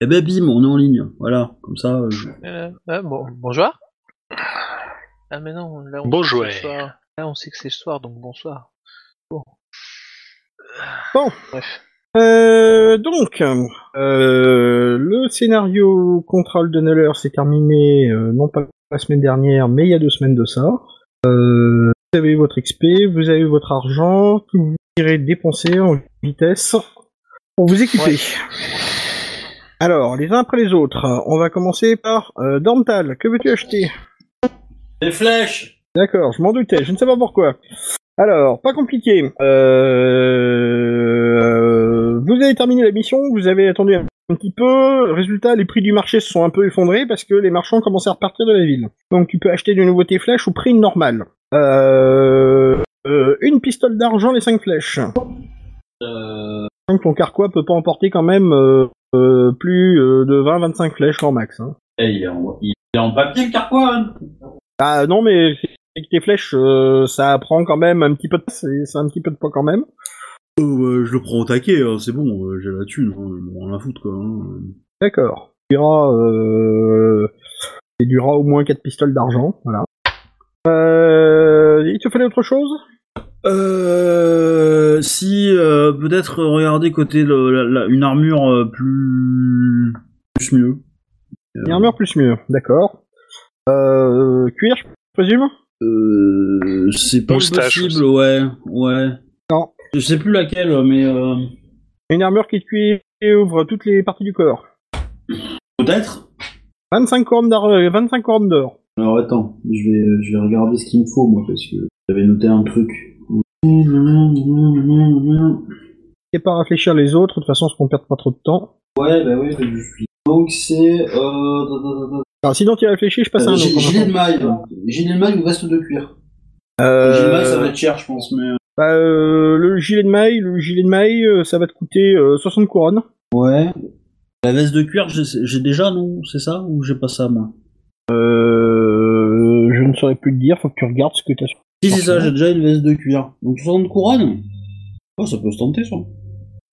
Et ben bim, on est en ligne. Voilà, comme ça. euh, je- Euh, ouais, bon, bonjour. Ah mais non, là on Bonjour. sait que c'est le soir. Là on sait que c'est le soir, donc bonsoir. Bon. Bon. Bref. Euh, donc, euh, le scénario Control de Neller s'est terminé, euh, non pas la semaine dernière, mais il y a deux semaines de ça. Euh, vous avez eu votre XP, vous avez eu votre argent, que vous irez dépenser en vitesse pour vous équiper. Alors, les uns après les autres, on va commencer par euh, Dormtal, que veux-tu acheter Des flèches D'accord, je m'en doutais, je ne sais pas pourquoi. Alors, pas compliqué. Euh, Vous avez terminé la mission, vous avez attendu un petit peu. Résultat, les prix du marché se sont un peu effondrés parce que les marchands commençaient à repartir de la ville. Donc tu peux acheter de nouveaux tes flèches au prix normal. Euh, euh, une pistole d'argent, les cinq flèches. euh, Donc ton carquois peut pas emporter quand même euh, euh, plus euh, de 20-25 flèches en max. hein. eh, il, est en, il est en papier le carquois hein. Ah non, mais avec tes flèches, euh, ça prend quand même un petit peu de... C'est c'est un petit peu de poids quand même. Oh, euh, je le prends au taquet, hein, c'est bon, euh, j'ai la thune, hein, bon, rien à foutre quoi. hein. D'accord. Il durera, euh, il durera au moins 4 pistoles d'argent, voilà. Euh, il te fallait autre chose Euh, si euh, peut-être regarder côté le- la- la- une armure euh, plus plus mieux. Euh, Une armure plus mieux, d'accord. Euh, cuir, je présume euh, c'est pas Moustache possible, ouais, ouais. Non. Je sais plus laquelle, mais euh, Une armure qui de cuir et ouvre toutes les parties du corps. peut-être. 25 cornes d'or. euh, 25 cornes d'or. Alors attends, je vais je vais regarder ce qu'il me faut moi parce que j'avais noté un truc. Ouais, Et pas réfléchir les autres, de toute façon, ce qu'on perd pas trop de temps. bah oui, bah, je suis- Donc c'est... Euh... Alors, sinon, Ah, tu réfléchis, je passe à un Euh, autre. hein. gi- gilet de maille. Gilet de maille ou veste de cuir Euh, Gilet de maille, ça va être cher, je pense, mais... bah, euh, le gilet de maille, le gilet de maille, euh, ça va te coûter euh, 60 couronnes. Ouais. La veste de cuir, j'ai j'ai déjà non, c'est ça ou j'ai pas ça moi. Euh, je ne saurais plus te dire, faut que tu regardes ce que t'as. sur- Si c'est ça, j'ai déjà une veste de cuir. Donc 60 couronnes. Oh, ça peut se tenter ça.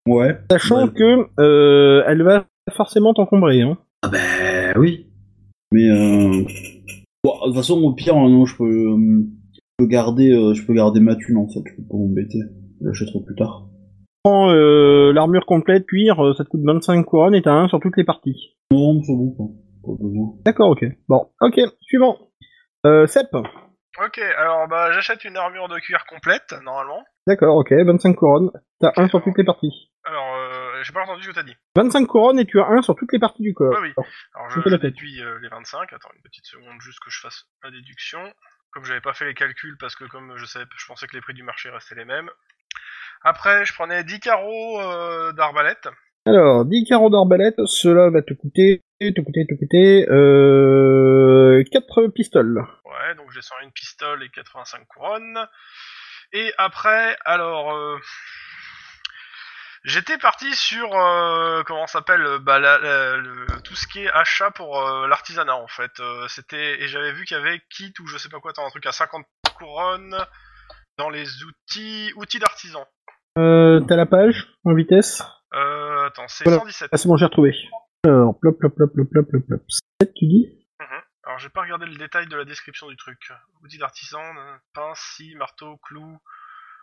Ouais. Sachant Ouais. que euh, elle va forcément t'encombrer. Hein. Ah bah oui. Mais euh... bon, de toute façon au pire euh, non je peux, euh, je peux garder euh, je peux garder ma thune en fait, je peux pas m'embêter. Je l'achèterai plus tard. Prends euh, l'armure complète, cuir, euh, ça te coûte 25 couronnes et t'as un sur toutes les parties. Non, c'est bon quoi. Pas besoin. D'accord, ok. Bon, ok, suivant. Euh, Sep. Ok, alors bah j'achète une armure de cuir complète, normalement. D'accord, ok, 25 couronnes, t'as un sur toutes les parties. Alors, euh, j'ai pas entendu ce que t'as dit. 25 couronnes et tu as un sur toutes les parties du corps. Oui, Alors je, Je te la fais. déduis euh, les 25, attends une petite seconde juste que je fasse la déduction. Comme j'avais pas fait les calculs parce que comme je savais, je pensais que les prix du marché restaient les mêmes. Après, je prenais 10 carreaux euh, d'arbalète. Alors, 10 carreaux d'arbalète, cela va te coûter, te coûter, te coûter, euh, 4 pistoles. Ouais, donc j'ai 101 pistoles et 85 couronnes. Et après, alors... euh, J'étais parti sur euh, comment ça s'appelle euh, bah, la- la- le- tout ce qui est achat pour euh, l'artisanat en fait. Euh, C'était et j'avais vu qu'il y avait kit ou je sais pas quoi, t'as un truc à 50 couronnes dans les outils outils d'artisan. Euh, t'as la page, en vitesse. Euh, attends, c'est Voilà. 117. Ah, c'est bon, j'ai retrouvé. Alors, plop, plop, plop, plop, plop, plop, plop. 7, tu dis Alors j'ai pas regardé le détail de la description du truc. Outils d'artisan, euh, pince, scie, marteau, clou,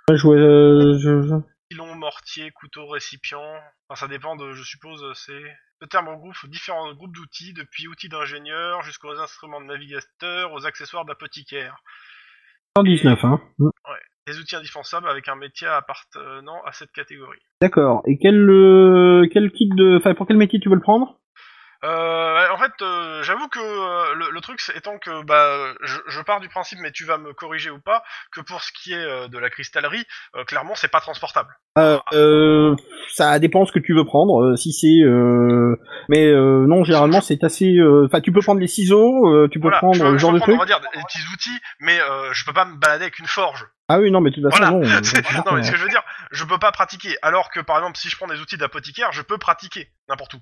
Ouais, je vois, euh, je- je- pilon, mortier, couteau, récipient. Enfin, ça dépend de, je suppose, c'est. Le terme regroupe différents groupes d'outils, depuis outils d'ingénieur jusqu'aux instruments de navigateur, aux accessoires d'apothicaire. 119, hein. Mm. Des outils indispensables avec un métier appartenant à cette catégorie. D'accord. Et quel, euh, quel kit de... Enfin, pour quel métier tu veux le prendre Euh, ouais, en fait, euh, j'avoue que euh, le, le truc c'est- étant que bah, je, je pars du principe, mais tu vas me corriger ou pas, que pour ce qui est euh, de la cristallerie, euh, clairement c'est pas transportable. euh, euh, ça dépend ce que tu veux prendre. euh, si c'est, euh... mais euh, non, généralement c'est assez. euh, Enfin, tu peux prendre les ciseaux, euh, tu peux Voilà, prendre je, ce je genre peux de prendre, truc. on va dire, des petits outils, mais euh, je peux pas me balader avec une forge. Ah oui, non, mais de toute façon, Voilà. non. euh, C'est- tu non, mais ce prends, que je veux dire, je peux pas pratiquer. Alors que par exemple, si je prends des outils d'apothicaire, je peux pratiquer n'importe où.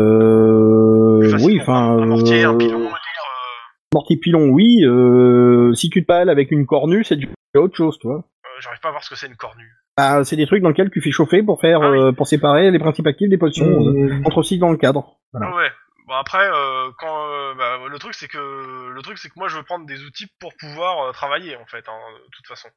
Plus euh... Oui, facilement. enfin. Un mortier, un pilon, euh, et tout, Mortier pilon, oui. Euh... Si tu te balles avec une cornue, c'est du- c'est autre chose, tu vois. euh, euh, J'arrive pas à voir ce que c'est une cornue. Bah, c'est des trucs dans lesquels tu fais chauffer pour faire Ah oui. euh, pour séparer les principes actifs des potions. Mmh. euh, entre aussi dans le cadre. Voilà. Ah ouais. Bon après, euh, quand euh, bah, le truc c'est que le truc c'est que moi je veux prendre des outils pour pouvoir euh, travailler en fait, hein, de toute façon.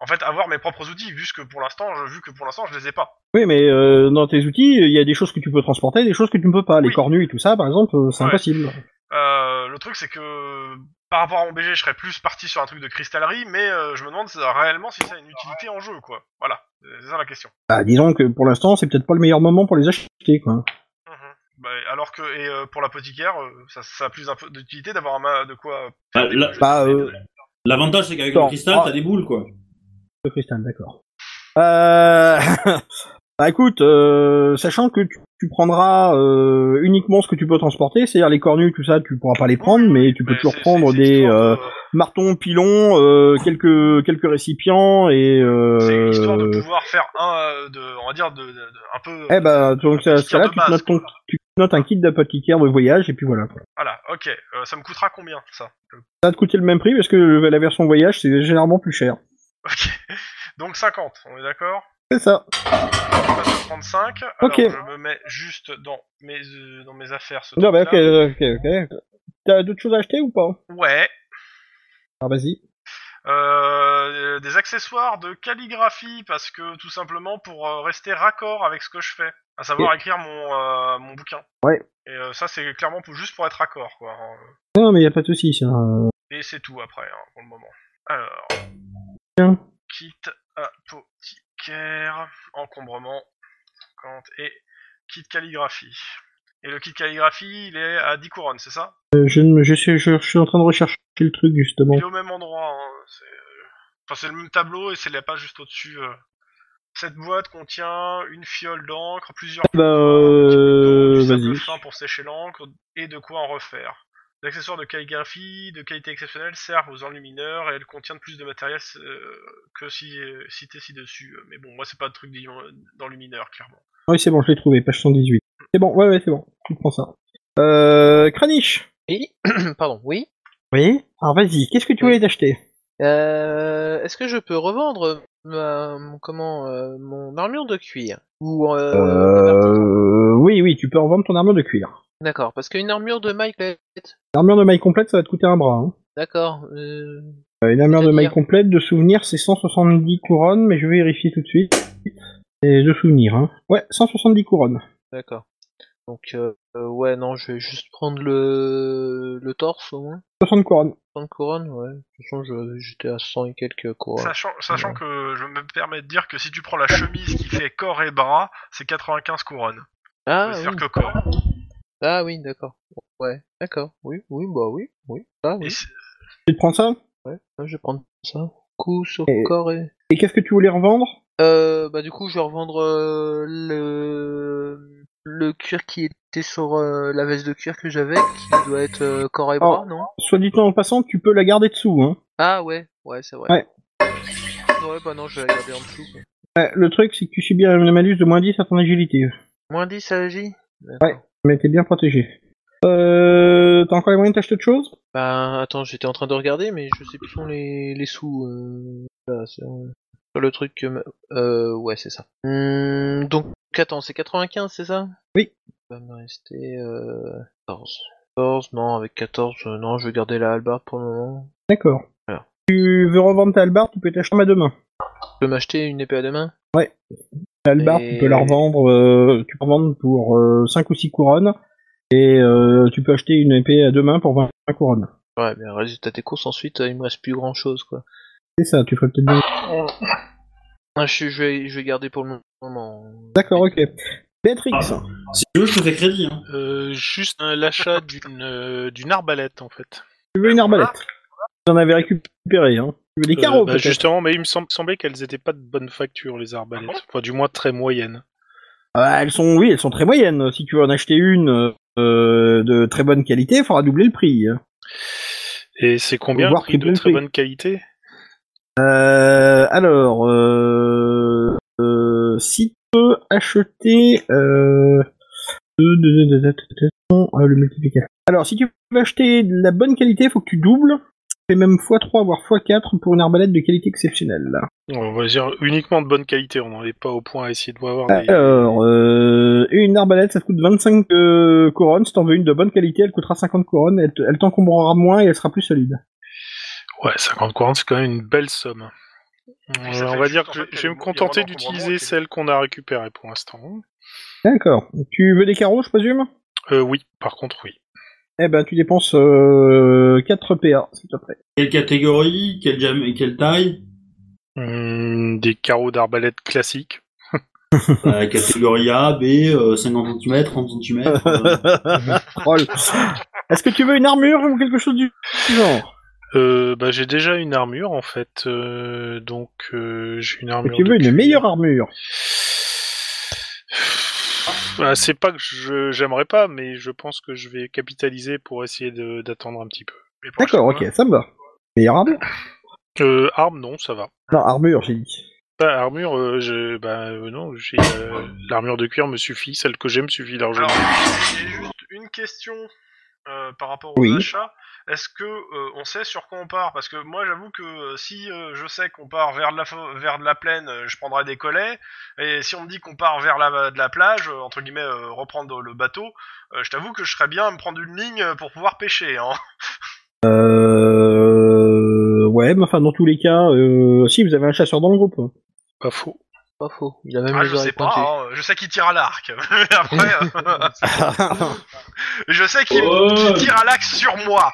En fait, avoir mes propres outils, vu que pour l'instant, je, vu que pour l'instant, je les ai pas. Oui, mais euh, dans tes outils, il y a des choses que tu peux transporter, des choses que tu ne peux pas. Les Oui. cornues et tout ça, par exemple, euh, c'est Ouais. impossible. Euh, le truc, c'est que par rapport à mon BG, je serais plus parti sur un truc de cristallerie, mais euh, je me demande euh, réellement si ça a une utilité en jeu, quoi. Voilà, Euh, c'est ça la question. Bah, disons que pour l'instant, c'est peut-être pas le meilleur moment pour les acheter, quoi. Mhm. Bah, alors que et euh, pour l'apothicaire, euh, ça, ça a plus d'impo- d'utilité d'avoir un ma- de quoi. euh, Bah, la- Bah, euh, L'avantage, c'est qu'avec Attends. le cristal, Ah. t'as des boules, quoi. Le cristal, d'accord. Euh... bah écoute, euh, sachant que tu, tu prendras euh, uniquement ce que tu peux transporter, c'est-à-dire les cornues, tout ça, tu pourras pas les prendre, mais tu peux mais toujours c'est- prendre c'est- c'est des histoire euh, de- martons, pilons, euh, quelques quelques récipients et. Euh... C'est histoire de pouvoir faire un, euh, de, on va dire, de, de- de- un peu. Eh ben, donc ça, Apothicaire ça, là, de tu te notes, base, ton- quoi. tu te notes un kit d'apothicaire de voyage et puis voilà. quoi. Voilà, ok. Euh, ça me coûtera combien ça Le- Ça va te coûter le même prix parce que le- la version voyage c'est généralement plus cher. Ok. Donc 50, on est d'accord C'est ça. On passe à 35. Alors, Ok. Je me mets juste dans mes, euh, dans mes affaires. Ce Non, bah, ok, truc-là. ok, ok. T'as d'autres choses à acheter ou pas Ouais. Alors vas-y. Euh, des accessoires de calligraphie parce que tout simplement pour euh, rester raccord avec ce que je fais, à savoir écrire mon, euh, mon bouquin. Ouais. Et euh, ça c'est clairement pour, juste pour être raccord quoi. hein. Non, mais y a pas de souci, ça. Et c'est tout après, hein, pour le moment. Alors. Bien. Kit apothicaire, encombrement, 50, et kit calligraphie. Et le kit calligraphie, il est à 10 couronnes, c'est ça Euh, je, ne- je, sais- je, je suis en train de rechercher le truc justement. Il est au même endroit. hein, c'est euh, enfin, c'est le même tableau et c'est la page juste au-dessus. euh. Cette boîte contient une fiole d'encre, plusieurs. Bah, un petit peu d'eau, euh, du sable vas-y. fin pour sécher l'encre et de quoi en refaire. Les accessoires de calligraphie de qualité exceptionnelle servent aux enlumineurs et elles contiennent plus de matériel euh, que si euh, cité ci-dessus. Mais bon, moi c'est pas de truc d'illum- d'enlumineur, clairement. Ah Oui, c'est bon, je l'ai trouvé, page 118. C'est bon, ouais, ouais, c'est bon. Tu prends ça. Euh, Kranich. Oui, pardon, oui. Oui. Alors vas-y, qu'est-ce que tu Oui. voulais acheter Euh, Est-ce que je peux revendre ma, mon- comment, euh, mon armure de cuir Ou, euh, des artisans Euh, oui, oui, tu peux en vendre ton armure de cuir. D'accord, parce qu'une armure de maille, complète- L'armure de maille complète, ça va te coûter un bras. Hein. d'accord. euh, Euh, une armure de maille C'est-à-dire complète, de souvenir, c'est 170 couronnes, mais je vais vérifier tout de suite. Et de souvenir, hein. Ouais, 170 couronnes. d'accord. Donc, euh, euh, ouais, non, je vais juste prendre le, le torse au moins. 60 couronnes. 30 couronnes, ouais. De toute façon, je- j'étais à 100 et quelques couronnes. Sachant, sachant que je me permets de dire que si tu prends la chemise qui fait corps et bras, c'est 95 couronnes. Ah, Mais c'est oui. sûr que corps. ah oui, d'accord. Ouais, d'accord. Oui, oui, bah oui, oui. Ah Et oui, c'est- Tu te prends ça ouais. Ouais, je vais prendre ça. Coup sur Et- corps et... Et qu'est-ce que tu voulais revendre Euh, bah du coup, je vais revendre euh, le le cuir qui était sur euh, la veste de cuir que j'avais, qui doit être euh, corps Oh. et bras, non Soit dit en passant, tu peux la garder dessous, hein. Ah ouais, ouais, c'est vrai. Ouais. Ouais, bah non, je vais la garder en dessous. quoi. Ouais, le truc, c'est que tu subis un malus de moins 10 à ton agilité. Moins 10 à J Mais t'es bien protégé. Euh, t'as encore les moyens d'acheter autre chose Bah attends, j'étais en train de regarder, mais je sais plus sont les les sous. Euh... Là, c'est, euh, sur le truc que me- euh ouais, c'est ça. Hum, donc attends, c'est 95, c'est ça Oui. Va me rester euh, 14. 14, non, avec 14, euh, non, je vais garder la halbarde pour le moment. D'accord. Alors. Tu veux revendre ta hallebarde, tu peux t'acheter ma demain. Je peux m'acheter une épée à deux mains La hallebarde, Et- tu peux la revendre, euh, tu peux revendre pour 5 ou 6 couronnes, et euh, tu peux acheter une épée à deux mains pour 20 couronnes. Ouais, mais résultat des courses, ensuite, euh, il me reste plus grand chose, quoi. C'est ça, tu ferais peut-être bien. Ah, je, je vais, je vais garder pour le moment. D'accord, ok. Béatrix, Si tu veux, je te fais crédit. Hein. Euh, juste un- l'achat d'une euh, d'une arbalète en fait. tu veux une arbalète J'en avais récupéré, hein. Tu veux des Euh, carreaux, bah, peut-être justement, mais il me sem- semblait qu'elles étaient pas de bonne facture les arbalètes, enfin du moins très moyennes. Ah, elles sont, oui, elles sont très moyennes. Si tu veux en acheter une euh, de très bonne qualité, il faudra doubler le prix. Et c'est combien voir le prix qui de bon très prix. bonne qualité Euh, alors, euh, euh, si tu peux acheter euh, de- de- de- de- de- de- de- de- euh, le multiplicateur. Alors, si tu veux acheter de la bonne qualité, faut que tu doubles. fait même x3 voire x4 pour une arbalète de qualité exceptionnelle. là. On va dire uniquement de bonne qualité, on n'en est pas au point à essayer de voir Bah, des- Alors, euh, une arbalète, ça te coûte 25 euh, couronnes. Si t'en veux une de bonne qualité, elle coûtera 50 couronnes. Elle, te- elle t'encombrera moins et elle sera plus solide. Ouais, 50-40, c'est quand même une belle somme. puis ça Euh, fait on va juste, dire en que fait, je vais me il y a contenter un encombrement d'utiliser qui est- celle qu'on a récupérée pour l'instant. D'accord. Tu veux des carreaux, je présume Euh, oui, par contre, oui. Eh ben, tu dépenses euh, 4 PA, s'il te plaît. Quelle catégorie Quelle, jam... Quelle taille Hum, des carreaux d'arbalète classiques. Euh, Catégorie A, B, euh, 50 cm, 30 cm. euh. Troll. Oh, Est-ce que tu veux une armure ou quelque chose du genre Euh, bah, j'ai déjà une armure en fait, euh, donc euh, j'ai une Est-ce armure. que tu de veux une cuir. meilleure armure Bah, c'est pas que je j'aimerais pas, mais je pense que je vais capitaliser pour essayer de- d'attendre un petit peu. Mais pour hein. D'accord, acheter ok, ça me va. Meilleure armure Euh, arme, non, ça va. Non, armure, j'ai dit. Bah, armure, euh, je, bah, euh, non, j'ai euh, l'armure de cuir me suffit, celle que j'ai me suffit largement. Alors, j'ai juste une question euh, par rapport aux Oui. achats. Est-ce que euh, on sait sur quoi on part Parce que moi, j'avoue que euh, si euh, je sais qu'on part vers de la fo- vers de la plaine, euh, je prendrai des collets. Et si on me dit qu'on part vers la de la plage, euh, entre guillemets, euh, reprendre le bateau, euh, je t'avoue que je serais bien à me prendre une ligne euh, pour pouvoir pêcher. Hein. Euh... Ouais, mais enfin, dans tous les cas, euh... si, vous avez un chasseur dans le groupe. Pas faux. Pas faux. Il a même Ah, les je sais oreilles pas. pointues. hein, Je sais qu'il tire à l'arc. Mais Après, euh, Ah, je sais qu'il Oh, qu'il tire à l'axe sur moi.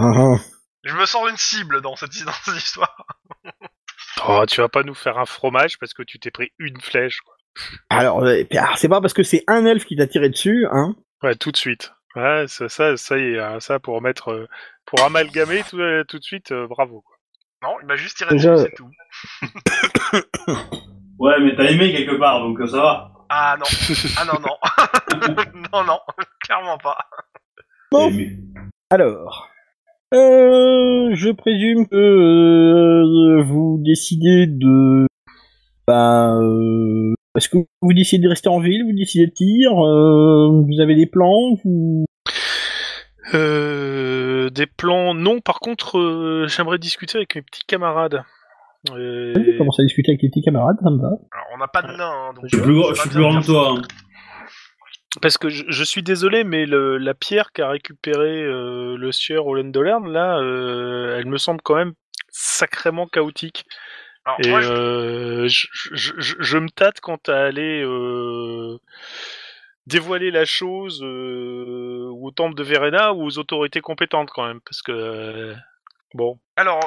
ah. Je me sens une cible dans cette, dans cette histoire. Oh, tu vas pas nous faire un fromage parce que tu t'es pris une flèche. Quoi. Alors, euh, Pierre, c'est pas parce que c'est un elfe qui t'a tiré dessus, hein Ouais, tout de suite. Ouais, ça, ça, ça y est, hein, ça pour mettre, euh, pour amalgamer tout, euh, tout de suite, euh, bravo. quoi. Non, il m'a juste tiré Déjà- dessus, c'est tout. Ouais, mais t'as aimé quelque part, donc euh, ça va. Ah non, ah non, non. non, non, clairement pas. Bon. T'as aimé. Alors... Euh... Je présume que... euh, vous décidez de... Bah... Euh... Est-ce que vous décidez de rester en ville Vous décidez de tir euh, Vous avez des plans vous... Euh, des plans, non. Par contre, euh, j'aimerais discuter avec mes petits camarades. Euh, Vous commencez à discuter avec les petits camarades, ça me va. Alors, on n'a pas de nain, hein, donc. Je suis plus grand, je suis plus grand que toi. hein. Parce que je, je suis désolé, mais le, la pierre qu'a récupéré euh, le sieur Holland Dollard, là, euh, elle me semble quand même sacrément chaotique. Alors, Et moi, je- euh, je, je- je- je me tâte quant à aller euh, dévoiler la chose euh, au temple de Verena ou aux autorités compétentes quand même, parce que euh, bon. Alors,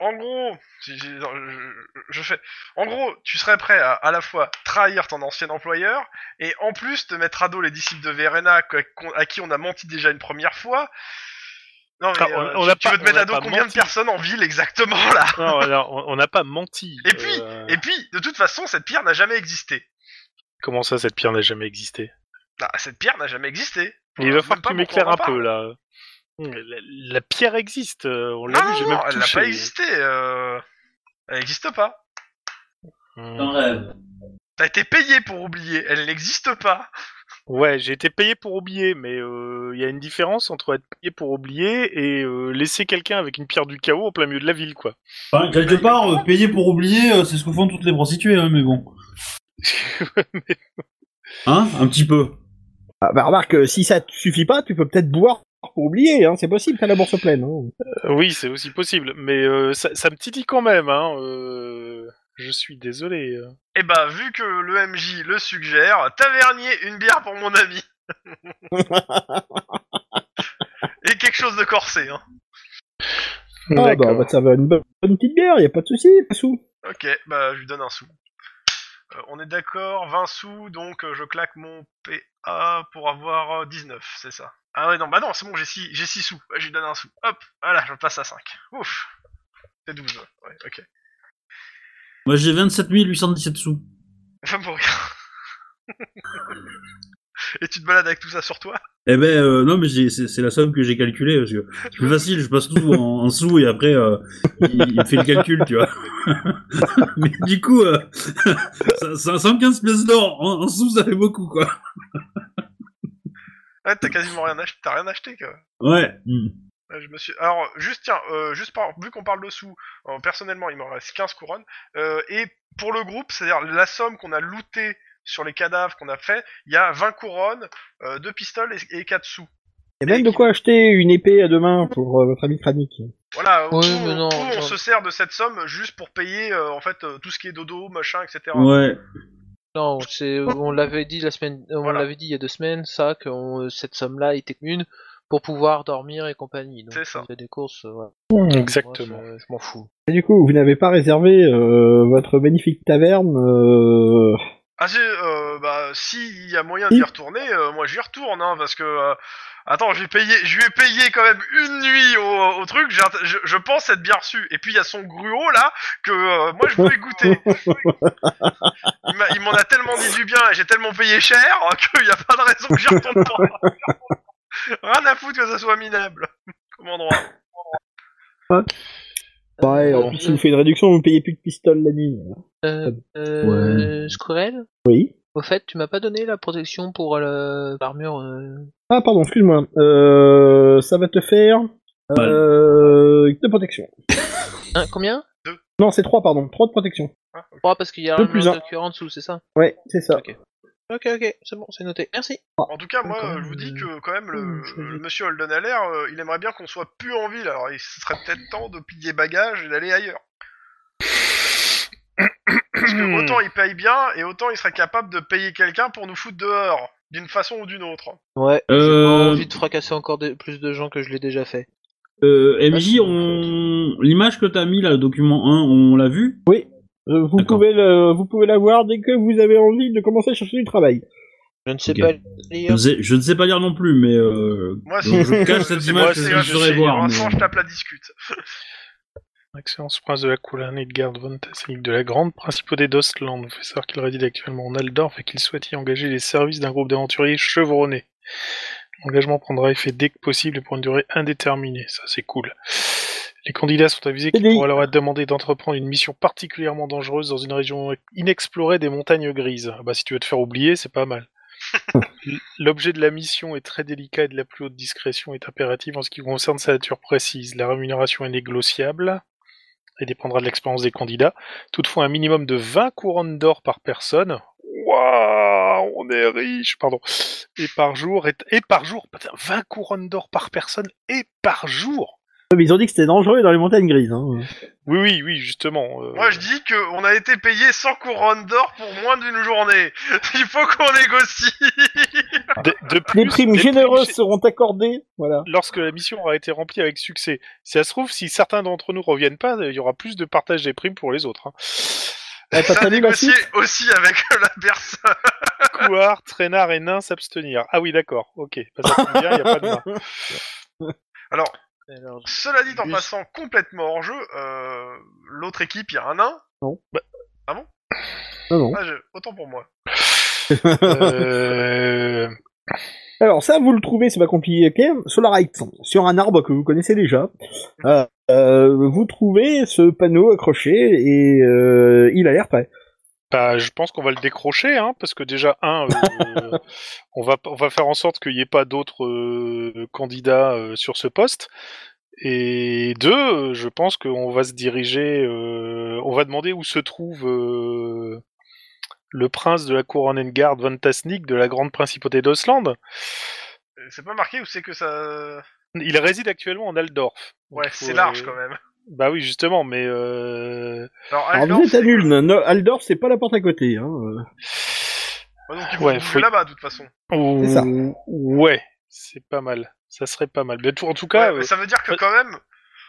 en gros, si- si- je, je fais. En gros, tu serais prêt à à la fois trahir ton ancien employeur et en plus te mettre à dos les disciples de Verena que- qu'on- à qui on a menti déjà une première fois. Non, mais Ah, on- euh, on tu, a tu pas- veux te on mettre a à dos pas combien menti. de personnes en ville exactement là Non, alors, on on n'a pas menti. Et puis- euh, Et puis, de toute façon, cette pierre n'a jamais existé. comment ça, cette pierre n'a jamais existé Ah, cette pierre n'a jamais existé. Il va Euh, falloir Même que pas tu pour m'éclaires qu'on en un parle. peu là. La, la pierre existe, euh, on l'a Non, vu, j'ai Ah non, même non, elle n'a touché. pas existé. euh, Elle n'existe pas. Hmm. C'est un rêve. T'as été payé pour oublier. Elle n'existe pas. Ouais, j'ai été payé pour oublier, mais euh, il y a une différence entre être payé pour oublier et euh, laisser quelqu'un avec une pierre du chaos en plein milieu de la ville, quoi. Enfin, quelque part, euh, payer pour oublier, euh, c'est ce que font toutes les prostituées, hein, mais bon. Hein Un petit peu. Ah, bah remarque, euh, si ça te suffit pas, tu peux peut-être boire pour oublier, hein, c'est possible, t'as la bourse pleine. hein. Euh, oui, c'est aussi possible, mais euh, ça, ça me titille quand même, hein. euh, je suis désolé. euh. Et bah, vu que le MJ le suggère, tavernier, une bière pour mon ami. Et quelque chose de corsé. Hein. Ah bah D'accord. on va te servir une bonne, bonne petite bière, y a pas de souci, pas de sous. Ok, bah, je lui donne un sou. Euh, on est d'accord, 20 sous, donc euh, je claque mon PA pour avoir euh, 19, c'est ça. Ah ouais, non, bah non, c'est bon, j'ai 6, j'ai six sous. Ouais, Je lui donne un sou. Hop, voilà, je passe à 5. Ouf. C'est 12, ouais, ok. Moi, j'ai 27 817 sous. Femme pour rien. Et tu te balades avec tout ça sur toi Eh ben, euh, non, mais j'ai- c'est c'est la somme que j'ai calculée. Parce que c'est plus facile, je passe tout en, en sous et après, euh, il, il me fait le calcul, tu vois. mais du coup, euh, ça- ça- 115 pièces d'or en, en sous, ça fait beaucoup, quoi. Ouais, t'as quasiment rien acheté, t'as rien acheté, quoi. Ouais. Hmm. Euh, je me suis... Alors, juste, tiens, euh, juste par- vu qu'on parle de sous, euh, personnellement, il m'en reste 15 couronnes. Euh, et pour le groupe, c'est-à-dire la somme qu'on a lootée sur les cadavres qu'on a fait, il y a 20 couronnes, euh, 2 pistoles et, et 4 sous. Et même de quoi acheter une épée à deux mains pour euh, votre ami Kranik. Voilà, Ouais, tout- mais non, tout, on genre- se sert de cette somme juste pour payer euh, en fait euh, tout ce qui est dodo, machin, etc. Ouais. Non, c'est, on l'avait dit la semaine, on Voilà. l'avait dit il y a deux semaines, ça, que on- euh, cette somme-là était une pour pouvoir dormir et compagnie. Donc, C'est ça. on faisait des courses, euh, voilà. Exactement. Moi, je, je m'en fous. Et du coup, vous n'avez pas réservé euh, votre magnifique taverne. euh, Ah si, euh, bah s'il y a moyen d'y retourner, euh, moi j'y retourne, hein, parce que euh, attends, j'ai payé, je lui ai payé quand même une nuit au, au truc, j'ai int- je, je pense être bien reçu. Et puis il y a son gruau là que euh, moi je voulais goûter. il m'a- il m'en a tellement dit du bien et j'ai tellement payé cher euh, qu'il n'y a pas de raison que j'y retourne pas. Rien à foutre que ça soit minable comme endroit. Pareil, Euh, en plus, Bah, si vous faites une réduction, vous payez plus de pistoles la nuit. Euh, euh, Squirrel, Oui. au fait, tu m'as pas donné la protection pour euh, l'armure. euh, Ah, pardon, excuse-moi. Euh, ça va te faire. Euh, de protection. hein, combien Non, c'est trois, pardon. Trois de protection. Trois parce qu'il y a Deux un plus un. cœur en dessous, c'est ça Ouais, c'est ça. Ok. Ok, ok, c'est bon, c'est noté. Merci. En tout cas, moi, Quand euh, même, je vous dis euh, que quand même, le, je vais- le monsieur Holden Haller, euh, il aimerait bien qu'on soit plus en ville. Alors, il serait peut-être temps de plier bagages et d'aller ailleurs. Parce que autant il paye bien et autant il serait capable de payer quelqu'un pour nous foutre dehors, d'une façon ou d'une autre. Ouais. J'ai pas Euh, envie de fracasser encore de- plus de gens que je l'ai déjà fait. euh, MJ, on... l'image que t'as mis là, le document 1, on l'a vu Euh, vous D'accord. pouvez le, vous pouvez l'avoir dès que vous avez envie de commencer à chercher du travail. Je ne sais Ok. pas je lire. ne, sais, je ne sais pas lire non plus, mais euh, Moi, si donc je cache cette c'est moi, image que c'est je voudrais voir. Vincent, mais- je tape la discute. Excellence, prince de la Coulane et de garde von Tasselic de la Grande, principaux des Dostland, vous fait savoir qu'il réside actuellement en Aldorf et qu'il souhaite y engager les services d'un groupe d'aventuriers chevronnés. L'engagement prendra effet dès que possible et pour une durée indéterminée. Ça, c'est cool. Les candidats sont avisés qu'il CDI. pourra leur être demandé d'entreprendre une mission particulièrement dangereuse dans une région inexplorée des montagnes grises. Ah bah, si tu veux te faire oublier, c'est pas mal. L- L'objet de la mission est très délicat et de la plus haute discrétion est impérative en ce qui concerne sa nature précise. La rémunération est négociable et dépendra de l'expérience des candidats. Toutefois, un minimum de 20 couronnes d'or par personne. Waouh, on est riche, pardon. Et par jour, est- et, par jour, putain, 20 couronnes d'or par personne et par jour. Ouais, mais Ils ont dit que c'était dangereux dans les montagnes grises. Hein. Oui, oui, oui, justement. euh, Moi, je dis qu'on a été payé 100 couronnes d'or pour moins d'une journée. Il faut qu'on négocie. de, de plus, Des primes des généreuses gé- seront accordées. Voilà. Lorsque la mission aura été remplie avec succès, si ça se trouve, si certains d'entre nous reviennent pas, il y aura plus de partage des primes pour les autres. hein. Ah, T'as Ça pas lu la négocier suite aussi avec la personne. Couard, traînard et nain s'abstenir. Ah oui, d'accord, ok. Bah, ça tombe bien, il y a pas de nain. Alors, Cela dit, en Juste- passant complètement hors jeu, euh, l'autre équipe, il y a un nain. Non, non. Ah, je- Autant pour moi. Euh, Alors ça, vous le trouvez, c'est pas compliqué. ok Solarite, sur un arbre que vous connaissez déjà, Euh, euh, vous trouvez ce panneau accroché et euh, il a l'air prêt. Bah, je pense qu'on va le décrocher, hein, parce que déjà, un, euh, on, va, on va faire en sorte qu'il n'y ait pas d'autres euh, candidats euh, sur ce poste. Et deux, euh, je pense qu'on va se diriger, euh, on va demander où se trouve euh, le prince de la couronne Engarde von Tasnik de la grande principauté d'Osland. Euh, C'est pas marqué ou c'est que ça. Il réside actuellement en Aldorf. Donc Ouais, il faut, c'est large euh, quand même. Bah oui, justement, mais euh, Alors Alors, Aldorf, Ah, vous êtes à c'est- Luln, no- Aldorf c'est pas la porte à côté. Hein. euh. Ouais, bah, donc, il faut Ouais, bouger faut- là-bas, de toute façon. C'est ça. ouais, c'est pas mal. Ça serait pas mal. Mais tout- en tout cas, Ouais, euh, mais ça veut dire que ouais. quand même,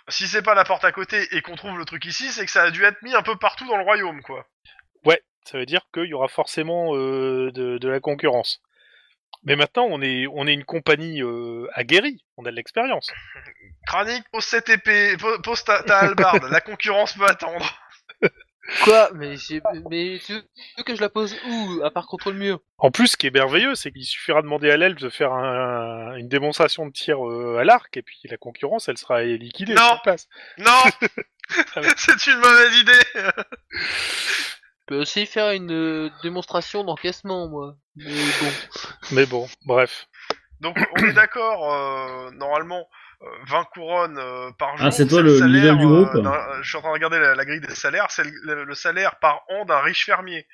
si c'est pas la porte à côté et qu'on trouve le truc ici, c'est que ça a dû être mis un peu partout dans le royaume, quoi. euh, Ouais, ça veut dire qu'il y aura forcément euh, de, de la concurrence. Mais maintenant, on est, on est une compagnie euh, aguerrie, on a de l'expérience. Kranik, pose cette épée, po- pose ta, ta hallebarde, la concurrence peut attendre. Quoi mais, j'ai- mais tu veux tu veux que je la pose où À part contre le mur En plus, ce qui est merveilleux, c'est qu'il suffira de demander à l'elfe de faire un- une démonstration de tir euh, à l'arc, et puis la concurrence, elle sera liquidée Non. sur place. Non Ah ouais. C'est une mauvaise idée Je peux aussi faire une euh, démonstration d'encaissement, moi. Mais bon. Mais bon, bref. Donc on est d'accord, euh, normalement, euh, 20 couronnes euh, par jour. Ah, c'est toi le le leader salaire, du groupe euh, d'un- Je suis en train de regarder la, la grille des salaires, c'est le, le- le salaire par an d'un riche fermier.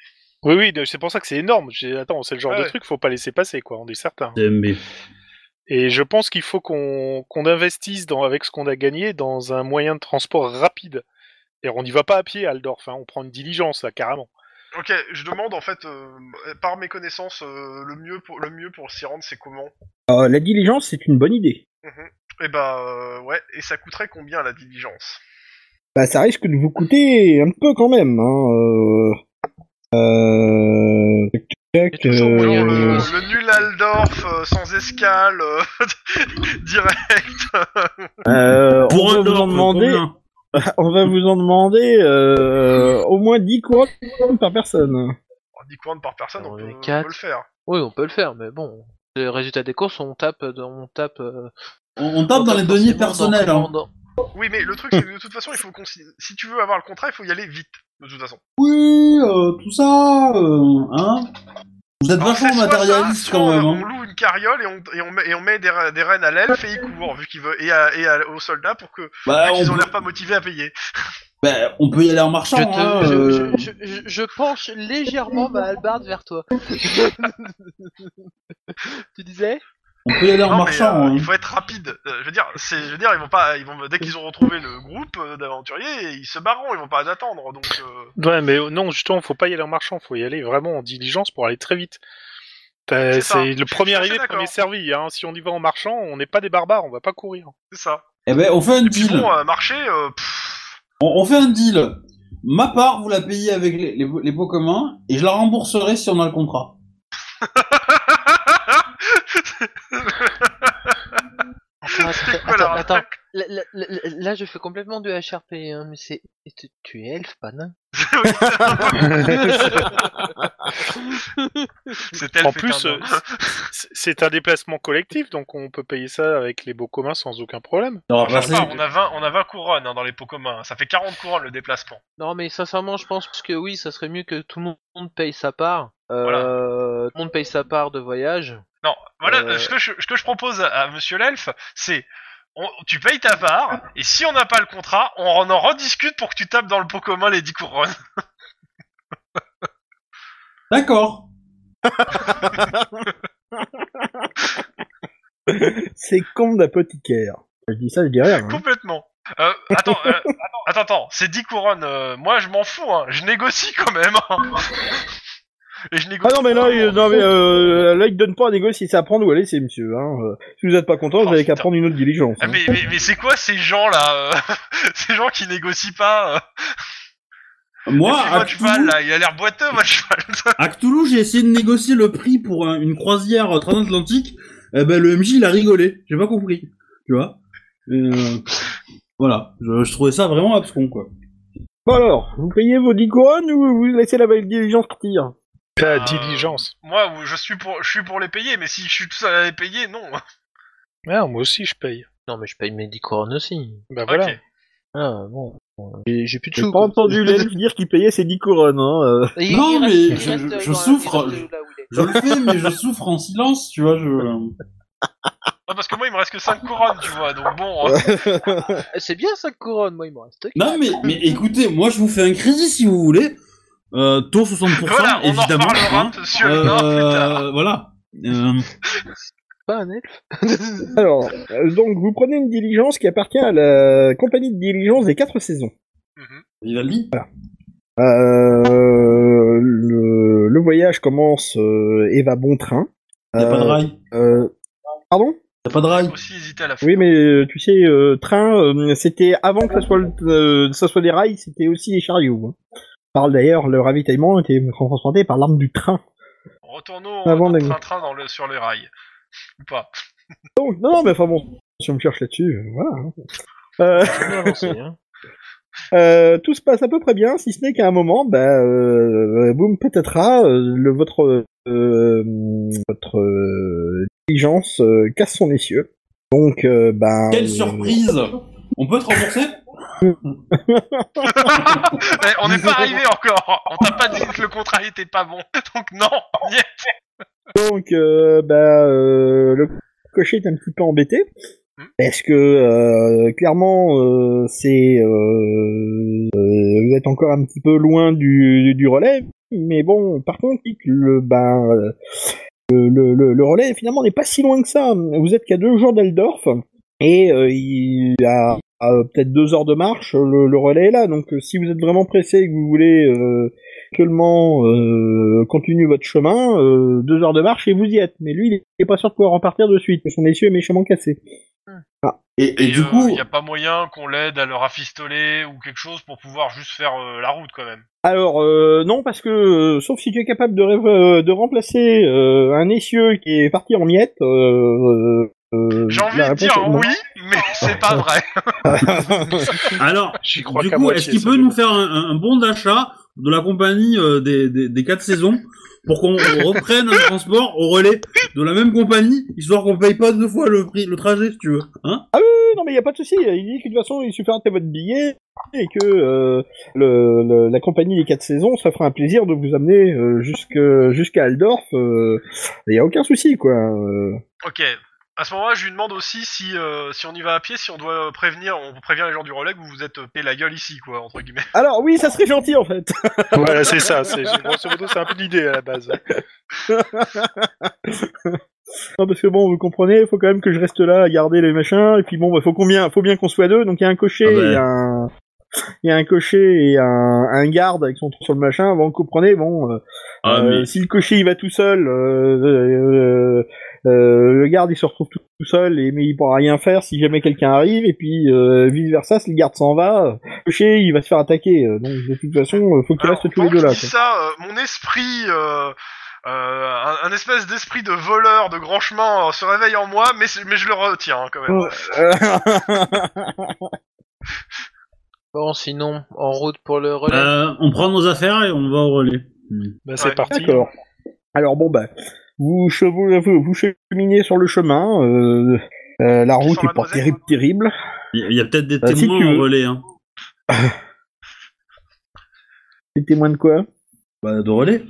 Oui, oui, c'est pour ça que c'est énorme. J'ai- Attends, c'est le genre Ah de ouais. truc, faut pas laisser passer, quoi, on est certain. Mais Et je pense qu'il faut qu'on qu'on investisse dans, avec ce qu'on a gagné dans un moyen de transport rapide. Et on n'y va pas à pied à Aldorf, hein, on prend une diligence, là, carrément. Ok, je demande en fait, euh, par mes connaissances, euh, le mieux pour, le mieux pour s'y rendre, c'est comment Euh, la diligence, c'est une bonne idée. Eh bah euh, ouais, et ça coûterait combien la diligence Bah, ça risque de vous coûter un peu quand même. Hein. Euh... Euh... tac, tac, Et toujours moyen Genre Euh, le, euh, le nul Aldorf euh, sans escale, euh, direct. euh, on Pour va un vous en ordre, demander, combien on va vous en demander euh, au moins 10 couronnes par personne. En 10 Oh, couronnes par personne, Alors, on, on peut, est on quatre. peut le faire. Oui, on peut le faire, mais bon. Les résultats des courses, on tape, dans- on tape. euh, On, on tape dans les deniers forcément dans personnels. hein. commandant. Oui, mais le truc, c'est que de toute façon, il faut qu'on s'y- si tu veux avoir le contrat, il faut y aller vite. De toute façon. Oui, euh, tout ça, euh, hein. Vous êtes Alors, c'est vachement soit matérialiste ça, soit euh, quand même. On hein. loue une carriole et on, et on, met, et on met des, re- des rênes à l'elfe et il court, vu qu'il veut, et, à- et à- aux soldats pour que Bah, on, ils ont peut, l'air pas motivés à payer. bah, on peut y aller en Je, marchant. te- hein, je- euh. je- je- je- je penche légèrement ma hallebarde vers toi. tu disais On peut y aller en Non, mais, marchant. euh, hein. Il faut être rapide. Euh, je veux dire, c'est, je veux dire, ils vont pas, ils vont dès qu'ils ont retrouvé le groupe euh, d'aventuriers, ils se barreront, ils vont pas attendre. Donc euh, Ouais, mais euh, non, justement, faut pas y aller en marchant, faut y aller vraiment en diligence pour aller très vite. T'as- C'est ça, C'est je suis le premier tout à arrivé, fait premier d'accord. servi. Hein. Si on y va en marchant, on n'est pas des barbares, on va pas courir. c'est ça. Eh ben, on fait un Et puis deal. bon, euh, marcher, euh, pff, On, on fait un deal. Ma part, vous la payez avec les, les, les pots communs et je la rembourserai si on a le contrat. Attends, c'est attends, quoi la attends, attends. arnaque Là, là- là- là, je fais complètement du HRP, hein, mais c'est. tu- Tu es elfe, pas nain. C'est elle en fait plus, un euh, an. c'est- c'est un déplacement collectif, donc on peut payer ça avec les baux communs sans aucun problème. Alors, Enfin, je sais pas, on a 20, on a 20 couronnes hein, dans les pots communs. hein. Ça fait 40 couronnes le déplacement. Non, mais sincèrement, je pense que oui, ça serait mieux que tout le monde paye sa part. Euh, Voilà. Tout le monde paye sa part de voyage. Non, voilà. Euh. Ce, que je, ce que je propose à, à Monsieur l'elfe, c'est on- tu payes ta part, et si on n'a pas le contrat, on en rediscute pour que tu tapes dans le pot commun les 10 couronnes. D'accord. C'est con d'apothicaire. Je dis ça, je dis rien. hein. Complètement. Euh, attends, euh, attends, attends, attends, c'est 10 couronnes. euh, moi, je m'en fous, hein. je négocie quand même. hein. Et je Ah négocie. non mais là, il- non, mais, euh, là il donne pas à négocier, c'est à prendre ou à laisser monsieur. Hein. Euh, Si vous êtes pas content, vous Oh, avez qu'à putain. prendre une autre diligence. Ah, hein. mais mais, mais c'est quoi ces gens là euh, Ces gens qui négocient pas euh. Moi, Et puis, à votre cheval Toulouse, là, il a l'air boiteux, votre cheval. à Toulouse, j'ai essayé de négocier le prix pour un- une croisière transatlantique. Eh ben, le MJ, il a rigolé. J'ai pas compris. Tu vois Et, euh, Voilà. Je, je trouvais ça vraiment abscon, quoi. Bon alors, vous payez vos 10 couronnes ou vous laissez la belle diligence partir La Euh, diligence. Moi, je suis pour, je suis pour les payer, mais si je suis tout seul à les payer, non. Ah, moi aussi, je paye. Non, mais je paye mes 10 couronnes aussi. Bah voilà. Ok. Ah, bon. J'ai j'ai plus de J'ai sous. pas quoi. entendu l'elfe dire qu'il payait ses 10 couronnes. Hein. euh. Et il- Non, il mais reste- il je- reste je- dans- je il reste souffre. là où il est. Je le fais, mais je souffre en silence, tu vois. Je... Non, parce que moi, il me reste que 5 couronnes, tu vois. Donc bon, hein. Ah, C'est bien 5 couronnes, moi il me reste. Non, mais, mais écoutez, moi, je vous fais un crédit si vous voulez. Euh, taux 60%, voilà, on en évidemment. reparlera, hein. monsieur le nain, plus tard. Euh, voilà. Euh, Pas un elfe. Alors, euh, donc vous prenez une diligence qui appartient à la compagnie de diligence des 4 saisons. Vivaldi Euh, le, le voyage commence euh, et va bon train. T'as pas de Euh, rail euh, pardon T'as pas de rail Aussi hésiter à la ah, fin. Oui, mais euh, tu sais, euh, train, euh, c'était avant que ça soit, le- euh, ça soit des rails, c'était aussi des chariots. hein. On Parle d'ailleurs, le ravitaillement était transporté par l'arme du train. Retournons Avant en d'aller. train-train dans le, sur les rails. Ou pas. Donc, non, non, mais enfin bon, si on me cherche là-dessus, euh, voilà. hein. Euh, euh, tout se passe à peu près bien, si ce n'est qu'à un moment, bah, euh, boum, patatras, euh, le, votre, euh, votre euh, diligence euh, casse son essieu. Donc, euh, bah, euh, Quelle surprise On peut te rembourser Eh, on n'est pas arrivé encore. On t'a pas dit que le contrat était pas bon. Donc non. Niet. Donc, euh, bah, euh, le cocher est un petit peu embêté. Parce que euh, clairement, euh, c'est euh, euh, vous êtes encore un petit peu loin du, du relais, mais bon, par contre, le ben euh, le, le, le- le relais finalement n'est pas si loin que ça. Vous êtes qu'à deux jours d'Eldorf et euh, il y a euh, peut-être deux heures de marche. Le, le relais est là, donc euh, si vous êtes vraiment pressé et que vous voulez euh, seulement euh, continuer votre chemin, euh, deux heures de marche et vous y êtes. Mais lui, il est pas sûr de pouvoir repartir de suite. parce que Son essieu est méchamment cassé. Et, et Et, du euh, coup, y a pas moyen qu'on l'aide à le rafistoler ou quelque chose pour pouvoir juste faire euh, la route quand même. Alors euh, non parce que euh, sauf si tu es capable de, rêve- euh, de remplacer euh, un essieu qui est parti en miettes. euh, euh, J'ai envie la réponse de dire est non. oui, mais c'est pas vrai. Alors, J'y crois du qu'à coup, moitié, est-ce qu'il ça, peut je nous pense. faire un, un- un bon d'achat de la compagnie euh, des, des, des quatre saisons pour qu'on reprenne un transport au relais de la même compagnie, histoire qu'on paye pas deux fois le prix, le trajet, si tu veux, hein Euh, non mais il y a pas de souci. Il dit que de toute façon il suffira de votre billet et que euh, le, le- la compagnie des quatre saisons ça fera un plaisir de vous amener euh, jusque jusqu'à Aldorf. euh, Il y a aucun souci quoi. euh. Ok. À ce moment-là, je lui demande aussi si, euh, si on y va à pied, si on doit euh, prévenir, on prévient les gens du relais que vous vous êtes euh, pété la gueule ici, quoi, entre guillemets. Alors oui ça serait gentil en fait. voilà, c'est ça. C'est, grosso modo, c'est un peu l'idée à la base. Non, parce que bon, vous comprenez, faut quand même que je reste là à garder les machins, et puis bon, bah, faut combien, faut bien qu'on soit deux, donc il y a un cocher, Ah il bah. y a un, il y a un cocher et un, un garde avec son trou sur le machin, bon, vous comprenez, bon, euh, Ah, euh, mais- si le cocher il va tout seul, euh, euh, euh, le garde il se retrouve tout, tout seul, et, mais il pourra rien faire si jamais quelqu'un arrive, et puis euh, vice versa, si le garde s'en va, euh, le cocher il va se faire attaquer, euh, donc de toute façon, euh, faut que tu Alors, restes tous les pendant deux que là. je dis quoi. ça, euh, mon esprit, euh, euh, un, un espèce d'esprit de voleur de grand chemin euh, se réveille en moi, mais, c'est- mais je le retiens hein, quand même. Bon, sinon, en route pour le relais. Euh, on prend nos affaires et on va au relais. Bah, c'est c'est Ouais. parti. D'accord. Alors bon bah, vous chevaux- vous, vous cheminez sur le chemin. euh, euh, la route Sur la est pas Moselle, terrible, quoi. terrible. Il y a- il y a, peut-être des Bah, si témoins tu veux. au relais, hein. Les témoins de quoi Bah, de relais.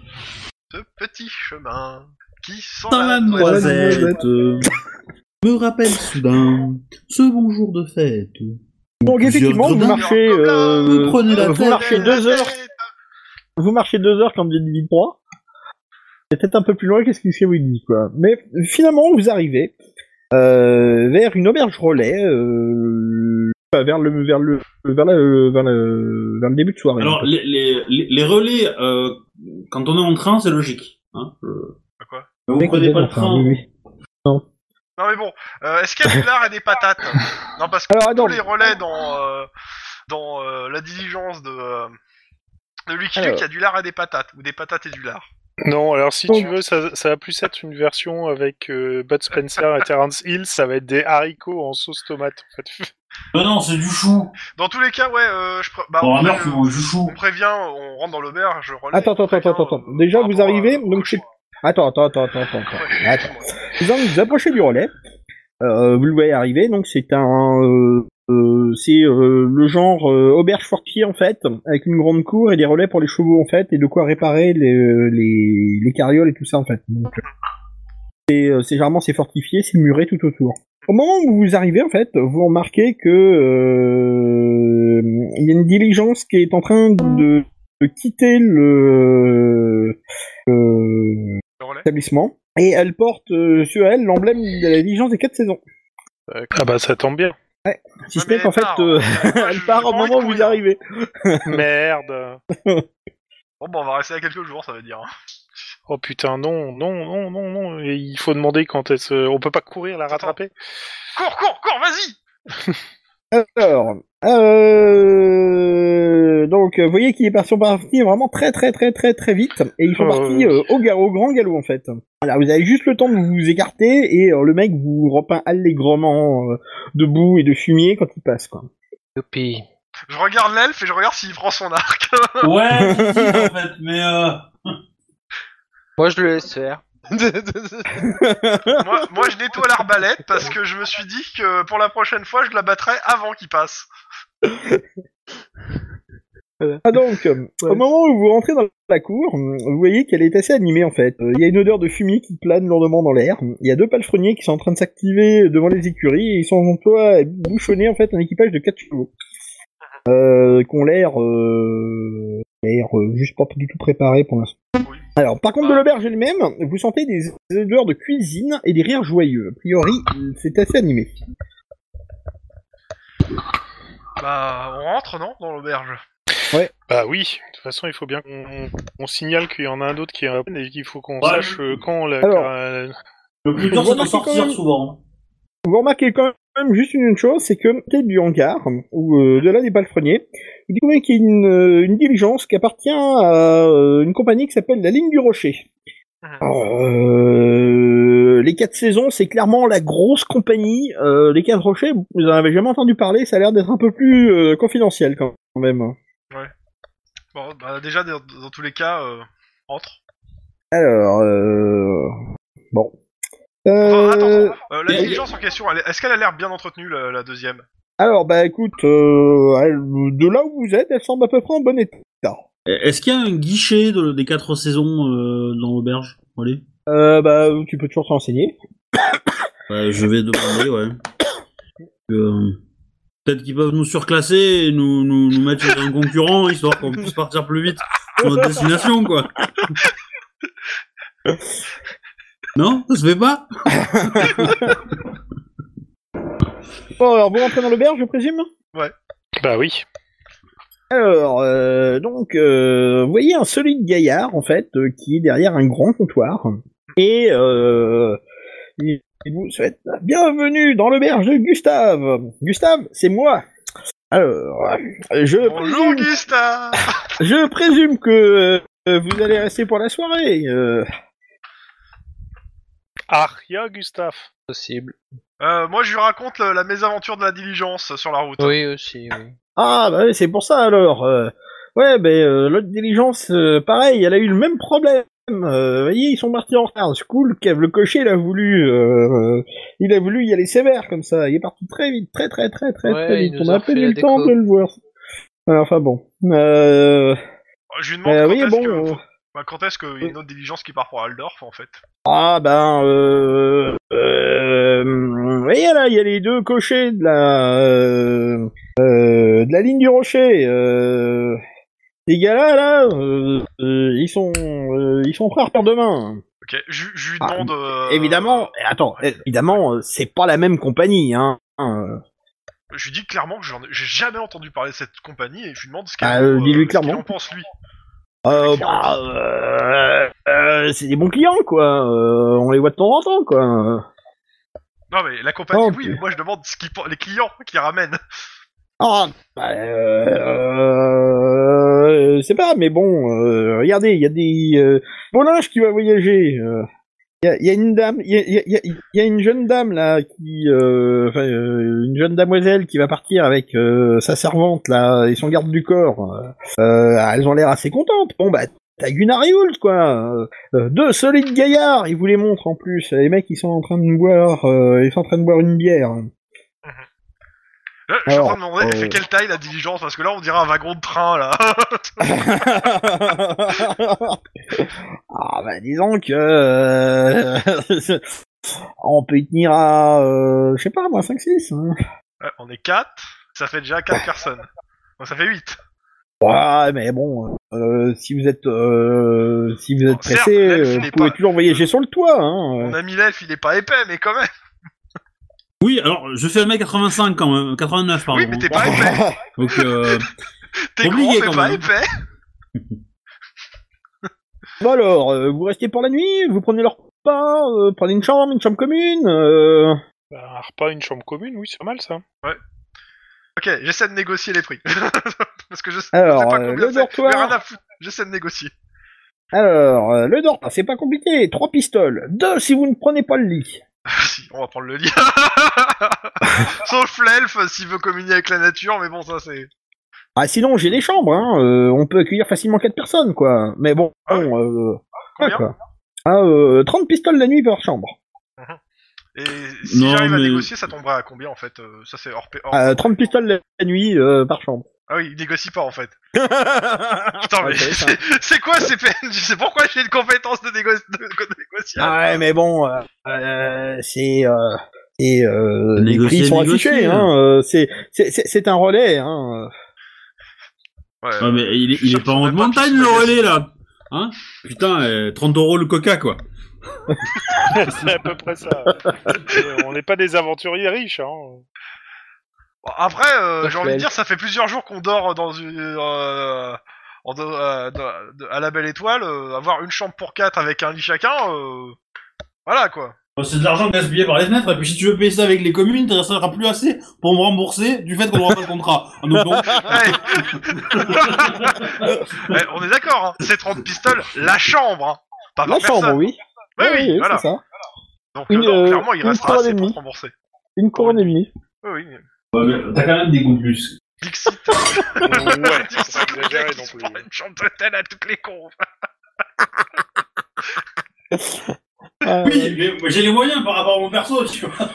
Ce petit chemin qui sent Dans la la noisette euh, me rappelle soudain ce bon jour de fête. Donc plusieurs effectivement, vous grenades. marchez, euh, Vous prenez la euh, vous tête. marchez deux heures, vous marchez deux heures quand vous êtes dit trois. C'est peut-être un peu plus loin qu'est-ce qu'il s'est vous dit quoi. Mais finalement, vous arrivez euh, vers une auberge relais, euh, enfin, vers le vers le vers, la- vers le vers le début de soirée. alors les, les, les- les relais, euh, quand on est en train, c'est logique. Hein, je- Quoi Mais vous prenez pas le train. Oui, oui. Non mais bon, euh, est-ce qu'il y a du lard et des patates Non parce que Alors, attends. tous les relais dans euh, dans euh, la diligence de euh, de Lucky Luke, Alors. il y a du lard et des patates ou des patates et du lard. Non, alors si Bon. tu veux, ça, ça va plus être une version avec euh, Bud Spencer et Terrence Hill. Ça va être des haricots en sauce tomate. En fait. Bah Non, non, c'est du chou. Dans tous les cas, ouais, euh, je pr- bah, Pour on, un meurtre, pré- on mange du chou. on prévient, on rentre dans l'auberge, je relais. Attends, on attends, prévient, attends, attends. euh, Déjà, par vous rapport à- arrivez, au donc cochon. Attends, attends, attends, attends, attends. attends. Ouais, attends. excuse-moi. Vous, en- vous approchez du relais, euh, vous le voyez arriver, donc c'est un, euh, euh, c'est euh, le genre euh, auberge fortifiée en fait, avec une grande cour et des relais pour les chevaux en fait, et de quoi réparer les, euh, les, les carrioles et tout ça en fait. Donc, euh, c'est, euh, c'est généralement c'est fortifié, c'est muré tout autour. Au moment où vous arrivez en fait, vous remarquez que euh, il y a une diligence qui est en train de, de quitter le, euh, le Le relais. établissement. Et elle porte euh, sur elle l'emblème de la diligence des quatre saisons. Euh, ah bah ça tombe bien. Si Ouais, ce n'est mais qu'en fait, part, euh, hein. Moi, elle je- part j'ai au pas envie moment où de vous courir. arrivez. Merde. Bon, bah, on va rester là quelques jours, ça veut dire. hein. Oh putain, non, non, non, non, non. Et il faut demander quand elle se... On peut pas courir, la rattraper Cours, cours, cours, vas-y Alors, euh, donc, euh, vous voyez qu'ils sont partis vraiment très très très très très vite. Et ils sont Euh. partis euh, au, ga- au grand galop en fait. Alors, vous avez juste le temps de vous écarter et euh, le mec vous repeint allègrement euh, de boue et de fumier quand il passe. Quoi. Youpi. Je regarde l'elfe et je regarde s'il prend son arc. Ouais, si, si, en fait, mais euh, Moi, je le laisse faire. moi, moi, je nettoie l'arbalète parce que je me suis dit que pour la prochaine fois, je la battrai avant qu'il passe. Ah donc, euh, au moment où vous rentrez dans la cour, euh, vous voyez qu'elle est assez animée en fait. Euh, Il y a une odeur de fumée qui plane lourdement dans l'air. Il y a deux palefreniers qui sont en train de s'activer devant les écuries et ils sont en emploi à bouchonner en fait un équipage de quatre chevaux. Euh, qui ont l'air euh, l'air euh, juste pas du tout préparé pour l'instant. Oui. Alors, par contre, de l'auberge elle-même, vous sentez des odeurs de cuisine et des rires joyeux. A priori, euh, c'est assez animé. Bah, on rentre, non Dans l'auberge. Bah oui, de toute façon, il faut bien qu'on on signale qu'il y en a un autre qui est à peine et qu'il faut qu'on Ouais. sache euh, quand la. euh, Alors. la- Le plus dur, c'est de sortir souvent. Vous remarquez quand même juste une chose, c'est que côté du hangar, ou euh, de là des palefreniers, vous découvrez qu'il y a une, euh, une diligence qui appartient à euh, une compagnie qui s'appelle la Ligne du Rocher. Euh, les quatre saisons, c'est clairement la grosse compagnie. Euh, les quatre rochers, vous en avez jamais entendu parler, ça a l'air d'être un peu plus euh, confidentiel quand même. Bon, bah, déjà, dans, dans tous les cas, euh, entre. Alors, euh... bon. Enfin, Euh, attends, attends. Euh, la et- diligence en question, elle est- est-ce qu'elle a l'air bien entretenue, la, la deuxième alors, bah écoute, euh, elle- de là où vous êtes, elle semble à peu près en bon état. Est-ce qu'il y a un guichet de- des quatre saisons euh, dans l'auberge Allez. Euh, bah, tu peux toujours te renseigner. Ouais, je vais demander, ouais. Euh, Peut-être qu'ils peuvent nous surclasser et nous, nous, nous mettre chez un concurrent, histoire qu'on puisse partir plus vite sur notre destination, quoi. Non Ça se fait pas Bon, alors, vous rentrez dans l'auberge, je présume Bah oui. Alors, euh, donc, euh, vous voyez un solide gaillard, en fait, euh, qui est derrière un grand comptoir. Et, euh, il il vous souhaite la bienvenue dans l'auberge de Gustave. Gustave, c'est moi. Alors, euh, je Bonjour, présume, Gustave je présume que euh, vous allez rester pour la soirée. euh. Aria Gustave. Possible. Euh, moi, je lui raconte le- la mésaventure de la diligence euh, sur la route. Oui, aussi, oui. Ah, bah oui, c'est pour ça alors. euh, ouais, ben euh, l'autre diligence, euh, pareil, elle a eu le même problème. Euh, Vous voyez, ils sont partis en retard. C'est cool, Kev, le cocher, il a voulu, euh, euh, il a voulu y aller sévère comme ça. Il est parti très vite, très très très très Ouais, très il vite. nous On a a à peine fait eu la le temps déco. de le voir. Alors, Enfin bon. Euh, Je lui demande Euh, quand oui, est-ce bon, que- euh, bah, quand est-ce qu'il y a une autre diligence qui part pour Aldorf, en fait. Ah ben, euh, euh, vous voyez là, il y a les deux cochers de la, euh, euh, de la ligne du rocher. Euh, ces gars-là, là, euh, euh, ils sont, euh, ils sont prêts à repartir demain. Ok, je, je lui Ah, demande... euh, Évidemment, et attends, évidemment, euh, c'est pas la même compagnie, hein. Euh, Je lui dis clairement que j'en ai- j'ai jamais entendu parler de cette compagnie et je lui demande ce qu'elle Ah, euh, dis-lui clairement. ce qu'il en pense, lui. euh, bah, euh, euh, c'est des bons clients, quoi. Euh, on les voit de temps en temps, quoi. Non, mais la compagnie, Oh, oui, ok. mais moi, je demande ce qu'ils pen- les clients qui ramènent. Ah, bah, euh, euh, je sais pas, mais bon, euh, regardez, il y a des euh, beaux linges qui va voyager. euh. Il y, a, il y a une dame, il y a, il y a- il y a- il y a une jeune dame là qui, euh, enfin, euh, une jeune damoiselle qui va partir avec euh, sa servante là et son garde du corps. euh. Euh, elles ont l'air assez contentes. Bon bah. T'as une Ariult, quoi euh, euh, Deux solides gaillards, ils vous les montrent en plus. Les mecs, ils sont en train de boire, euh, ils sont en train de boire une bière. Là, je suis en Alors, train de me demander, elle euh, fait quelle taille la diligence Parce que là, on dirait un wagon de train, là. ah bah disons que euh, on peut y tenir à euh, je sais pas moi 5 6 hein. Ouais, Euh, on est 4, ça fait déjà 4 personnes. Donc ça fait 8. Ouais, mais bon euh, si vous êtes euh, si vous êtes Certes, pressé l'elfe, euh, il vous est pouvez pas- toujours voyager sur le toit hein. Mon ami l'elfe, il est pas épais, mais quand même. Oui, alors je fais 1m85 quand même, 89 pardon. oui, mais t'es pas épais. Donc, euh, T'es gros, Compliqué, t'es quand pas même. épais. Bon alors euh, vous restez pour la nuit vous prenez leur repas euh, prenez une chambre une chambre commune euh... Bah, un repas, une chambre commune, oui, c'est pas mal ça. Ok, j'essaie de négocier les prix. Parce que je sais, je Alors, sais pas euh, combien le c'est, mais dortoir- rien à foutre. J'essaie de négocier. alors euh, le dortoir c'est pas compliqué trois pistoles deux si vous ne prenez pas le lit Si, on va prendre le lit. Sauf l'elfe s'il veut communier avec la nature, mais bon, ça c'est. ah sinon j'ai des chambres hein euh, on peut accueillir facilement quatre personnes quoi mais bon Ah oui. bon, euh, Combien Quoi. Ah, euh, 30 pistoles la nuit par chambre. Et si Non, j'arrive à mais- négocier, ça tomberait à combien en fait euh, Ça c'est hors, pa- hors- Ah, 30 pistoles la nuit euh, par chambre. Ah oui, il négocie pas en fait. Putain, mais c'est- c'est quoi ces PNJ C'est pourquoi j'ai une compétence de, négo... de, de négociable Ah ouais, mais bon, euh, euh, c'est euh, c'est, euh, les Négocier, prix sont négocier, affichés. Hein, euh, c'est c'est- c'est c'est un relais. Hein. Ouais. Ah. Ouais, mais il, est- il est pas en Même pas montagne piste de le glace. relais là Hein Putain, euh, 30 euros le coca quoi c'est à peu près ça. Et on n'est pas des aventuriers riches. Hein. Bon, Après, euh, Bah, j'ai envie de elle. dire, ça fait plusieurs jours qu'on dort dans une. euh, en do- euh, dans- de- à la belle étoile, euh, avoir une chambre pour quatre avec un lit chacun, euh, voilà quoi. Bon, Oh, C'est de l'argent gaspillé par les fenêtres, et puis si tu veux payer ça avec les communes, ça sera plus assez pour me rembourser du fait qu'on aura pas le contrat. Ah, donc, donc, Ouais. Ouais, on est d'accord, hein, c'est 30 pistoles, la chambre, hein, pas La par personne. chambre, oui. Oui, Ouais, oui, c'est voilà. ça. Donc, Une, euh, non, euh, clairement, il une restera parole et assez pour demie. te rembourser. Une couronne et demie. Oui, oui. T'as quand même des goûts de luxe. Dixit, Ouais, Dixit, faut le gars exagérer qui non se plus. prend une chambre d'hôtel à toutes les cons. Euh, Oui, mais moi, j'ai les moyens par rapport à mon perso, tu vois.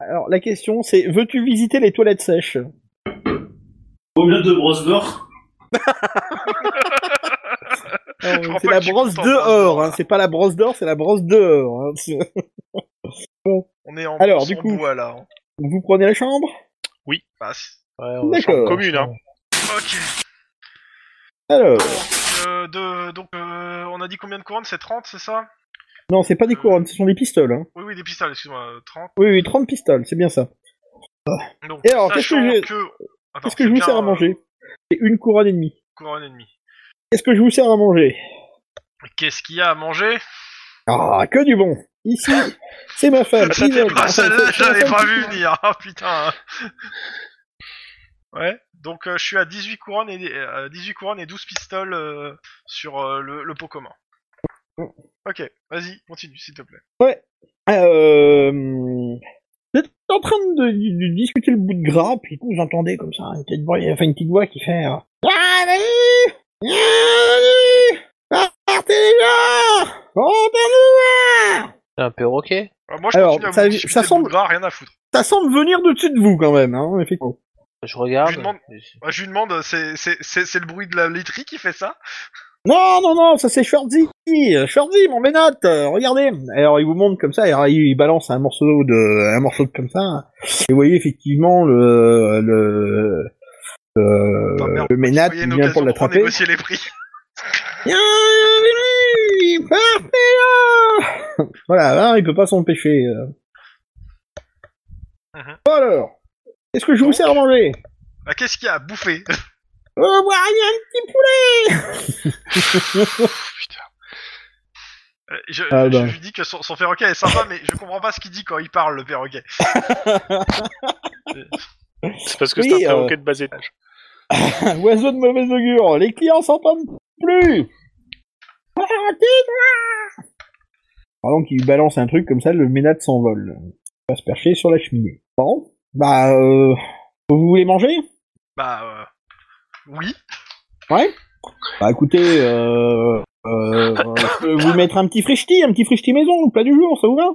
Alors la question, c'est veux-tu visiter les toilettes sèches Combien de brosses d'or Alors, Je crois Euh, C'est pas la que tu brosse comptes en brosse dehors. Hein. C'est pas la brosse d'or, c'est la brosse dehors. Hein. C'est- On est en Alors, en du coup- bois là. hein. Vous prenez la chambre Bah, si. Ouais, on- D'accord. Commune, hein. ok. Alors, Euh, de, donc, euh, on a dit combien de couronnes C'est 30, c'est ça non, c'est pas des couronnes, ce sont des pistoles. Hein. Oui, oui, des pistoles, excuse-moi, euh, 30. Oui, oui, 30 pistoles, c'est bien ça. Ah, Donc, Et alors, qu'est-ce que sachant j'ai- Attends, Qu'est-ce que je vous c'est bien, sers à euh, manger C'est une couronne et demie. couronne et demie. Qu'est-ce que je vous sers à manger Qu'est-ce qu'il y a à manger Ah, que du bon Ici, c'est ma femme. Ça, Yvonne. Ah, celle-là, c'est- c'est ma j'avais femme pas qui- vu venir. Ah, putain. Ouais, donc euh, je suis à 18 couronnes et euh, 18 couronnes et 12 pistoles euh, sur euh, le, le pot commun. Ok, vas-y, continue, s'il te plaît. Ah, Euh... J'étais en train de, de- de discuter le bout de gras, puis vous entendez comme ça une petite voix, enfin, une petite voix qui fait... euh, Allez Allez Partez les gars Oh, hein Montez-nous là C'est un perroquet Alors, moi, je Alors, continue à ça- vous discuter ça de semble- Bougra, rien à foutre. Ça semble venir de dessus de vous quand même, hein, effectivement. Je regarde. Je lui demande- Moi, je lui demande, euh, c'est- c'est c'est- c'est le bruit de la laiterie qui fait ça Non, non, non, ça c'est Shorty Shorty, mon bénote euh, Regardez Alors il vous montre comme ça, et alors, il balance un morceau de... un morceau de comme ça, et vous voyez effectivement le... le... Le, Putain, merde, le ménat Voyez qui une vient occasion Euh, pour pour l'attraper. négocier les prix. Bienvenue Partez là Voilà, là, il peut pas s'empêcher. euh. Mhm. Bon, Alors, est-ce que je vous sers à manger Bah, qu'est-ce qu'il y a à bouffer Oh, moi, rien, un petit poulet Euh, Je, Ah, je, bah. je lui dis que son, son perroquet est sympa, mais je comprends pas ce qu'il dit quand il parle, le perroquet. C'est parce que Oui, c'est un euh, perroquet de bas étage. Oiseau de mauvais augure, les clients s'entendent plus Arrêtez-toi Pendant qu'il balance un truc comme ça, le ménade s'envole. Il va se percher sur la cheminée. Bon, bah euh... Vous voulez manger Bah, euh, oui. Bah écoutez, euh... euh, je peux vous mettre un petit frichti, un petit frichti maison, plat du jour, ça vous va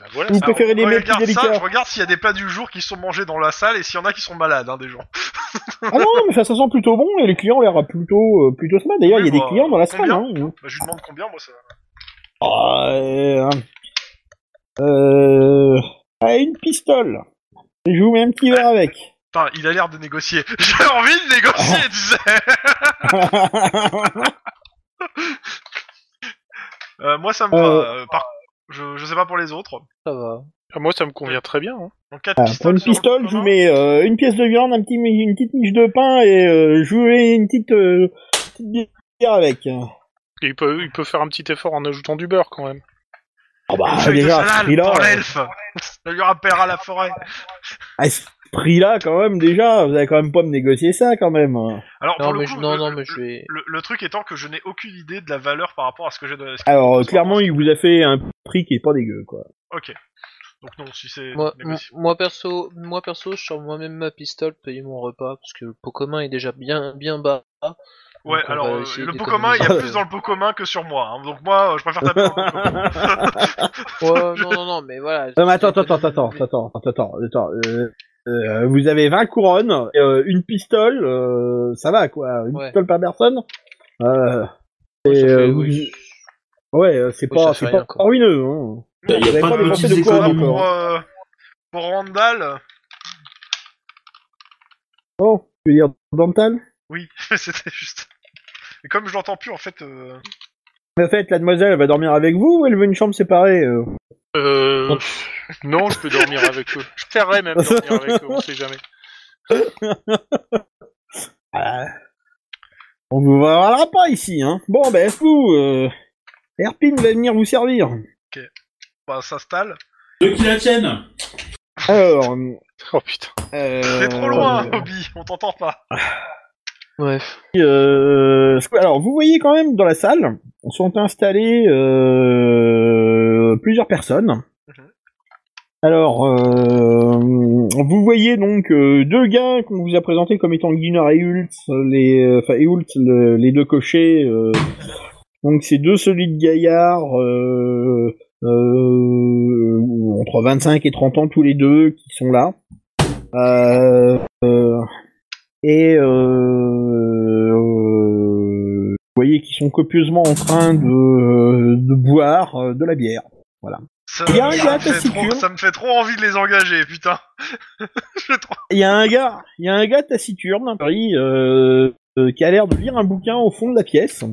Bah voilà, Vous Alors, préférez des je mets plus regarde ça, je délicats regarde s'il y a des plats du jour qui sont mangés dans la salle et s'il y en a qui sont malades, hein, des gens. Ah non, mais ça, ça sent plutôt bon et les clients ont l'air plutôt, euh, plutôt semaine. D'ailleurs, il y a des Oui, bah, clients dans la salle. combien Hein. Bah, je lui demande combien, moi, ça. Ah, euh, euh, à une pistole. Et je vous mets un petit verre avec. Putain, il a l'air de négocier. J'ai envie de négocier, tu sais Euh, Moi, ça me va. euh, par- Je, je sais pas pour les autres. Ça va. Ah, Moi, ça me convient très bien. hein. Donc, 4 Voilà, Ah, pour pistoles. une sur le pistole, je vous commun. mets euh, une pièce de viande, un petit, une petite miche de pain et euh, je vous mets une petite, euh, petite bière avec. Ah Et il peut, il peut faire un petit effort en ajoutant du beurre quand même. Une bah feuille de déjà, à ce salade prix-là, euh, pour l'elfe Ça lui rappellera la forêt. à ce prix-là quand même déjà, vous allez quand même pas me négocier ça quand même. Alors, Non, pour le mais coup, je... non, le- non, le- mais je vais. Le, le truc étant que je n'ai aucune idée de la valeur par rapport à ce que j'ai donné. Alors euh, clairement, il vous a fait un prix qui est pas dégueu quoi. Ok. Donc non, si c'est Moi, m- négocié. moi perso, moi perso, je sors moi-même ma pistole, payer mon repas parce que le pot commun est déjà bien bien bas. Ouais, Donc, on alors va euh, essayer le pot d'économiser. commun, il y a plus dans le pot commun que sur moi. hein. Donc moi, euh, je préfère taper dans le pot commun. Ouais, non, non, non, mais voilà. Non, mais attends, attends, attends, attends, attends, attends, attends, attends. Euh, euh, vous avez 20 couronnes, euh, une pistole, euh, ça va quoi, une Ouais. pistole par personne. Euh, Ça et, fait- euh, oui, Ouais, euh, c'est Oui, ça pas, fait c'est rien, pas quoi. ruineux. Hein. Il Vous n'y avez a pas pas de dépensé petites de quoi, économies. encore. hein. pour, euh, pour Randall, Bon, tu Oh, veux dire dental oui, c'était juste. Et comme je l'entends plus, en fait, euh, Mais en fait, la demoiselle, elle va dormir avec vous ou elle veut une chambre séparée euh Euh... Non, je peux dormir avec eux. Je préférerais même dormir avec eux, on sait jamais. Ah. On vous verra pas ici, hein. Bon, ben, fou, euh... Erpin va venir vous servir. bah, s'installe. Ceux qui la tiennent Alors, Oh putain. euh... T'es trop loin, Bobby, on t'entend pas. Bref. Euh, alors, vous voyez quand même dans la salle, sont installées euh, plusieurs personnes. Alors, euh, vous voyez donc euh, deux gars qu'on vous a présentés comme étant Gunnar et Hultz, les, euh, enfin, et Hultz, le- les deux cochers. euh, donc, ces deux solides gaillards, euh, euh, entre 25 et 30 ans tous les deux, qui sont là. Euh, euh, et euh, euh, vous voyez qu'ils sont copieusement en train de, de boire euh, de la bière. Ça, Il y a un ça gars me fait testicule. trop- ça me fait trop envie de les engager, putain. J'ai trop- Il y a un gars, il y a un gars taciturne, à Paris, euh, euh, qui a l'air de lire un bouquin au fond de la pièce.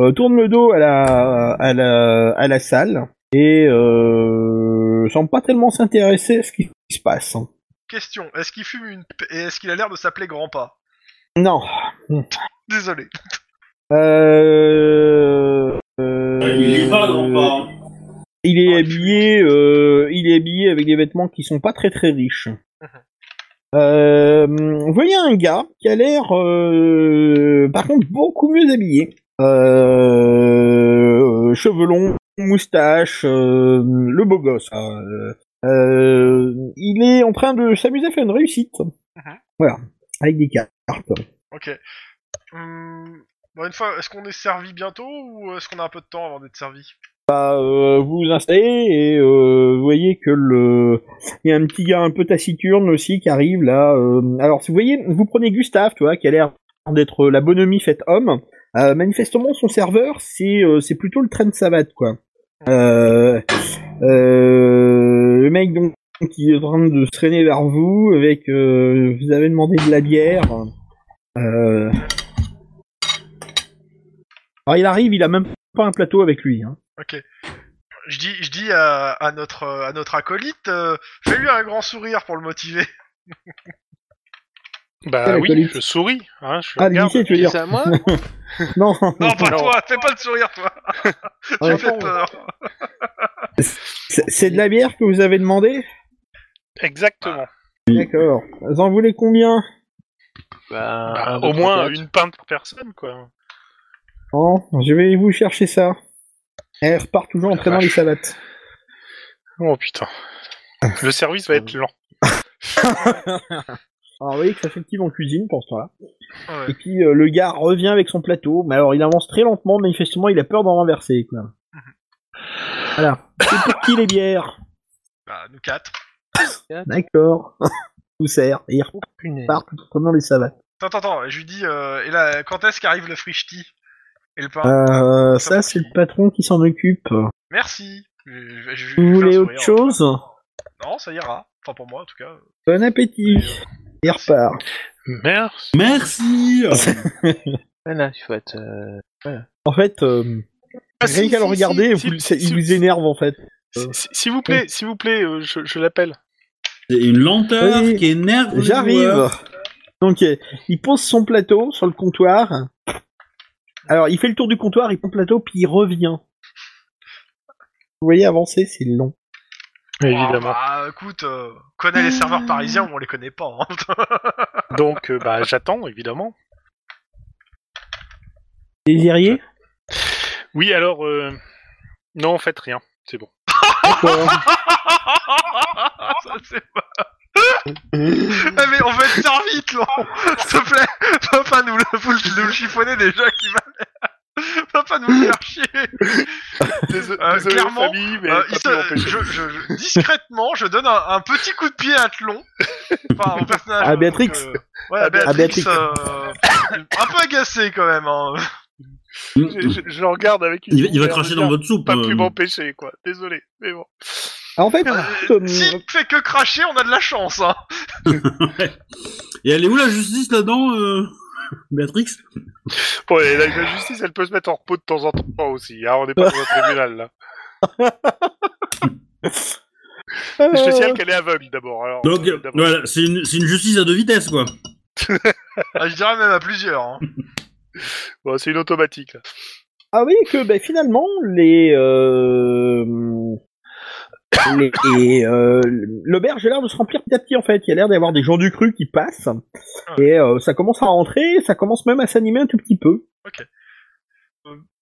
Euh, tourne le dos à la à la à la salle et euh, semble pas tellement s'intéresser à ce qui se passe. Question, est-ce qu'il fume une... p- Et est-ce qu'il a l'air de s'appeler Grand Pas Non. Hum. Désolé. Euh, euh, Il est pas grand pas. hein. Il est Ouais. habillé, euh, il est habillé avec des vêtements qui sont pas très très riches. Euh, vous voyez un gars qui a l'air, euh, par contre, beaucoup mieux habillé. Euh, cheveux longs, moustache, euh, le beau gosse. Euh, euh, il est en train de s'amuser à faire une réussite. Voilà, avec des cartes. Ok. Hum, Bon, une fois, est-ce qu'on est servi bientôt ou est-ce qu'on a un peu de temps avant d'être servi Bah, euh, vous vous installez et euh, vous voyez que le il y a un petit gars un peu taciturne aussi qui arrive là. euh, Alors si vous voyez, vous prenez Gustave, tu vois, qui a l'air d'être la bonhomie faite homme. Euh, manifestement, son serveur c'est euh, c'est plutôt le train de savate quoi. Euh, euh, le mec donc qui est en train de se traîner vers vous avec euh, vous avez demandé de la bière. Euh... Alors il arrive, il a même pas un plateau avec lui. Hein. Je dis, je dis à, à notre, euh, à notre acolyte, euh, fais-lui un grand sourire pour le motiver. Bah Quel oui, acolyte je souris. Hein, je Ah, regarde. l'initié, tu veux C'est dire ça, moi Non, Non, pas Non. toi, fais pas le sourire, toi. Ouais. tu fais peur. c'est c'est de la bière que vous avez demandé Exactement. D'accord. Vous en voulez combien Bah, Bah, un au bon moins patriote. une pinte par personne, quoi. Non, je vais vous chercher ça. Eh, Elle repart toujours en traînant les savates. Oh putain. Le service va être lent. Alors Ah, vous voyez que ça fait le petit en cuisine pour ce temps-là. Ouais. Et puis euh, le gars revient avec son plateau, mais alors il avance très lentement, manifestement il a peur d'en renverser. Quoi. Mhm. Voilà. C'est pour qui les bières Bah, nous quatre. D'accord. vous sert. Et il Punaise. repart tout en traînant les savates. Attends, attends, attends, je lui dis, euh, et là, quand est-ce qu'arrive le frishti Et le pain Ah, Euh, ça c'est le patron qui s'en occupe. Merci. Je- je- je- je lui Vous fais un voulez sourire. autre chose Non, ça ira. Enfin, pour moi, en tout cas. Bon appétit. Il repart. Merde. Merci Voilà, tu vas être. euh, En fait, euh, Ah, Rien si, qu'à le si, regarder, si, vous- si, ça- si, il vous si, énerve en fait. si, si- S'il vous plaît, s'il vous plaît, euh, je, je l'appelle. C'est une lenteur Oui, qui énerve. les J'arrive. joueurs. Donc euh, il pose son plateau sur le comptoir. Alors il fait le tour du comptoir, il prend le plateau, puis il revient. Vous voyez avancer, c'est long. Évidemment. Ah, bah, écoute, euh, connais les serveurs parisiens ou on les connaît pas. hein. Donc, euh, bah, j'attends, évidemment. Désiriez Oui, alors. euh, Non, en fait, rien. C'est bon. D'accord. ça, c'est Ah, mais on veut être servi, Tlon S'il te plaît, faut pas nous le, faut le- nous le chiffonner déjà qui va. Faut pas nous le faire chier. Désolé, Euh, désolé, clairement, famille, mais Euh, pas il pu se- m'empêcher. je, je- je- discrètement, je donne un, un petit coup de pied à Tlon. Enfin, au personnage. À euh, Ah, Béatrix. donc, euh, ouais, à Béatrix. Béatrix. euh, un peu agacé quand même. Hein. Mm. Je- je- je le regarde avec une. Il, va- il va paire de cracher gars. dans votre soupe. Pas euh, pu m'empêcher, quoi. Désolé, mais bon. Ah, en fait, euh, S'il fait que cracher, on a de la chance. Hein. Et elle est où la justice là-dedans, euh, Béatrix Bon, et la, la justice, elle peut se mettre en repos de temps en temps aussi. Hein, on n'est pas dans un tribunal, là. Je te signale qu'elle est aveugle, d'abord. Alors, Donc euh, euh, d'abord. voilà, c'est une, c'est une justice à deux vitesses quoi. Ah, je dirais même à plusieurs. Hein. Bon, c'est une automatique, là. Ah oui, que ben, finalement, les. euh, les- et, euh, L'auberge a l'air de se remplir petit à petit en fait. Il y a l'air d'avoir des gens du cru qui passent. Et euh, ça commence à rentrer, ça commence même à s'animer un tout petit peu.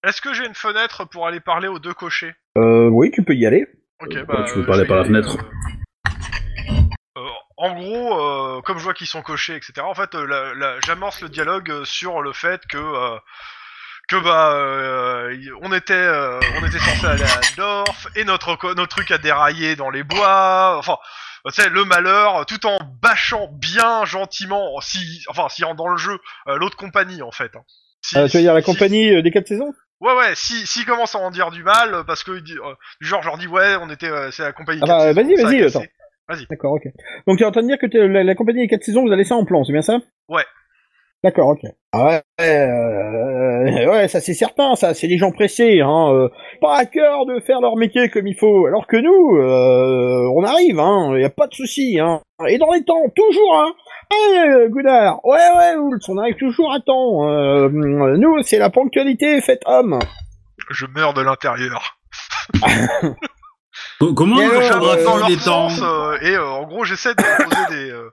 Est-ce que j'ai une fenêtre pour aller parler aux deux cochers Euh, oui, tu peux y aller. Ok, Euh, bah, tu veux euh, parler je vais par la y aller, euh, euh, en gros, euh, comme je vois qu'ils sont cochés, etc. En fait, euh, la- la- j'amorce le dialogue euh, sur le fait que euh, que bah euh, y- on était euh, on était censé aller à Dorf et notre co- notre truc a déraillé dans les bois. Enfin, euh, tu sais, le malheur, tout en bâchant bien gentiment, si enfin si en dans le jeu euh, l'autre compagnie en fait. hein. Si- Euh, tu veux dire la si- compagnie euh, des quatre saisons Ouais, ouais, si, si commence à en dire du mal, euh, parce que il dit, euh, du genre, je leur dis, ouais, on était, euh, c'est la compagnie. Ah bah, quatre vas-y, saisons, vas-y, ça a cassé. attends. D'accord, ok. Donc tu es en train de dire que t'es- la, la compagnie des quatre saisons vous a laissé en plan, c'est bien ça Ouais. D'accord, ok. Ah ouais, euh, ouais, ça c'est certain, ça, c'est les gens pressés, hein, euh, pas à cœur de faire leur métier comme il faut, alors que nous, euh, on arrive, hein, y a pas de souci, hein, et dans les temps, toujours, hein. Hey, euh, Goudard, ouais, ouais, Oultz, on arrive toujours à temps. euh, nous, c'est la ponctualité faite homme. Je meurs de l'intérieur. Co- comment Oh, Et on alors, leur euh, Dans leur des temps sens, euh, et euh, en gros, j'essaie de leur poser des. euh,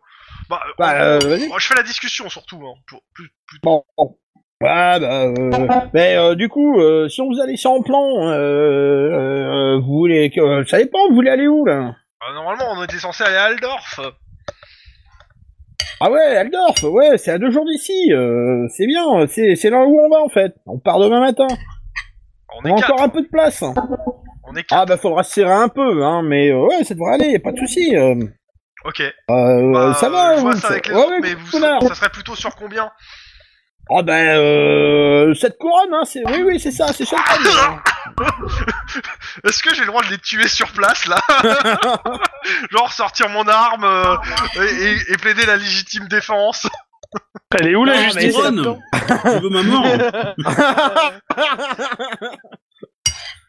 bah, Bah, euh, vas-y. moi, je fais la discussion surtout, hein, pour, plus, plus- Bon. Ouais, bah, euh, mais euh, du coup, euh, si on vous a laissé en plan, euh, euh, vous voulez, que- euh, ça dépend, vous voulez aller où là Ah, normalement, on était censé aller à Aldorf. Ah ouais, Aldorf, ouais, c'est à deux jours d'ici, euh, c'est bien, c'est c'est là où on va en fait. On part demain matin, On on est a quatre. encore un peu de place. On est quatre. Ah bah faudra se serrer un peu, hein, mais euh, ouais, ça devrait aller, pas de souci. Euh, Ok. euh, Bah, ça va, je vois Woods. ça avec les ouais, autres, ouais, mais vous, Connard. ça serait plutôt sur combien Ah bah, euh, cette couronne, hein, c'est, oui, oui, c'est ça, c'est ça. le Ah, problème. Est-ce que j'ai le droit de les tuer sur place là Genre sortir mon arme euh, et, et- et plaider la légitime défense Elle est où, la Non, mais justice c'est- là-dedans Ah, Tu veux ma mort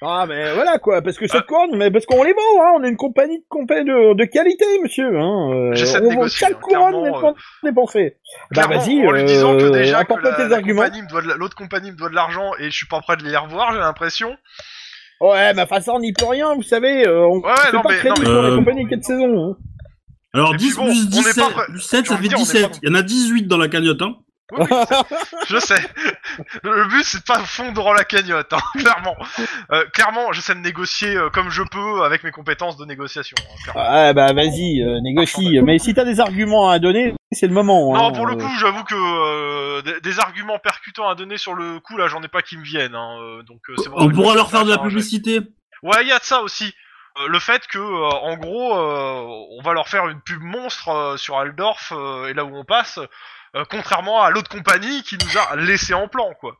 Ah mais voilà quoi, parce que Ah. cette couronne, mais parce qu'on les vend, hein, on est une compagnie de compagnie de, de qualité, monsieur. Hein, euh, J'essaie de on vend négocier, chaque hein, couronne clairement, mais pas dépensée. Bah Clairement, vas-y, en lui disant que euh, déjà que apporte-moi la- tes la arguments. compagnie me doit de la- l'autre compagnie me doit de l'argent et je suis pas prêt de les revoir, j'ai l'impression. Ouais, mais enfin ça on n'y peut rien, vous savez, euh, on Ouais, fait non, pas de mais- crédit non, pour mais- les compagnies de 4 saisons. Hein. Alors Et puis 10 bon, on plus est pas 17, prêt. plus 7, J'ai ça envie fait de dire, on est 17. pas- Il y en a 18 dans la cagnotte. Hein. Oui, oui, je sais. Le but c'est de pas fondre la cagnotte, hein, clairement. Euh, clairement, j'essaie de négocier euh, comme je peux avec mes compétences de négociation. hein, clairement. Ouais, bah vas-y, euh, négocie. Mais si t'as des arguments à donner, c'est le moment. non, hein, pour le euh. coup, j'avoue que euh, des, des arguments percutants à donner sur le coup, là, j'en ai pas qui me viennent. hein, euh, donc, euh, c'est pour ça On que pourra je- leur faire de la Ah, j'ai- publicité. Ouais, il y a de ça aussi. Euh, le fait que, euh, en gros, euh, on va leur faire une pub monstre euh, sur Aldorf euh, et là où on passe, euh, contrairement à l'autre compagnie qui nous a laissé en plan, quoi.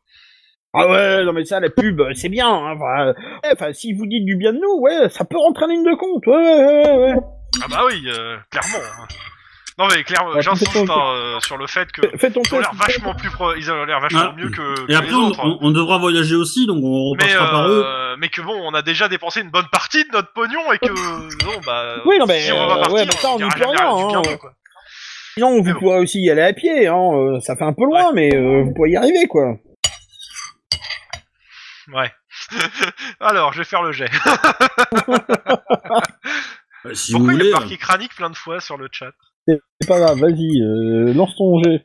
Ah ouais, non mais ça, la pub, euh, c'est bien. hein, Enfin, euh, ouais, enfin, si vous dites du bien de nous, ouais, ça peut rentrer en ligne de compte. Ouais, ouais, ouais, ouais. Ah bah oui, euh, clairement. hein. Non mais clairement, Ouais, j'insiste complètement. hein, euh, sur le fait que Fais- Fais ton ils ont l'air test. vachement plus, pro- ils ont l'air vachement Ah. mieux que, que Et après, les on, autres. hein. on- on devra voyager aussi, donc on mais, repassera par eux. euh, mais que bon, on a déjà dépensé une bonne partie de notre pognon et que non bah Oui, non, mais, si on va euh, pas partir, ouais, mais ça, on n'y y a peut rien à- rien, du bien hein. d'eux, quoi. Sinon, Mais vous bon. pourrez aussi y aller à pied. Hein. euh, Ça fait un peu loin, mais euh, vous pourrez y arriver, quoi. Ouais. Alors, je vais faire le jet. Euh, Si vous Pourquoi il y voulez. a marqué hein. cranique plein de fois sur le chat C'est pas grave, vas-y, euh, lance ton jet.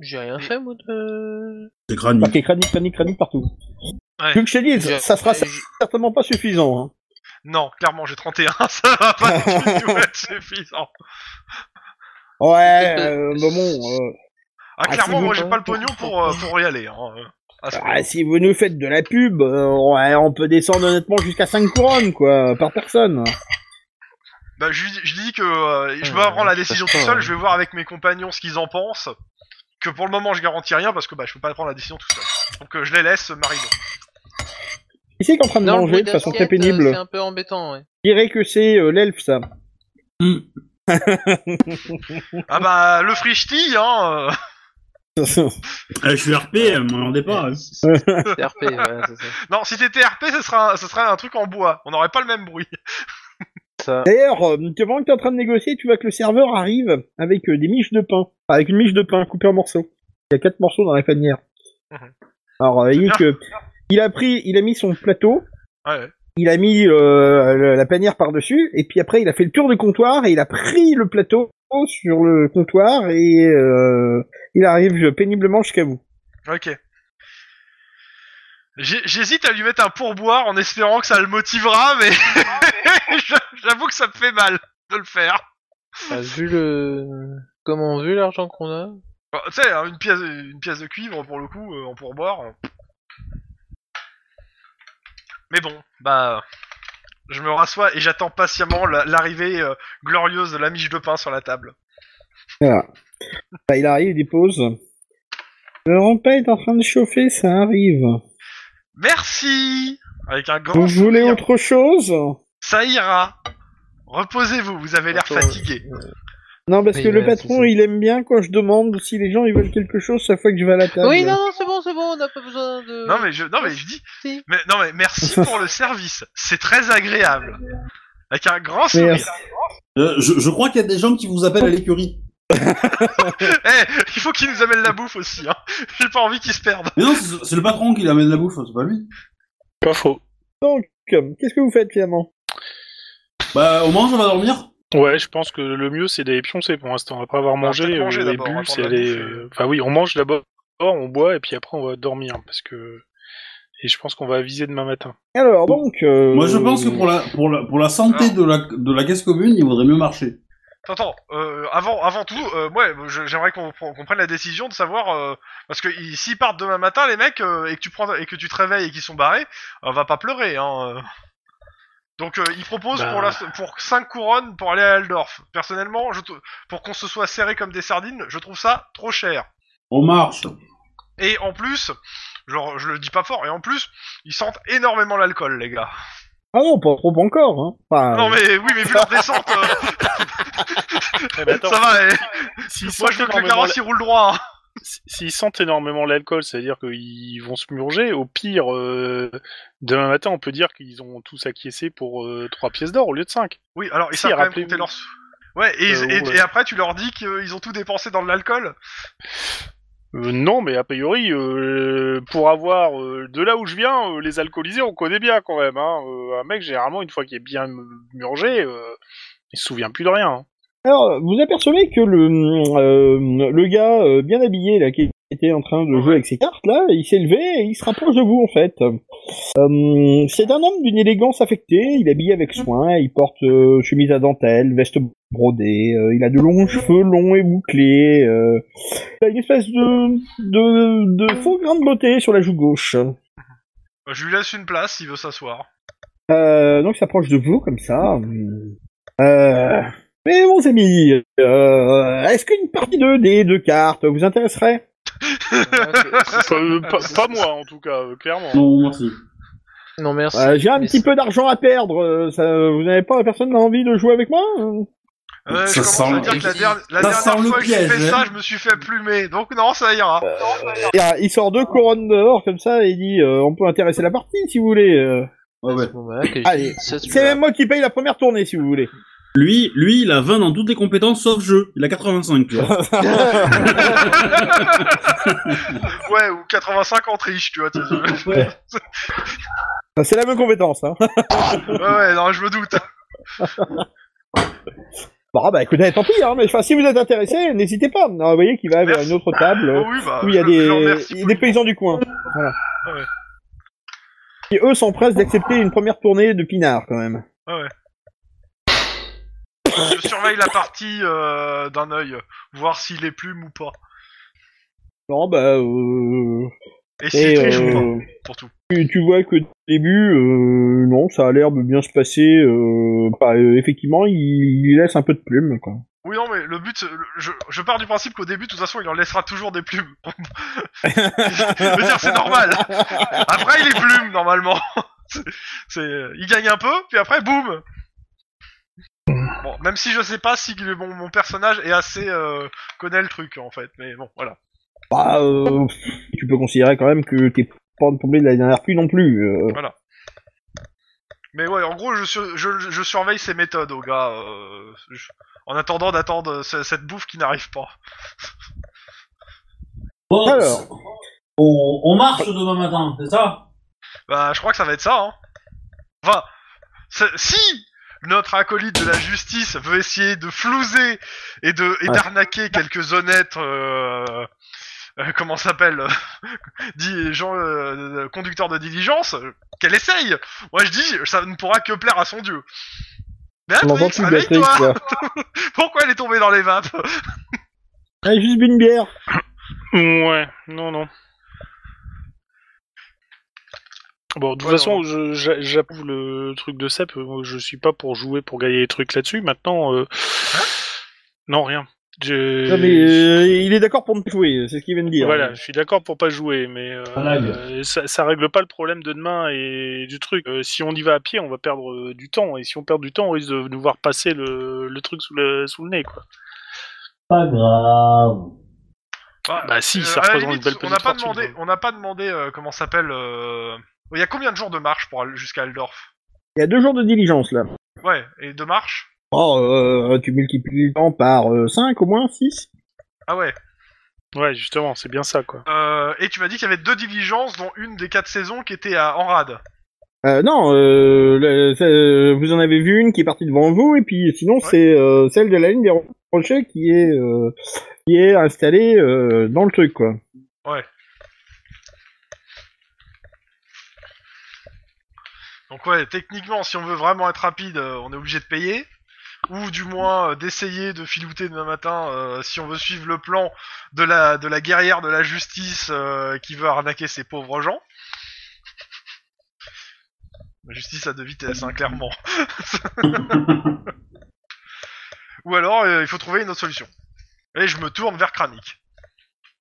J'ai rien fait, moi, de... C'est crâne. Marqué crânique, crânique, crânique partout. Ouais. Vu que je te dis, J'ai- ça sera j'ai- certainement pas suffisant. Hein. Non, clairement, j'ai 31, ça va pas du tout être suffisant. Ah, Ouais, euh, bah bon, euh, Ah, Ah, clairement, c'est moi bon, j'ai hein. pas le pognon pour, euh, pour y aller. Hein. euh, à ce moment-là. ah, si vous nous faites de la pub, euh, ouais, on peut descendre honnêtement jusqu'à 5 couronnes, quoi, par personne. Bah, je, lui- je dis que euh, je vais Ah, Ouais, prendre la je sais décision pas, tout seul, hein. ouais. je vais voir avec mes compagnons ce qu'ils en pensent. Que pour le moment, je garantis rien parce que bah, je peux pas prendre la décision tout seul. Donc, euh, je les laisse, Marino. Qui c'est qui est en train de Non, le manger bruit de façon très d'assiette, euh, pénible C'est un peu embêtant, ouais. Je dirais que c'est euh, l'elfe, ça. Mm. Ah bah, le frishti, hein euh, Ah, je suis RP, euh, euh, elle me rendait pas. hein. C'est RP, ouais, c'est ça. Non, si t'étais RP, ce sera, un- ce sera un truc en bois. On n'aurait pas le même bruit. ça. D'ailleurs, euh, tu vois que t'es en train de négocier, tu vois que le serveur arrive avec euh, des miches de pain. Enfin, Avec une miche de pain coupée en morceaux. Il y a quatre morceaux dans la panière. Mhm. Alors, euh, il, bien. que, il a pris, il a mis son plateau, Ouais, ouais. il a mis euh, le- la panière par-dessus, et puis après, il a fait le tour du comptoir, et il a pris le plateau sur le comptoir, et euh, il arrive péniblement jusqu'à vous. Ok. J'ai- J'hésite à lui mettre un pourboire en espérant que ça le motivera, mais j'a- j'avoue que ça me fait mal de le faire. Ah, vu le. Comment, vu l'argent qu'on a Enfin, tu sais, hein, une pièce, une pièce de cuivre pour le coup euh, en pourboire. euh. Mais bon, bah, je me rassois et j'attends patiemment la- l'arrivée euh, glorieuse de la miche de pain sur la table. Voilà. Bah, il arrive, il dépose. Le repas est en train de chauffer, ça arrive. Merci, avec un grand. Vous voulez sourire. autre chose Ça ira. Reposez-vous, vous avez l'air Attends, fatigué. Non, parce Oui, que le ouais, patron, c'est ça. il aime bien quand je demande si les gens ils veulent quelque chose chaque fois que je vais à la table. Oui, non, non, c'est bon, c'est bon, on n'a pas besoin de. Non mais je, non mais je dis, Si. mais, non mais merci pour le service, c'est très agréable. Avec un grand Merci. sourire. Euh, je, je crois qu'il y a des gens qui vous appellent à l'écurie. Eh, il faut qu'il nous amène la bouffe aussi. Hein. J'ai pas envie qu'il se perde. Mais non, c'est c'est le patron qui l'amène la bouffe, hein, c'est pas lui. Pas faux. Donc, qu'est-ce que vous faites finalement Bah, au moins, on va dormir. Ouais, je pense que le mieux c'est d'aller pioncer pour l'instant. Après avoir mangé, Bah, peut-être euh, manger et d'abord, bu, attendre c'est la aller. bouffe, euh, Enfin oui, on mange d'abord, on boit et puis après on va dormir parce que. Et je pense qu'on va aviser demain matin. Alors, donc. euh, Moi, je pense que pour la, pour la, pour la santé de la, de la caisse commune, il vaudrait mieux marcher. Attends, euh, avant, avant tout, euh, ouais, je- j'aimerais qu'on pr- qu'on prenne la décision de savoir euh, parce que ils- s'ils partent demain matin, les mecs, euh, et que tu prends et que tu te réveilles et qu'ils sont barrés, on va pas pleurer. Hein, euh. Donc euh, ils proposent Bah. pour la, pour cinq couronnes pour aller à Aldorf. Personnellement, je, trou- pour qu'on se soit serré comme des sardines, je trouve ça trop cher. On marche. Et en plus, genre, je le dis pas fort, et en plus, ils sentent énormément l'alcool, les gars. Ah non, pas trop encore. Hein. Enfin, Non mais oui, mais vu leur descente, euh, Eh ben, attends, ça va. eh. s'ils Moi, sentent je veux que le énormément carrosse il roule droit. hein. S- S'ils sentent énormément l'alcool, c'est-à-dire qu'ils vont se murger, au pire, euh, demain matin, on peut dire qu'ils ont tous acquiescé pour euh, trois pièces d'or au lieu de 5. Oui, alors ils Si, savent quand même rappelez-vous. compter leurs sous. Ouais, et, ils- Euh, et- ouais. et après tu leur dis qu'ils ont tout dépensé dans de l'alcool. Euh, non, mais a priori, euh, pour avoir... euh, de là où je viens, euh, les alcoolisés, on connaît bien quand même. Hein. Euh, un mec, généralement, une fois qu'il est bien m- murgé, euh, il se souvient plus de rien. hein. Alors, vous apercevez que le, euh, le gars euh, bien habillé, là, qui était en train de jouer avec ses cartes, là, il s'est levé et il se rapproche de vous, en fait. Euh, c'est un homme d'une élégance affectée, il est habillé avec soin, il porte euh, chemise à dentelle, veste brodée, euh, il a de longs cheveux longs et bouclés, euh, il a une espèce de, de, de faux grain de beauté sur la joue gauche. Bah, Je lui laisse une place s'il veut s'asseoir. Euh, donc il s'approche de vous comme ça. Euh, mais bons amis, euh, est-ce qu'une partie de des deux cartes vous intéresserait Pas, euh, pas- pas moi, en tout cas, euh, clairement. Non, merci. Non, merci. Euh, J'ai un Mais petit c'est- peu d'argent à perdre. euh, Ça, vous n'avez pas personne n'a envie de jouer avec moi euh Euh, je Ça commence sent- à dire que la, der- la ça dernière sent le fois que j'ai piège, fait hein. ça, je me suis fait plumer. Donc non, ça ira. Et, euh, Il sort deux couronnes d'or comme ça et il dit euh, on peut intéresser la partie si vous voulez. euh. Ouais, ouais. Bon, bah, ok, Allez, ça, tu C'est l'as. même moi qui paye la première tournée si vous voulez. Lui, lui, il a 20 dans toutes les compétences sauf jeu. Il a 85, tu vois. Ouais, ou 85 en triche, tu vois. tu- ouais, Enfin, C'est la même compétence. Hein. ouais, non, je me doute. hein. Bon bah écoutez tant pis hein, mais enfin, si vous êtes intéressé n'hésitez pas. Non, vous voyez qu'il va vers Merci. une autre table. Oh oui, bah, Euh, Oui, il y a je- je l'en des, remercie il y a des poliment. paysans du coin. Voilà. Ouais. qui eux s'empressent d'accepter une première tournée de pinard quand même. Je surveille la partie euh, d'un œil, voir s'il est plume ou pas. Non bah euh... Et s'il et, triche ou euh, pas, pour tout. tu, tu vois que au début, euh, non, ça a l'air de bien se passer. euh, bah, euh, effectivement, il, il laisse un peu de plume. Quoi. Oui, non, mais le but, c'est- le- je, je pars du principe qu'au début, de toute façon, il en laissera toujours des plumes. je veux dire, c'est normal. Après, il est plume, normalement. C'est- c'est, il gagne un peu, puis après, boum. Bon, même si je sais pas si le- mon, mon personnage est assez euh, connaît le truc en fait, mais bon, voilà. Bah, euh, tu peux considérer quand même que t'es pas tombé de la dernière pluie non plus. euh. Mais ouais, en gros, je, sur- je, je surveille ses méthodes au gars, euh, je- en attendant d'attendre ce- cette bouffe qui n'arrive pas. Bon, Alors. on, on marche demain matin, c'est ça Bah, je crois que ça va être ça, hein. Enfin, c'est- si notre acolyte de la justice veut essayer de flouser et de et Ouais. d'arnaquer quelques honnêtes, euh, euh, comment ça s'appelle, dit gens euh, euh, conducteurs de diligence, euh, qu'elle essaye. Moi, je dis, ça ne pourra que plaire à son dieu. On n'entend Béatrix, plus avec Béatrix, toi quoi. Pourquoi elle est tombée dans les vapes Allez, juste bu une bière. Ouais, non, non. Bon, de toute Ouais, façon, je- j'a- j'approuve le truc de Sep. Moi, Je suis pas pour jouer, pour gagner les trucs là-dessus. Maintenant, euh, non, rien. Je... Hein Non, mais euh, il est d'accord pour ne plus jouer, c'est ce qu'il vient de dire. Voilà, je suis d'accord pour pas jouer, mais euh, Ça lag. euh, ça, ça règle pas le problème de demain et du truc. Euh, si on y va à pied, on va perdre euh, du temps, et si on perd du temps, on risque de nous voir passer le, le truc sous le, sous le nez, quoi. Pas grave. Bah si, Euh, ça à la représente limite, une belle on petite n'a pas fortune, demandé, quoi. on n'a pas demandé euh, comment ça s'appelle. euh, Il y a combien de jours de marche pour aller jusqu'à Aldorf Il y a deux jours de diligence là. Ouais, et de marche Oh, euh, tu multiplies le temps par 5 au moins, 6 Ah ouais. Ouais, justement, c'est bien ça, quoi. Euh, et tu m'as dit qu'il y avait deux diligences, dont une des quatre saisons qui était à Enrad. euh, Non, euh, le- ça, euh, vous en avez vu une qui est partie devant vous, et puis sinon c'est euh, celle de la ligne des rochers qui est, euh, qui est installée euh, dans le truc quoi. Donc ouais, techniquement, si on veut vraiment être rapide, euh, on est obligé de payer. Ou du moins euh, d'essayer de filouter demain matin euh, si on veut suivre le plan de la, de la guerrière de la justice euh, qui veut arnaquer ces pauvres gens. La justice à deux vitesses, hein, clairement. Ou alors, euh, il faut trouver une autre solution. Et je me tourne vers Kranik.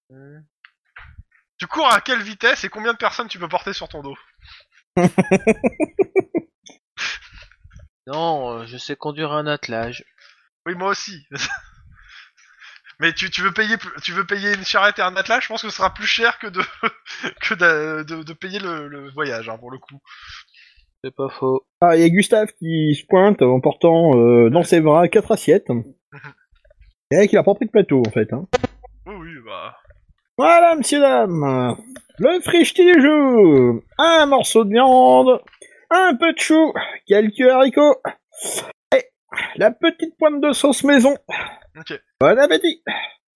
Hmm. Tu cours à quelle vitesse et combien de personnes tu peux porter sur ton dos Non, euh, je sais conduire un attelage. Oui, moi aussi. Mais tu, tu veux payer plus- tu veux payer une charrette et un matelas, je pense que ce sera plus cher que de que d'a- de, de payer le, le voyage hein, pour le coup. C'est pas faux. Ah, il y a Gustave qui se pointe en portant euh, dans ses bras quatre assiettes. Et qu'il a pas pris de plateau en fait. Hein. Oui oui bah Voilà, messieurs, dames, le frichti du jour Un morceau de viande, un peu de chou, quelques haricots, et la petite pointe de sauce maison. ok. Bon appétit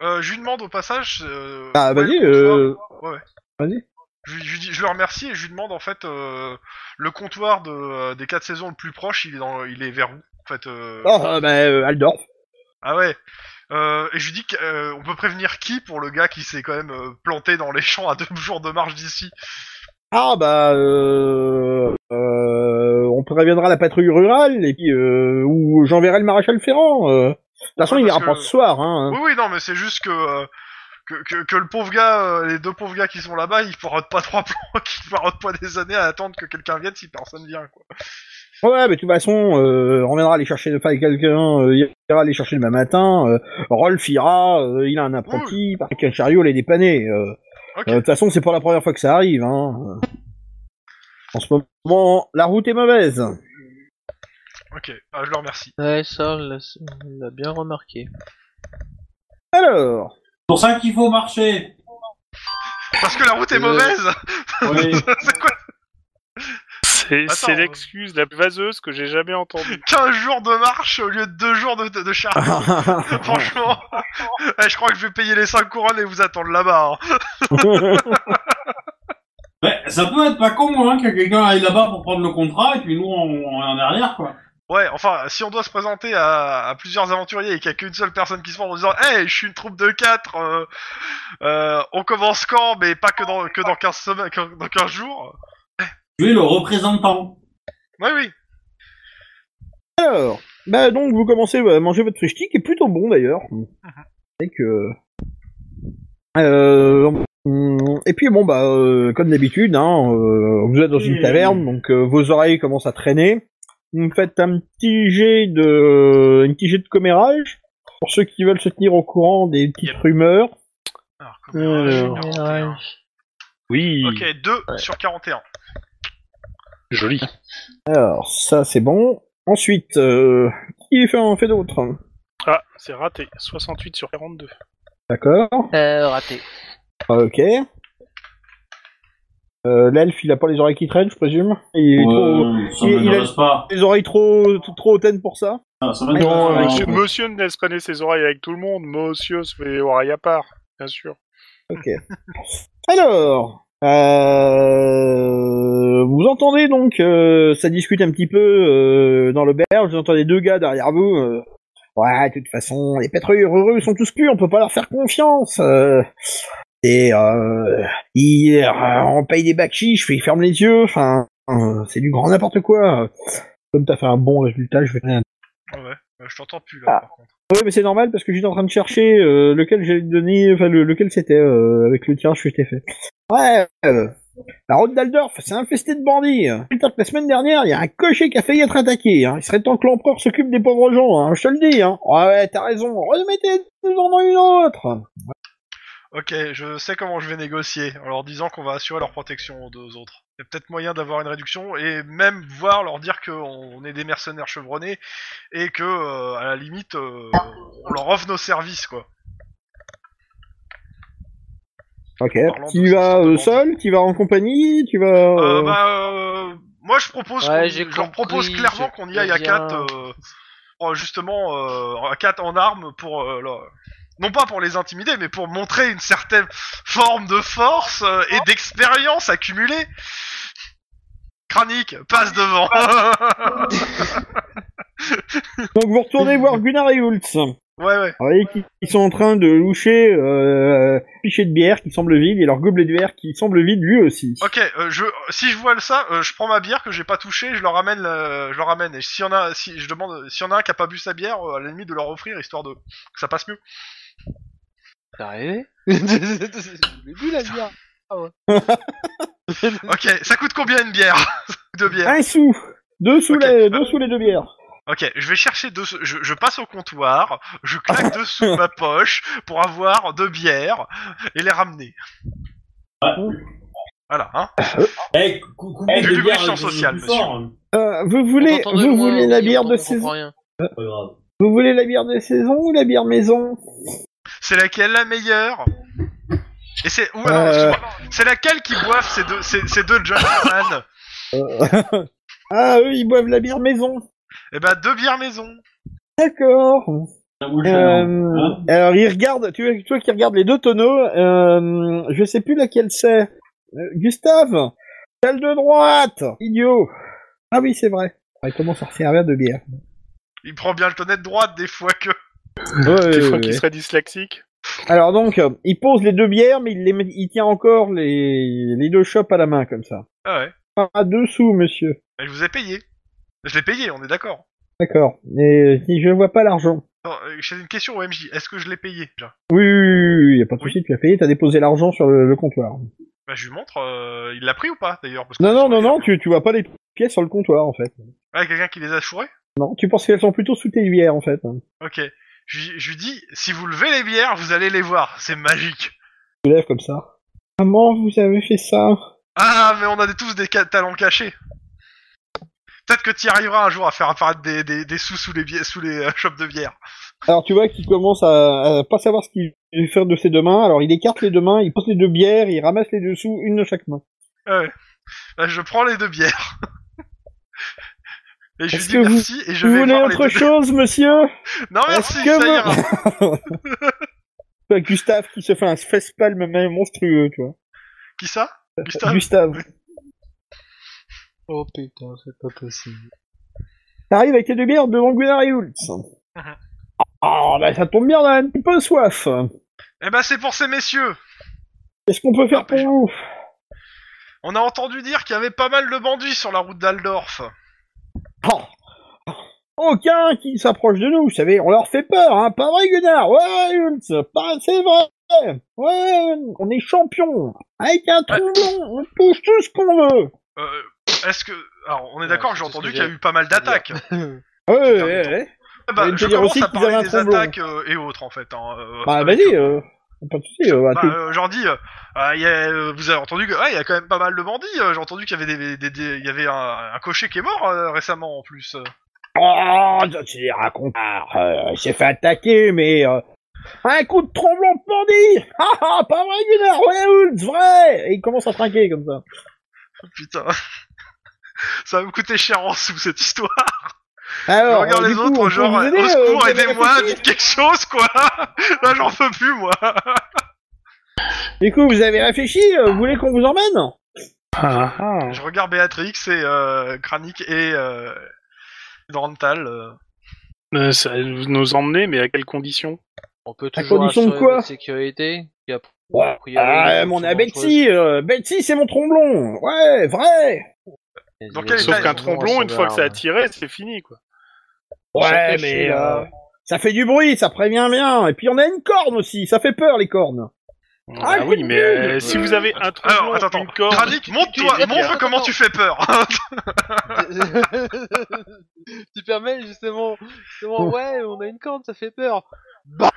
Euh, je lui demande au passage. euh, Ah, où vas-y, est le comptoir euh, Ouais, ouais. vas-y. Je, lui- je lui dis- je le remercie et je lui demande en fait euh, le comptoir de, euh, des quatre saisons le plus proche. Il est dans il est vers où en fait. euh, Oh, euh, bah, euh, Aldorf. Ah ouais. Euh, et je lui dis qu'on peut prévenir qui pour le gars qui s'est quand même euh, planté dans les champs à deux jours de marche d'ici. Ah, bah, euh, euh, on préviendra la patrouille rurale, et puis, euh, ou j'enverrai le maréchal Ferrand. euh. De toute façon, Ouais, il parce ira pas que- ce soir, hein. Oui, oui, non, mais c'est juste que, euh, que, que, que le pauvre gars, euh, les deux pauvres gars qui sont là-bas, ils farotent pas trois plans, qu'ils farotent pas des années à attendre que quelqu'un vienne si personne vient, quoi. Ouais, mais de toute façon, euh, on viendra aller chercher enfin, quelqu'un, euh, il ira aller chercher demain matin. Euh, Rolf ira, euh, il a un apprenti, par un chariot, les dépanner. euh. Euh, Ok. De toute façon, c'est pas la première fois que ça arrive. Hein. Euh, En ce moment, la route est mauvaise. Ok, ah, je le remercie. Ouais, ça, on l'a- on l'a bien remarqué. Alors, Pour ça qu'il faut marcher. Parce que la route est Euh, mauvaise Oui. C'est quoi C'est Attends, c'est euh. l'excuse la plus vaseuse que j'ai jamais entendue. 15 jours de marche au lieu de 2 jours de, de char Franchement, eh, je crois que je vais payer les 5 couronnes et vous attendre là-bas. hein. Ouais, Ça peut être pas con, hein, que quelqu'un aille là-bas pour prendre le contrat, et puis nous, on, on est en arrière, quoi. Ouais, enfin, si on doit se présenter à, à plusieurs aventuriers et qu'il n'y a qu'une seule personne qui se prend en disant Hey, je suis une troupe de 4, euh, euh, on commence quand, mais pas que dans, que dans 15 semaines, que dans 15 jours. Tu es le représentant. Oui, oui. Alors, bah donc vous commencez à manger votre frichti qui est plutôt bon d'ailleurs. Et que. Euh, mm, Et puis bon bah euh, comme d'habitude, hein, euh, vous êtes dans une taverne, donc euh, vos oreilles commencent à traîner. Vous me faites un petit jet de, un petit jet de commérage pour ceux qui veulent se tenir au courant des petites Yep. rumeurs. Alors, comme euh, j'ai Alors. numéro 41. Oui, Ok, 2 sur 41. joli. Alors ça c'est bon. Ensuite, euh, qui fait en fait d'autres Ah, c'est raté. 68 sur 42. D'accord. Euh, raté. Ok. Euh, L'elfe, il a pas les oreilles qui traînent, je présume. Il est trop- Euh, ça il- il a- m'intéresse pas. Les oreilles trop, trop hautaines pour ça. Ah, ça Non, m'intéresse monsieur, pas. monsieur ne laisse pas naître ses oreilles avec tout le monde. Monsieur se fait oreille à part, bien sûr. Alors, euh, vous entendez donc, euh, ça discute un petit peu euh, dans l'auberge. Vous entendez deux gars derrière vous. euh, ouais, de toute façon, les pétroliers heureux sont tous purs. On peut pas leur faire confiance. euh, et euh, ils, euh, on paye des bacs chiches, puis ils ferment les yeux. Enfin, euh, c'est du grand n'importe quoi. euh, Comme t'as fait un bon résultat, je vais. Ouais, euh, je t'entends plus là. Ah. Par contre. Ouais, mais c'est normal parce que j'étais en train de chercher euh, lequel j'allais te donner, enfin le- lequel c'était euh, avec le tirage que je t'ai fait. Ouais, euh, la route d'Aldorf, c'est infesté de bandits. Putain, que la semaine dernière, il y a un cocher qui a failli être attaqué. hein. Il serait temps que l'empereur s'occupe des pauvres gens, hein, je te le dis. Hein. Ouais, ouais, t'as raison. Remettez-nous en une autre. Ok, je sais comment je vais négocier en leur disant qu'on va assurer leur protection aux deux autres. Il y a peut-être moyen d'avoir une réduction et même voir leur dire qu'on est des mercenaires chevronnés et que, euh, à la limite, euh, on leur offre nos services quoi. Ok. Parlons de Tu vas ça, euh, de seul, tu vas en compagnie, tu vas. Euh, euh, bah, euh, moi je propose, Ouais, qu'on- j'ai hein. je leur compris, propose clairement je qu'on y aille à conviens. 4, euh, euh, justement, euh, à 4 en armes pour, euh, leur- non pas pour les intimider, mais pour montrer une certaine forme de force euh, et d'expérience accumulée. Cranique, passe devant. Donc vous retournez voir Gunnar et Hultz. ouais, ouais. Vous voyez qu'ils ils sont en train de loucher euh, pichet de bière qui semble vide et leur gobelet de bière qui semble vide lui aussi. Ok, euh, je, si je vois le ça, euh, je prends ma bière que j'ai pas touchée, je leur ramène, le- je leur ramène. Et si y en a, si je demande, si y en a un qui a pas bu sa bière, euh, à la limite de leur offrir histoire de que ça passe mieux. T'as rêvé Je l'ai vu la bière. Ah ouais. Ok, ça coûte combien une bière De bière. Ah, Un sou Deux sous, Ok. les, deux sous les deux bières. Ok, je vais chercher deux. sous- Je, je passe au comptoir, je claque dessous ma poche pour avoir deux bières et les ramener. Voilà, hein. Eh, cou- coupez du des public bières sans avec des social, plus forts, hein. Euh, vous voulez, Vous entendez, vous moi, voulez la aussi, bière on de comprend saison rien. Pas grave. Vous voulez la bière de saison ou la bière maison C'est laquelle la meilleure Et c'est. Ouh, alors, Euh. excuse-moi. C'est laquelle qui boivent ces deux, ces, ces deux gentlemen Ah, eux, ils boivent la bière maison. Eh ben, deux bières maison. D'accord. Ça bouge, hein. Euh, alors, ils regardent, tu vois, toi qui regardes les deux tonneaux, euh, je sais plus laquelle c'est. Euh, Gustave Celle de droite Idiot Ah oui, c'est vrai. Ah, Il commence à servir de bière. Il prend bien le tonnet de droite des fois que. Des fois qu'il serait dyslexique. Alors donc, euh, il pose les deux bières, mais il, les, met- il tient encore les, les deux chopes à la main, comme ça. Ah ouais. Pas à deux sous, monsieur. Mais je vous ai payé. Je l'ai payé, on est d'accord. D'accord. Et si je vois pas l'argent. Non, euh, J'ai une question au MJ. Est-ce que je l'ai payé déjà Oui, oui, oui, oui, y a pas de souci, tu as payé, t'as déposé l'argent sur le, le comptoir. Bah, je lui montre. euh, il l'a pris ou pas d'ailleurs parce que- Non, non, non, non, tu, tu vois pas les pièces sur le comptoir, en fait. Ouais, quelqu'un qui les a chourés Non, tu penses qu'elles sont plutôt sous tes bières, en fait. hein. Ok. Je, lui- je lui dis, si vous levez les bières, vous allez les voir. C'est magique. Tu lèves comme ça. Maman, vous avez fait ça Ah, mais on a des- tous des ca- talents cachés. Peut-être que tu arriveras un jour à faire apparaître des, des, des sous sous les, bières, sous les euh, chopes de bière. Alors tu vois qu'il commence à, à pas savoir ce qu'il veut faire de ses deux mains, alors il écarte les deux mains, il pose les deux bières, il ramasse les deux sous, une de chaque main. Bah, je prends les deux bières. et je lui Est-ce dis que vous- merci et je vous vais voulez voir les autre deux- chose, monsieur Non, merci, Est-ce ça que vous- ira. T'as Gustave qui se fait un facepalm même monstrueux, tu vois. Qui ça Gustave Gustave. Oh putain, c'est pas possible. T'arrives avec tes deux bières devant Gunnar et Hultz. Ah, bah ça tombe bien, on a un petit peu soif. Eh ben, c'est pour ces messieurs. Qu'est-ce qu'on peut faire pour vous On a entendu dire qu'il y avait pas mal de bandits sur la route d'Aldorf. Oh. Aucun qui s'approche de nous, vous savez, on leur fait peur, hein, pas vrai Gunnar Ouais, Hultz, pas- c'est vrai Ouais, on est champion Avec un troublon, on touche tout ce qu'on veut Euh, est-ce que... Alors, on est Ouais, d'accord, c'est j'ai tout ce entendu que qu'il y a j'ai eu pas mal d'attaques. Ouais, ouais, en même ouais, temps. ouais. Eh ben, J'allais te je dire commence aussi à qu'ils parler avaient un des tromblon. attaques euh, et autres, en fait. hein, euh, Bah avec vas-y, euh, pas de soucis, euh, bah, Bah, tu- euh, j'en dis, euh, euh, y a- euh, vous avez entendu que ouais, il y a quand même pas mal de bandits. euh, J'ai entendu qu'il y avait des, des- des- il y avait un, un cocher qui est mort euh, récemment en plus. euh. Oh, c'est des racontards. Euh, il s'est fait attaquer, mais... euh, un coup de tremblant de bandit Ah ah, pas vrai, Gunnar Ouais, Hulz, vrai Et il commence à trinquer, comme ça. Putain, ça va me coûter cher en sous cette histoire. Je Alors, regarde euh, du les coup, on autres, peut genre vous aider, au euh, vous secours, avez aidez-moi, réfléchi dites quelque chose quoi. Là, j'en peux plus moi. Du coup, vous avez réfléchi euh, Vous voulez qu'on vous emmène Ah, ah. Je regarde Béatrix et euh, Kranik et euh, Dorantal. euh. Euh, ça va nous emmener, mais à quelles conditions On peut À toujours condition de assurer quoi votre sécurité. et a Ouais, priori, Ah, ils mais on sont est à dangereux. Betsy euh, Betsy, c'est mon tromblon Ouais, vrai Dans Ils quel sont Sauf état ils qu'un dangereux, tromblon, ils une sont fois que ça a d'armes. tiré, c'est fini, quoi. Ouais, Chacun mais... chez la- euh, ça fait du bruit, ça prévient bien Et puis, on a une corne, aussi Ça fait peur, les cornes Ah, Ah, oui, oui, mais euh, si Euh, vous avez un tromblon, Alors, attends, attends. une corde, Kranik, montre-toi, Attends, montre attends, comment attends. tu fais peur. euh, tu permets justement, justement, ouais, on a une corde, ça fait peur. Bam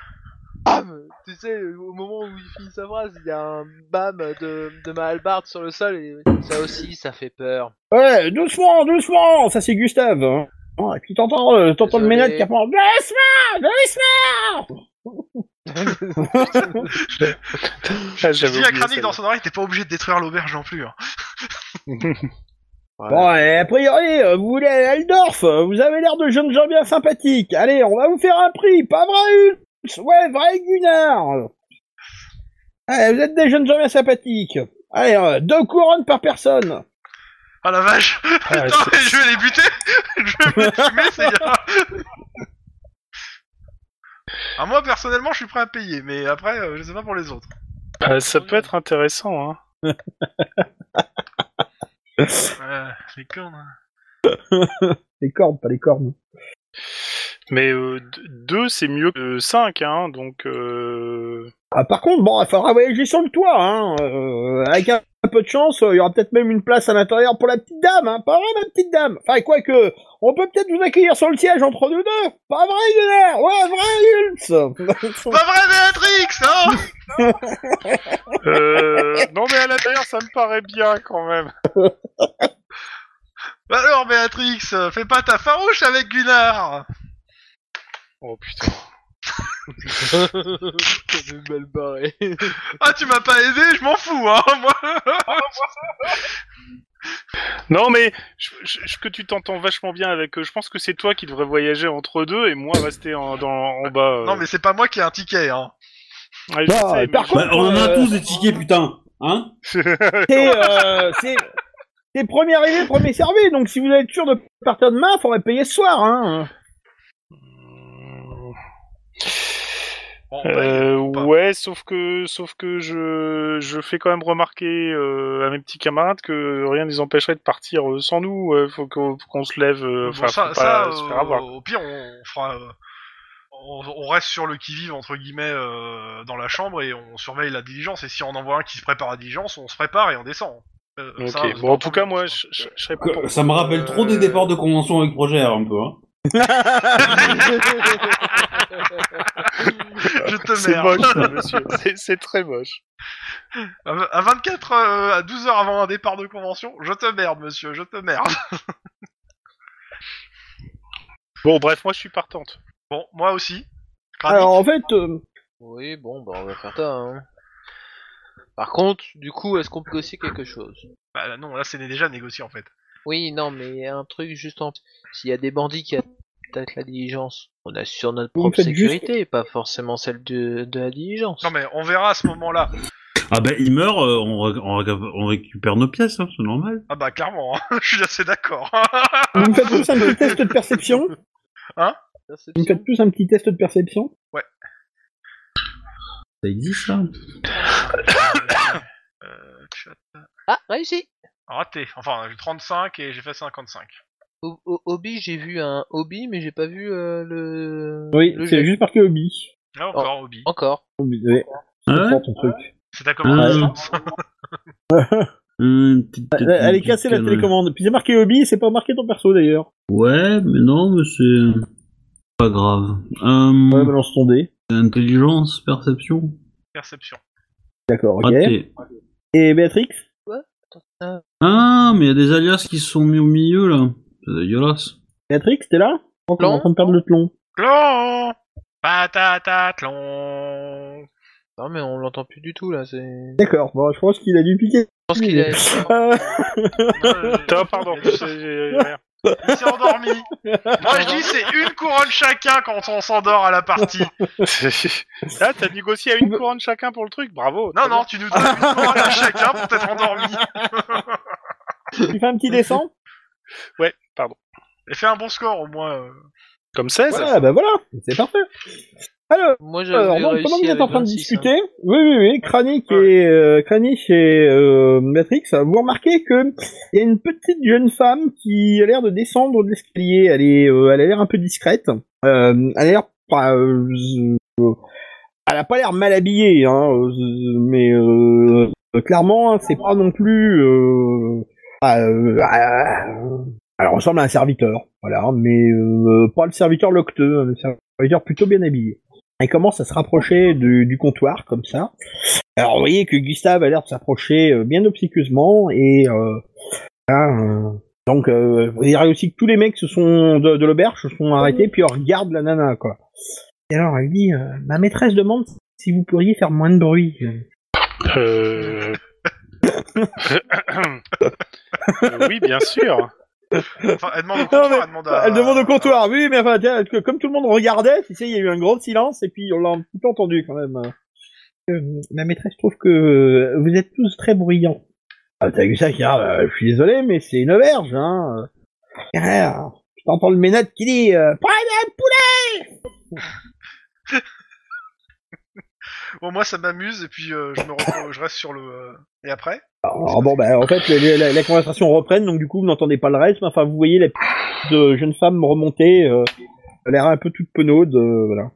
Bam Tu sais, au moment où il finit sa phrase, il y a un bam de, de ma hallebarde sur le sol et ça aussi, ça fait peur. Ouais, doucement, doucement, ça c'est Gustave. Hein. Oh, et puis t'entends, euh, t'entends le Désolé. ménage qui apprend doucement, doucement. Ah, Je j'avais dis à oublié Kranik ça. dans son oreille, t'es pas obligé de détruire l'auberge non plus. hein. Bon, et a priori, euh, vous voulez aller à Aldorf, euh, vous avez l'air de jeunes gens bien sympathiques. Allez, on va vous faire un prix, pas vrai Hulz Ouais, vrai Gunnar. Allez, vous êtes des jeunes gens bien sympathiques. Allez, euh, deux couronnes par personne. Ah la vache Ah, Putain, mais je vais les buter Je vais me fumer, ces gars Ah, Moi, personnellement, je suis prêt à payer, mais après, euh, je sais pas pour les autres. Ah, ça peut être intéressant, hein. Ouais, les cornes. hein. Les cornes, pas les cornes. Mais euh, d- deux, c'est mieux que cinq, hein, donc... Euh... Ah, par contre, bon, il faudra voyager sur le toit, hein. euh, avec un, un peu de chance, euh, il y aura peut-être même une place à l'intérieur pour la petite dame, hein. Pas vrai, ma petite dame Enfin, quoique, on peut peut-être vous accueillir sur le siège entre nous deux Pas vrai, Gunnar Ouais, vrai, Hulz Pas vrai, Béatrix hein. Non euh, Non, mais à l'intérieur, ça me paraît bien, quand même. Bah Alors, Béatrix, euh, fais pas ta farouche avec Gunnar Oh, putain. T'es mal barré. Ah, tu m'as pas aidé, je m'en fous, hein moi. Non, mais je, je- je- que tu t'entends vachement bien avec eux. Je pense que c'est toi qui devrais voyager entre deux et moi rester en, dans, en bas. euh. Non, mais c'est pas moi qui ai un ticket, hein Ouais, je Non, sais, et par mais Bah, on en a tous des tickets, putain. Hein C'est, euh, c'est... C'est premier arrivé, premier servi, donc si vous êtes sûr de partir demain, faudrait payer ce soir, hein. Bon, je- bah, Euh, pas. ouais, sauf que, sauf que je, je fais quand même remarquer euh, à mes petits camarades que rien ne les empêcherait de partir euh, sans nous. Euh, faut qu'on faut qu'on se lève. euh, Bon, Enfin, ça, faut ça, pas se euh, faire avoir. au pire, on fera. euh, on, on reste sur le qui-vive, entre guillemets, euh, dans la chambre et on surveille la diligence. Et si on en voit un qui se prépare à la diligence, on se prépare et on descend. Euh, Ok. ça, c'est bon, pas en un tout cas, problème, moi, ça. je, je, je serais pas. Que- Ça me rappelle trop des départs de convention avec projet, un peu. Hein. je te C'est merde. moche, ça, monsieur. C'est- C'est très moche. À v- À 24, euh, à 12 heures avant un départ de convention, je te merde, monsieur, je te merde. Bon, bref, moi, je suis partante. Bon, moi aussi. Bah, Kranik, Alors, en fait, euh, Oui, bon, bah on va faire ça. Hein. Par contre, du coup, est-ce qu'on peut aussi quelque chose bah, là, non, là, c'est déjà négocié en fait. Oui, non, mais un truc juste en. S'il y a des bandits qui attaquent la diligence, on assure notre Vous me propre faites juste- sécurité, pas forcément celle de, de la diligence. Non, mais on verra à ce moment-là. Ah ben, il meurt, euh, on, ré- on ré- on récupère nos pièces, hein, c'est normal. Ah bah clairement, hein, je suis assez d'accord. Vous me faites tous un petit test de perception Vous me Perception. faites tous un petit test de perception Ça existe, ça Euh, chat. Ah, réussi Raté. Enfin, j'ai 35 et j'ai fait 55. Au- au- Hobby, j'ai vu un hobby, mais j'ai pas vu euh, le. Oui, le c'est jet. juste marqué hobby. Ah, encore hobby. Encore. Hobby, ouais. Ah ouais Ton truc. C'est à comment Mmh. Euh, Hum, petite- petite- Elle est petite cassée la connerie. télécommande. Puis c'est marqué hobby, c'est pas marqué ton perso d'ailleurs. Ouais, mais non, mais c'est pas grave. Hum, Ouais, bah. balance ton dé. Intelligence, perception. Perception. D'accord, ok. Raté. Et Béatrix Ah, mais il y a des alias qui se sont mis au milieu là. C'est dégueulasse. Béatrix, t'es là On est en train de perdre le tlon. Clon Patatatlon Non, mais on l'entend plus du tout là. C'est. Je D'accord, bon, je pense qu'il a dû piquer. pense qu'il a. Euh, Top, pardon. Il j'ai- j'ai rien. s'est endormi. Moi je dis c'est une couronne chacun quand on s'endort à la partie. Ah, t'as négocié à une couronne chacun pour le truc, bravo. Non non, tu nous donnes une couronne à chacun pour t'être endormi. tu fais un petit dessin Et fais un bon score au moins. euh. Comme 16 Voilà, bah voilà, c'est parfait. Alors, Moi, j'avais Alors, non, réussi. Euh, pendant que vous êtes avec en train de 26, hein. discuter, oui, oui, oui, Kranich et, euh, Kranich et euh, Matrix, vous remarquez que il y a une petite jeune femme qui a l'air de descendre de l'escalier. Elle est, euh, elle a l'air un peu discrète. Euh, elle a l'air pas, euh, euh, elle a pas l'air mal habillée, hein, euh, mais euh, euh, clairement, c'est pas non plus. euh, ah, euh, ah, elle ressemble à un serviteur, voilà, mais euh, pas le serviteur locteux, un serviteur plutôt bien habillé. Elle commence à se rapprocher du, du comptoir, comme ça. Alors, vous voyez que Gustave a l'air de s'approcher euh, bien obséquieusement, et... Euh, voilà, euh, donc, euh, vous direz aussi que tous les mecs se sont de, de l'auberge se sont arrêtés, puis regardent la nana, quoi. Et alors, elle dit, euh, ma maîtresse demande si vous pourriez faire moins de bruit. Euh... Euh, oui, bien sûr. Enfin, elle demande au comptoir, mais- elle demande à... Bah, Elle demande au comptoir, oui, mais enfin, tiens, que- comme tout le monde regardait, tu sais, il y a eu un grand silence, et puis on l'a un petit peu entendu, quand même. Euh, ma maîtresse trouve que euh, vous êtes tous très bruyants. Ah, t'as vu ça, Kira Bah, Je suis désolé, mais c'est une auberge, hein. Kira, je t'entends le ménade qui dit euh, Prenez Bon, moi ça m'amuse et puis euh, je me repose, je reste sur le. euh, Et après Alors bon, bah, en fait, les- la, la conversation reprenne, donc du coup, vous n'entendez pas le reste, mais enfin, vous voyez la petite euh, jeune femme remonter, euh, elle a l'air un peu toute penaude, euh, voilà.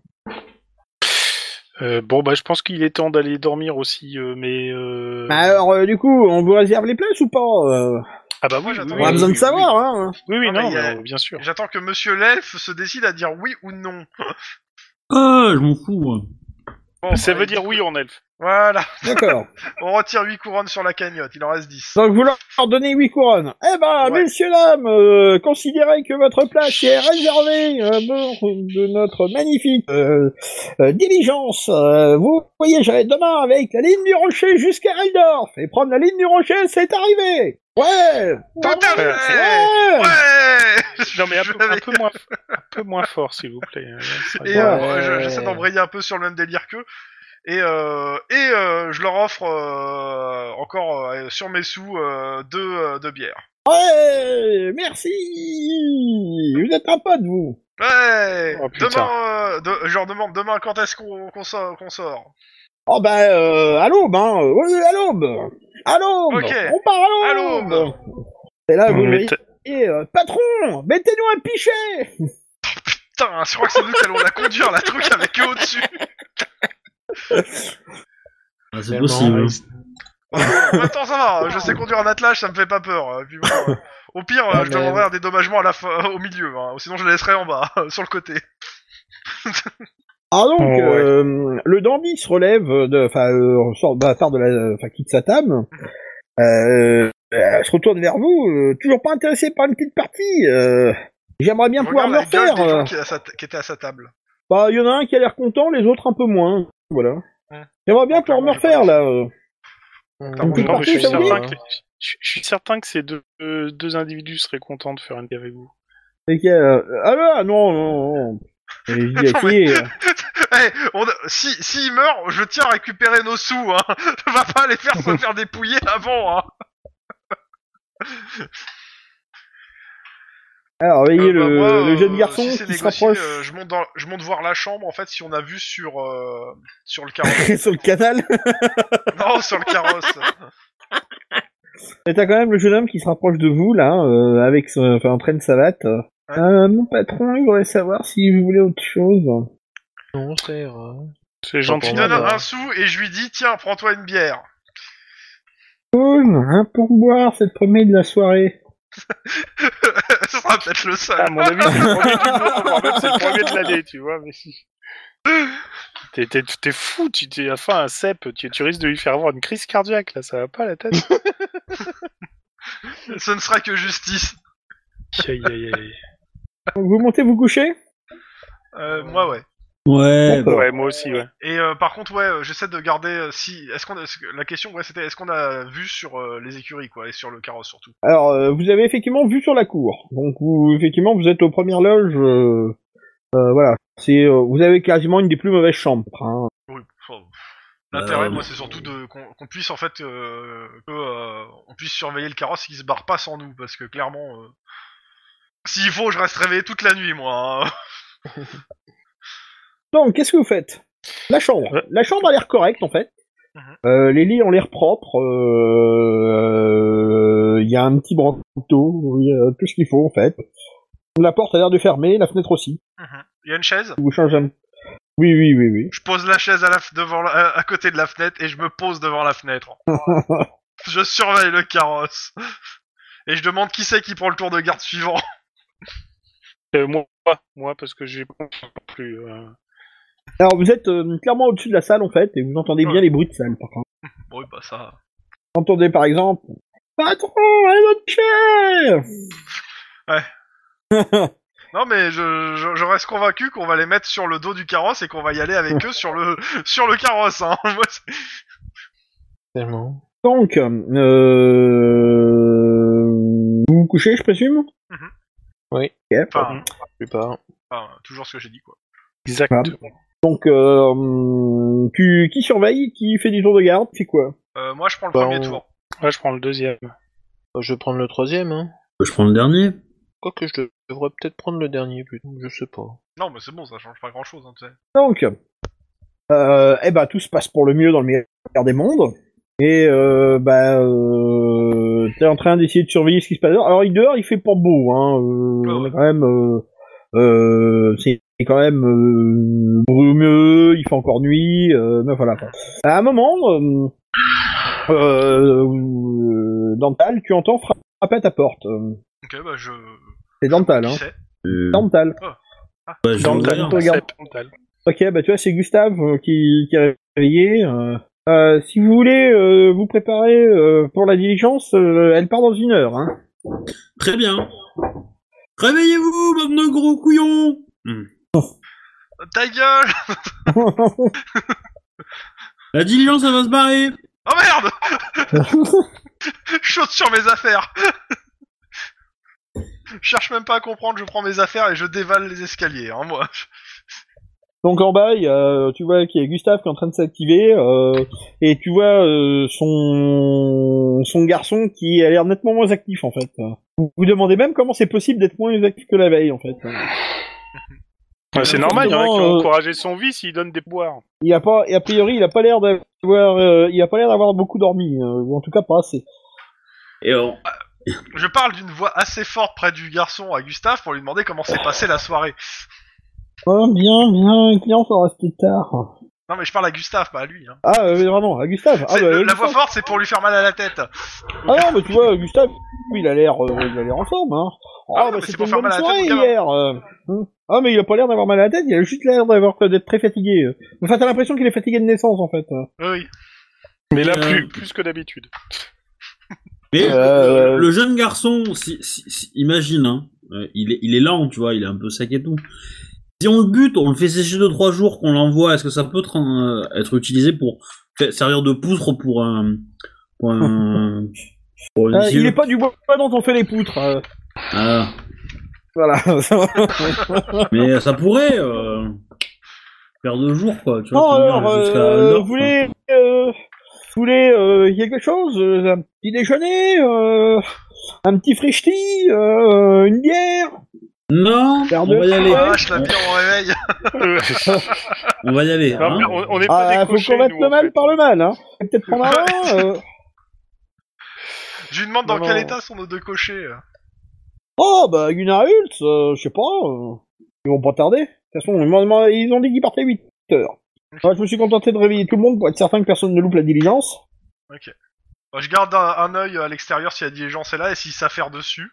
Euh, bon, bah, je pense qu'il est temps d'aller dormir aussi, euh, mais. Euh... Bah, alors, euh, du coup, on vous réserve les places ou pas euh ah, bah, moi, Moi, j'attends. On a Oui, besoin oui, de savoir, oui. hein Oui, oui, Ah, non, mais il y a- mais, euh, bien sûr. J'attends que Monsieur l'elfe se décide à dire oui ou non. Ah, je m'en fous. moi. Bon, Ça bah, veut il- dire oui en elfe. Voilà, D'accord. on retire 8 couronnes sur la cagnotte, il en reste 10. Donc vous leur leur donnez 8 couronnes. Eh ben, Ouais. messieurs, dames, euh, considérez que votre place est réservée euh, de, de notre magnifique euh, euh, diligence. Euh, vous voyagerez demain avec la ligne du rocher jusqu'à Raldorf. Et prendre la ligne du rocher, c'est arrivé Ouais Tout à Bravo. fait. Ouais Ouais Non, mais un Je peu, un l'avais- peu moins, un peu moins fort, s'il vous plaît. Euh, ça Et va. euh, Ouais. je- j'essaie d'embrayer un peu sur le même délire qu'eux. Et, euh, et euh, je leur offre euh, encore euh, sur mes sous euh, deux, euh, deux bières. Ouais Merci Vous êtes un pote, vous Ouais Oh, putain. Demain, euh, de- je leur demande demain quand est-ce qu'on qu'on sort, qu'on sort. Oh ben, euh, à l'aube, hein Ouais, ouais, à l'aube À l'aube Ok. On part à À l'aube l'aube. Et là, vous Mais voyez, euh, patron, mettez-nous un pichet Putain, je crois que c'est nous qui allons la conduire, la truc avec eux au-dessus. Ah, c'est possible. En même temps, ça va, je sais conduire un attelage, ça me fait pas peur. Et puis bon, euh, au pire, Ah, euh, je demanderai un dédommagement à la fin, au milieu, hein. sinon je la laisserai en bas, sur le côté. Ah donc, Oh, ouais. euh, le dandy se relève, de- enfin, euh, sort bah, part de la, enfin, quitte sa table, euh, euh, se retourne vers vous, euh, toujours pas intéressé par une petite partie, euh, j'aimerais bien Je pouvoir regarde me la gueule refaire des gens euh. qui, à sa- qui étaient à sa table. Bah, il y en a un qui a l'air content, les autres un peu moins, voilà. Ouais. J'aimerais bien Donc, pouvoir me clairement, j'ai refaire, là euh. Clairement, petite Non, mais je, suis partie, ça vous dit certain que, je, je suis certain que ces deux, euh, deux individus seraient contents de faire une guerre avec vous. euh, Et qu'il y a- Ah là, non, non, non. Et je dis à qui, euh, Eh, on a- Si, s'il meurt, je tiens à récupérer nos sous, hein. Je vais pas les faire se faire dépouiller avant, hein. Alors, voyez Euh, bah, le, moi, le euh, jeune garçon si qui c'est se négocié, rapproche euh, je, monte dans- je monte voir la chambre, en fait, si on a vu sur, euh, sur le carrosse. sur le canal. non, sur le carrosse. Et t'as quand même le jeune homme qui se rapproche de vous, là, euh, avec son, enfin, en train de savate. Euh, mon patron, il voudrait savoir si vous voulez autre chose. Non, c'est... euh, C'est Je gentil. hein. lui Pour moi, donne un, bah. un sou et je lui dis, tiens, prends-toi une bière. Cool, un pourboire, c'est le premier de la soirée. Ce sera peut-être le seul. Ah, Ah. À mon avis, c'est le premier du jour, voire même c'est le premier de l'année, tu vois. Mais... T'es, t'es, t'es fou, tu t'es à fin un cep, tu, tu risques de lui faire avoir une crise cardiaque, là, ça va pas la tête. Ce ne sera que justice. Aïe, aïe, aïe. Donc, vous montez, vous couchez Euh, Moi, ouais. Ouais, D'accord. Ouais, moi aussi, ouais. Et euh, par contre, ouais, euh, j'essaie de garder. euh, si, est-ce qu'on, a- est-ce que- la question, ouais, c'était est-ce qu'on a vu sur euh, les écuries, quoi, et sur le carrosse surtout. Alors, euh, vous avez effectivement vu sur la cour. Donc, vous, effectivement, vous êtes aux premières loges. euh, euh, voilà. C'est, euh, vous avez quasiment une des plus mauvaises chambres. hein. Oui. enfin, L'intérêt, Euh, moi, Bah, c'est surtout de qu'on qu'on puisse en fait, euh, que, euh, on puisse surveiller le carrosse qui se barre pas sans nous, parce que clairement, euh, s'il faut, je reste réveillé toute la nuit, moi. hein. Donc, qu'est-ce que vous faites La chambre. Ouais. La chambre a l'air correcte, en fait. Euh, Mhm. Euh, les lits ont l'air propres. euh, euh, Il y a un petit branteau. il y a tout ce qu'il faut, en fait. La porte a l'air de fermer, la fenêtre aussi. Il y a une chaise. Vous changez un... Oui, oui, oui, oui. Je pose la chaise à la f- devant, la- à côté de la fenêtre, et je me pose devant la fenêtre. je surveille le carrosse. Et je demande qui c'est qui prend le tour de garde suivant. Euh, moi, moi, parce que j'ai pas plus. euh, Alors, vous êtes euh, clairement au-dessus de la salle, en fait, et vous entendez bien Ouais. les bruits de salle, par contre. Oui, bah ça. Vous entendez, par exemple, « Patron, un autre chair Non, mais je, je, je reste convaincu qu'on va les mettre sur le dos du carrosse et qu'on va y aller avec eux sur le sur le carrosse. Hein. Moi, c'est- Tellement. !» Donc, euh... vous vous couchez, je présume Mhm. Oui. Ok. enfin, La plupart. enfin, toujours ce que j'ai dit quoi. Exactement. Donc, euh, tu- qui surveille, qui fait du tour de garde, c'est quoi Euh, moi, je prends le Bah, premier on- tour. Ah. Ouais, je prends le deuxième. Euh, Je vais prendre le troisième, hein. bah, Je prends le dernier. Quoique je dev- devrais peut-être prendre le dernier plutôt, je sais pas. Non, mais c'est bon, ça change pas grand chose. Hein, tu sais. Donc, euh, eh ben, tout se passe pour le mieux dans le meilleur des mondes. Et euh, bah, euh, t'es en train d'essayer de surveiller ce qui se passe. dehors. Alors, il- dehors, il fait pas beau. Hein. euh, Ah on est ouais. quand même, euh, euh, c'est c'est quand même euh, brumeux. Il fait encore nuit. Euh, mais voilà. quoi. À un moment, euh, euh, Dental, tu entends frapper à ta porte. Euh, Ok, bah je. C'est Dental, hein. Qui c'est Euh, Dental. bah, je dans vais le ouvrir. temps. regarde. Cep, mental. Ok, bah tu vois, c'est Gustave euh, qui, qui est réveillé. euh. Euh, si vous voulez euh, vous préparer euh, pour la diligence, euh, elle part dans une heure. Hein. Très bien. Réveillez-vous, bande de gros couillons Oh, Ta gueule La diligence, elle va se barrer Oh merde Je saute sur mes affaires. Je cherche même pas à comprendre. Je prends mes affaires et je dévale les escaliers. Hein, moi. Donc en bas, il y a, tu vois qu'il y a Gustave qui est en train de s'activer, euh, et tu vois euh, son son garçon qui a l'air nettement moins actif en fait. Vous vous demandez même comment c'est possible d'être moins actif que la veille en fait. Ouais, c'est normal, il y en a qui Euh, ont encouragé son vice, il donne des boires. Il a pas, et a priori, il a pas l'air d'avoir, euh, il a pas l'air d'avoir beaucoup dormi, euh, ou en tout cas pas assez. Et on- Je parle d'une voix assez forte près du garçon à Gustave pour lui demander comment s'est passée la soirée. Oh, bien, bien, le client sera resté tard. Non, mais je parle à Gustave, pas à lui. Hein. Ah, euh, vraiment, à Gustave. Ah, C'est- bah, le- la Gustave. voix forte, c'est pour lui faire mal à la tête. Ah non, mais tu vois, Gustave, lui, il a l'air, euh, il a l'air en forme, hein. Ah Ah, bah, non, mais c'est c'était pour une faire bonne mal à la tête soirée au gamin. hier. euh. Hum. Ah, mais il a pas l'air d'avoir mal à la tête, il a juste l'air d'avoir d'être très fatigué. euh. Enfin, t'as l'impression qu'il est fatigué de naissance, en fait. euh. Oui. Mais là, Euh, plus, plus que d'habitude. Mais Euh, le jeune garçon, si, si- si- imagine, hein, euh, il, est, il est lent, tu vois, il est un peu sec et tout. Si on le bute, on le fait sécher 2-3 jours, qu'on l'envoie, est-ce que ça peut tra- euh, être utilisé pour fa- servir de poutre pour un. Pour un. pour une Euh, il cible est pas du bois dont on fait les poutres. euh. Ah, Voilà. Mais ça pourrait. euh, faire deux jours, quoi. Tu Bon, vois, alors, tenir jusqu'à euh, une heure, vous voulez, euh, vous voulez euh, quelque chose euh, Un petit déjeuner euh, Un petit frichti euh, Une bière quoi. Non, Faire on deux- va y aller. Ah, Ah, je la bière au réveil. On va y aller. Non, hein. mais Ah, on, on est pas Ah, faut décochés, combattre nous, le en mal fait. par le mal, hein Faut Peut-être prendre un vin euh. Je lui demande dans Non, quel non. état sont nos deux cochers. Oh, bah, Gunnar Hultz, euh, je sais pas, euh, ils vont pas tarder. De toute façon, ils, m'ont demandé- ils ont dit qu'ils partaient 8 heures. Alors, je me suis contenté de réveiller tout le monde pour être certain que personne ne loupe la diligence. Bah, je garde un, un œil à l'extérieur si la diligence est là et s'il s'affaire dessus.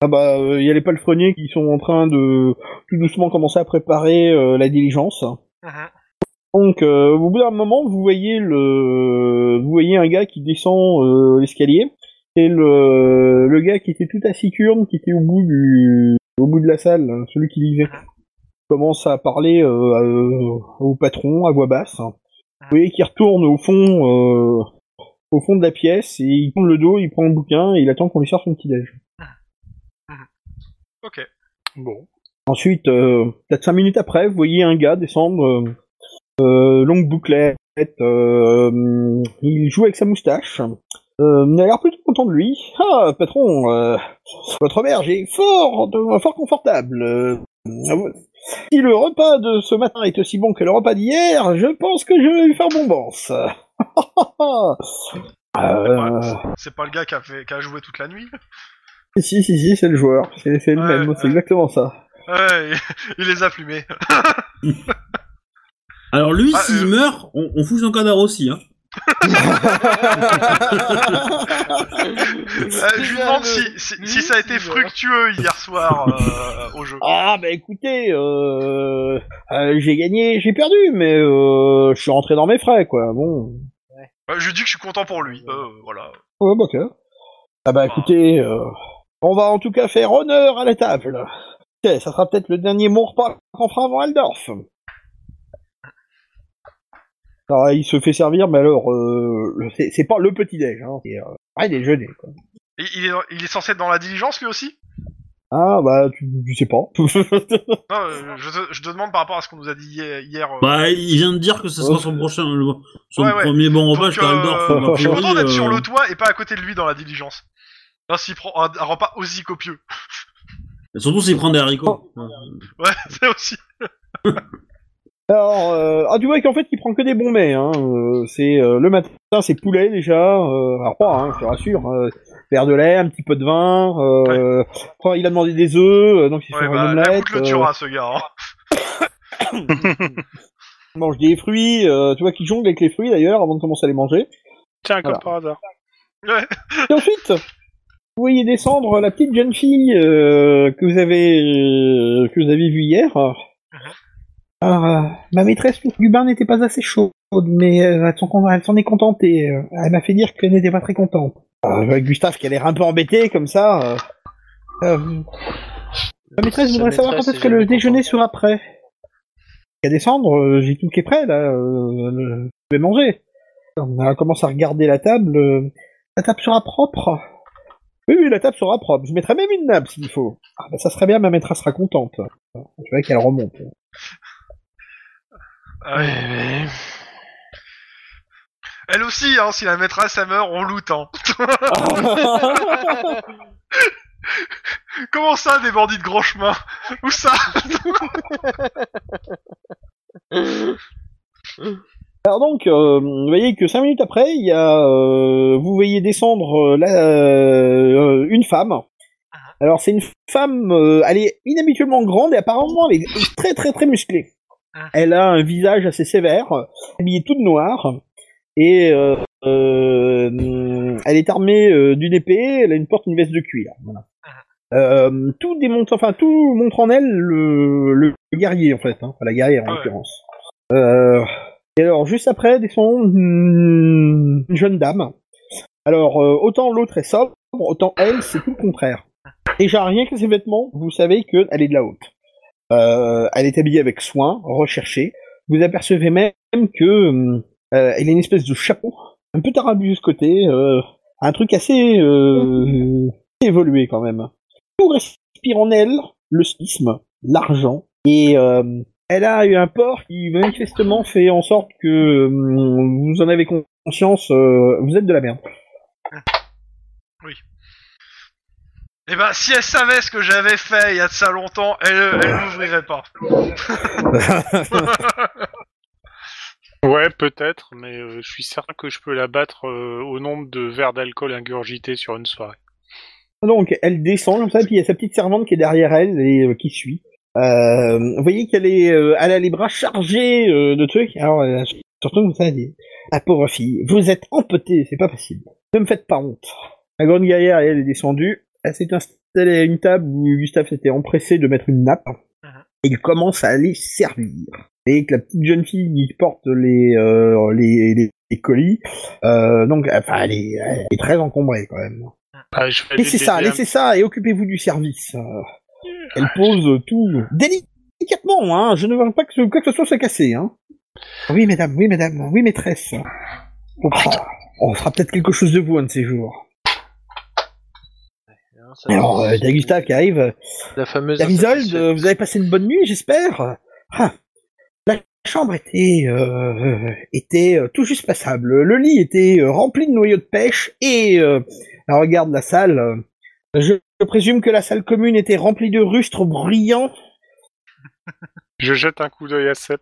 Ah bah, il y a les palefreniers qui sont en train de tout doucement commencer à préparer euh, la diligence. Mhm. Donc, euh, au bout d'un moment, vous voyez le, vous voyez un gars qui descend euh, l'escalier. C'est le, le gars qui était tout taciturne, qui était au bout du, au bout de la salle, hein, celui qui disait. Commence à parler euh, euh, au patron à voix basse. Vous voyez qu'il retourne au fond, euh, au fond de la pièce et il tourne le dos, il prend le bouquin et il attend qu'on lui serve son petit déj. Ok. Bon. Ensuite, euh, peut-être cinq minutes après, vous voyez un gars descendre, euh, euh, longue bouclette, euh, il joue avec sa moustache. Euh, il a l'air plutôt content de lui. Ah, patron, euh, votre berger est fort, de- fort confortable. Euh, ah ouais. si le repas de ce matin est aussi bon que le repas d'hier, je pense que je vais lui faire bombance. euh, C'est pas le gars qui a, fait, qui a joué toute la nuit. si, si, si, c'est le joueur. C'est c'est le Ouais, même, c'est ouais. exactement ça. Ouais, il, il les a plumés. Alors lui, Ah, s'il euh. meurt, on, on fout son cadavre aussi. Hein. Euh, je lui demande si, si, si ça a été fructueux hier soir euh, au jeu. Ah bah écoutez, euh, euh, j'ai gagné, j'ai perdu, mais euh, je suis rentré dans mes frais, quoi. Bon. Euh, je lui dis que je suis content pour lui. Euh, voilà. Ouais, bah, ok. Ah bah écoutez, euh, on va en tout cas faire honneur à la table. Tiens, ça sera peut-être le dernier bon repas qu'on fera avant Aldorf. Alors, Ah, il se fait servir, mais alors, euh, le- c'est c'est pas le petit déj, hein, c'est euh, un déjeuner. Quoi. Et il, est, il est censé être dans la diligence lui aussi Ah bah tu, tu sais pas. Non, euh, je, te- je te demande par rapport à ce qu'on nous a dit hier. hier, euh. Bah, il vient de dire que ce sera son prochain, le- son Ouais, ouais. premier bon repas Donc, jusqu'à Aldorf. euh, donc, a je suis priori, content d'être sur euh, le toit et pas à côté de lui dans la diligence. Non, s'il prend un, un repas aussi copieux. Surtout s'il prend des haricots. Ouais, c'est aussi. Alors, euh, ah, tu vois qu'en fait, il prend que des bons mets. Hein. euh, c'est euh, le matin, c'est poulet déjà, euh, alors pas, hein, je te rassure. Euh, verre de lait, un petit peu de vin. Euh, enfin, il a demandé des œufs, euh, donc il fait Ouais, une bah, la omelette. goutte le euh, tuera ce gars. hein. il mange des fruits. euh, tu vois qu'il jongle avec les fruits d'ailleurs avant de commencer à les manger. Tiens, comme Voilà. par hasard. Et ensuite, vous voyez descendre la petite jeune fille euh, que vous avez euh, que vous avez vue hier. Uh-huh. Alors, euh, ma maîtresse du bain n'était pas assez chaude, mais euh, elle s'en elle s'en est contentée. euh, Elle m'a fait dire qu'elle n'était pas très contente. Euh, je vois Gustave qui a l'air un peu embêté comme ça. euh, euh, ma maîtresse Sa voudrait savoir quand maîtresse est-ce que est le jamais déjeuner sera prêt. Qu'à descendre, euh, j'ai tout qui est prêt là. euh, le- je vais manger. Elle commence à regarder la table. euh, la table sera propre. Oui, oui, la table sera propre. Je mettrai même une nappe s'il faut. Ah, bah, ça serait bien, ma maîtresse sera contente. Tu vois qu'elle remonte. Ah oui. Elle aussi, hein, si la maîtresse elle meurt, on loot. Hein. Comment ça, des bandits de grand chemin Où ça Alors donc, euh, vous voyez que cinq minutes après, il y a, euh, vous voyez descendre euh, la- euh, une femme. Alors c'est une femme, euh, elle est inhabituellement grande et apparemment elle est très très très musclée. Ah. Elle a un visage assez sévère, habillée toute noire, et euh, euh, elle est armée euh, d'une épée, elle a une porte, une veste de cuir. Voilà. Ah. Euh, tout démontre, enfin tout montre en elle le, le guerrier en fait, hein, enfin, la guerrière en Ah ouais. l'occurrence. Euh, et alors, juste après, descend une une jeune dame. Alors, euh, autant l'autre est sobre, autant elle, c'est tout le contraire. Ah. Déjà, rien que ses vêtements, vous savez qu'elle est de la haute. Euh, elle est habillée avec soin, recherchée. Vous apercevez même que euh, elle a une espèce de chapeau, un peu tarabu ce côté, euh, un truc assez euh, évolué quand même. Tout respire en elle le schisme, l'argent et euh, elle a eu un port qui manifestement fait en sorte que euh, vous en avez con- conscience, euh, vous êtes de la merde. Eh ben, si elle savait ce que j'avais fait il y a de ça longtemps, elle elle m'ouvrirait pas. Ouais, peut-être, mais euh, je suis certain que je peux la battre euh, au nombre de verres d'alcool ingurgités sur une soirée. Donc elle descend comme ça, puis il y a sa petite servante qui est derrière elle et euh, qui suit. Euh, vous voyez qu'elle est, euh, elle a les bras chargés euh, de trucs. Alors elle a surtout comme ça, elle dit "La pauvre fille, vous êtes empotée, c'est pas possible. Ne me faites pas honte." La grande guerrière, elle est descendue. Elle s'est installée à une table où Gustave s'était empressé de mettre une nappe. Et il commence à les servir. Et que la petite jeune fille qui porte les euh, les, les- les colis, euh, donc enfin elle est, elle est très encombrée quand même. Ah, je vais Laissez aller ça, l'aider un- laissez ça et occupez-vous du service. Euh, Elle pose euh, tout délicatement, hein. Je ne veux pas que ce- quoi que ce soit soit cassé, hein. Oui, mesdames, oui, mesdames, oui, maîtresse. Ah, on fera peut-être quelque chose de vous un de ces jours. Hein, ça- Alors, euh, t'as Gustave qui arrive. euh, La fameuse. La Isolde, insatisfaction. euh, vous avez passé une bonne nuit, j'espère. Ah, la chambre était, euh, était euh, tout juste passable. Le lit était euh, rempli de noyaux de pêche et euh, alors, regarde la salle. euh, Je, je présume que la salle commune était remplie de rustres brillants. Je jette un coup d'œil à Sep.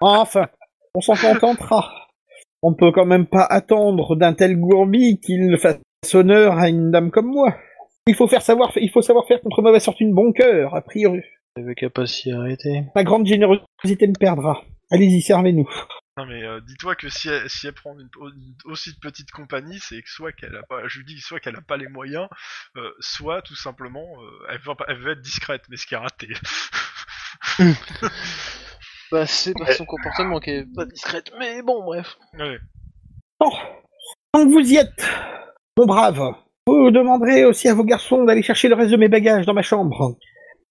Enfin, on s'en contentera. On peut quand même pas attendre d'un tel gourbi qu'il fasse honneur à une dame comme moi. Il faut faire savoir, il faut savoir faire contre mauvaise sortune bon cœur, a priori. J'avais qu'à pas s'y arrêter. Ma grande générosité me perdra. Allez-y, servez-nous. Non mais euh, dis-toi que si elle, si elle prend une, une- aussi de petite compagnie, c'est que soit qu'elle a pas, je lui dis soit qu'elle a pas les moyens, euh, soit tout simplement euh, elle, veut, pas- elle veut être discrète, mais ce qui est raté. Bah, c'est par son comportement qui est pas discrète, mais bon, bref. Ouais. Bon, tant que vous y êtes, mon brave, vous demanderez aussi à vos garçons d'aller chercher le reste de mes bagages dans ma chambre.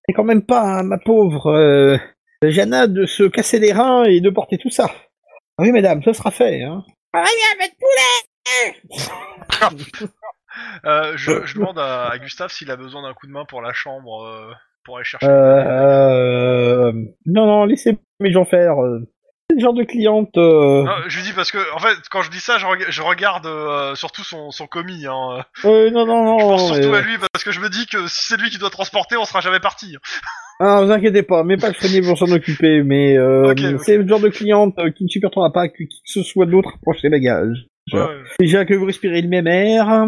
Et quand même pas, hein, ma pauvre euh, Jana, de se casser les reins et de porter tout ça. Ah Oui, mesdames, ce sera fait. Hein. Euh, je, je demande à, à Gustave s'il a besoin d'un coup de main pour la chambre, euh, pour aller chercher. Euh, euh, non, non, laissez mes gens faire. euh. C'est le genre de cliente. euh, Non, je lui dis parce que en fait quand je dis ça, je, rega- je regarde euh, surtout son, son commis. Hein. euh, non, non, non. Je pense surtout euh, à lui parce que je me dis que si c'est lui qui doit transporter, on sera jamais parti. Ah, vous inquiétez pas, mais pas le premier pour s'en occuper, mais euh, Ok, ok. c'est le genre de cliente euh, qui ne supportera pas que qui que ce soit d'autre approche ses bagages. Voilà. Ouais. Déjà que vous respirez le même air.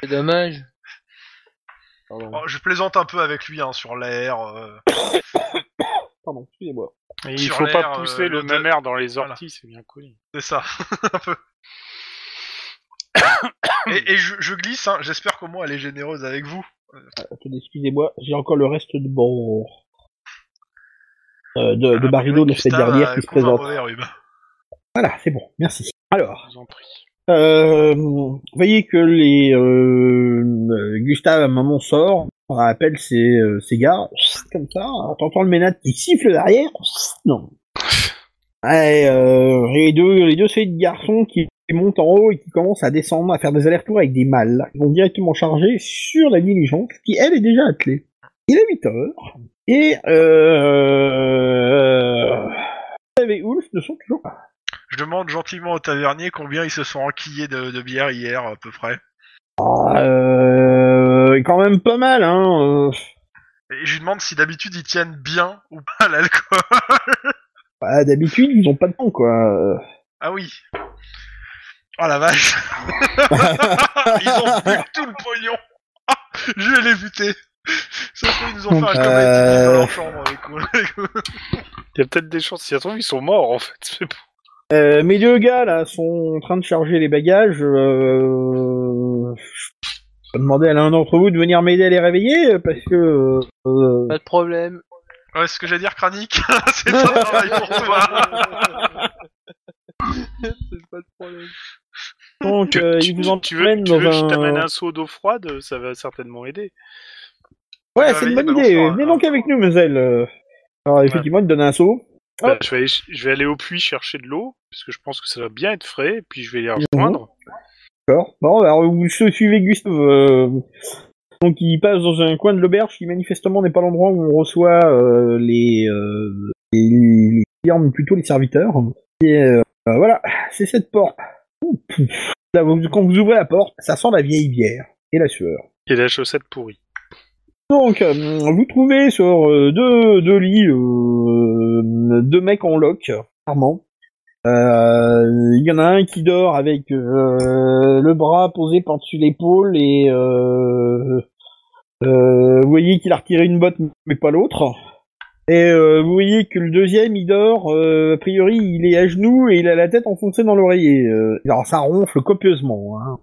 C'est dommage. Pardon. Oh, je plaisante un peu avec lui hein, sur l'air. euh, Pardon, excusez-moi. Et il Sur faut l'air, pas euh, pousser le l'odeur- même air dans les orties, Voilà. c'est bien connu. C'est ça, un peu. et et je, je glisse, hein, j'espère qu'au moins elle est généreuse avec vous. Attendez, excusez-moi, j'ai encore le reste de bon. euh, de, de Ah, Barilo de la fête Gustave a dernière qui se convaincu présente. mauvais rhume. Voilà, c'est bon, merci. Alors, Je vous en prie. Euh, vous voyez que les euh, euh, Gustave à maman sort, on appelle ses, euh, ses gars, comme ça, t'entends le ménade qui siffle derrière, non. Ouais, euh, et les deux, les deux séries de garçons qui montent en haut et qui commencent à descendre, à faire des allers-retours avec des malles, ils vont directement charger sur la diligence qui elle est déjà attelée. Il est 8 heures et euh, euh, Gustave et Ulf ne sont toujours pas. Je demande gentiment au tavernier combien ils se sont enquillés de, de bière hier, à peu près. Ah, Euh, quand même pas mal, hein. euh. Et je lui demande si d'habitude ils tiennent bien ou pas à l'alcool. Bah, d'habitude, ils ont pas de temps, quoi. Ah oui. Oh la vache. ils ont bu tout le pognon. Ah, je vais les buter. Sauf qu'ils nous ont fait un comédie dans leur chambre. les cons. Il y a peut-être des chances, si ça se trouve, ils sont morts en fait. C'est pour- Euh, mes deux gars, là, sont en train de charger les bagages. Euh... Je vais demander à l'un d'entre vous de venir m'aider à les réveiller, parce que... euh, Bah, Pas de problème. Ouais, ce que j'allais dire, Kranik, c'est ton travail pour toi. c'est pas de problème. Donc, Tu- euh, tu- ils vous emmènent tu veux, tu veux que je dans t'amène un... un seau d'eau froide Ça va certainement aider. Ouais, c'est une bonne Balance-toi, idée. hein. Venez donc avec nous, mademoiselle. Euh, Alors, effectivement, ils te donnent un seau. Bah, Hop. je, vais aller, ch- je vais aller au puits chercher de l'eau, parce que je pense que ça va bien être frais, et puis je vais les rejoindre. D'accord. Bon, alors, vous suivez Gustave. euh, Donc il passe dans un coin de l'auberge qui manifestement n'est pas l'endroit où on reçoit euh, les, euh, les, les clients, mais plutôt les serviteurs. Et euh, voilà, c'est cette porte. Ouh, pouf. Là, vous- quand vous ouvrez la porte, ça sent la vieille bière et la sueur. Et la chaussette pourrie. Donc, euh, vous trouvez sur euh, deux, deux lits euh, deux mecs en loc, clairement. Euh, Il y en a un qui dort avec euh, le bras posé par-dessus l'épaule et euh, euh, vous voyez qu'il a retiré une botte mais pas l'autre. Et euh, vous voyez que le deuxième il dort, euh, a priori il est à genoux et il a la tête enfoncée dans l'oreiller. Euh, alors ça ronfle copieusement. Hein.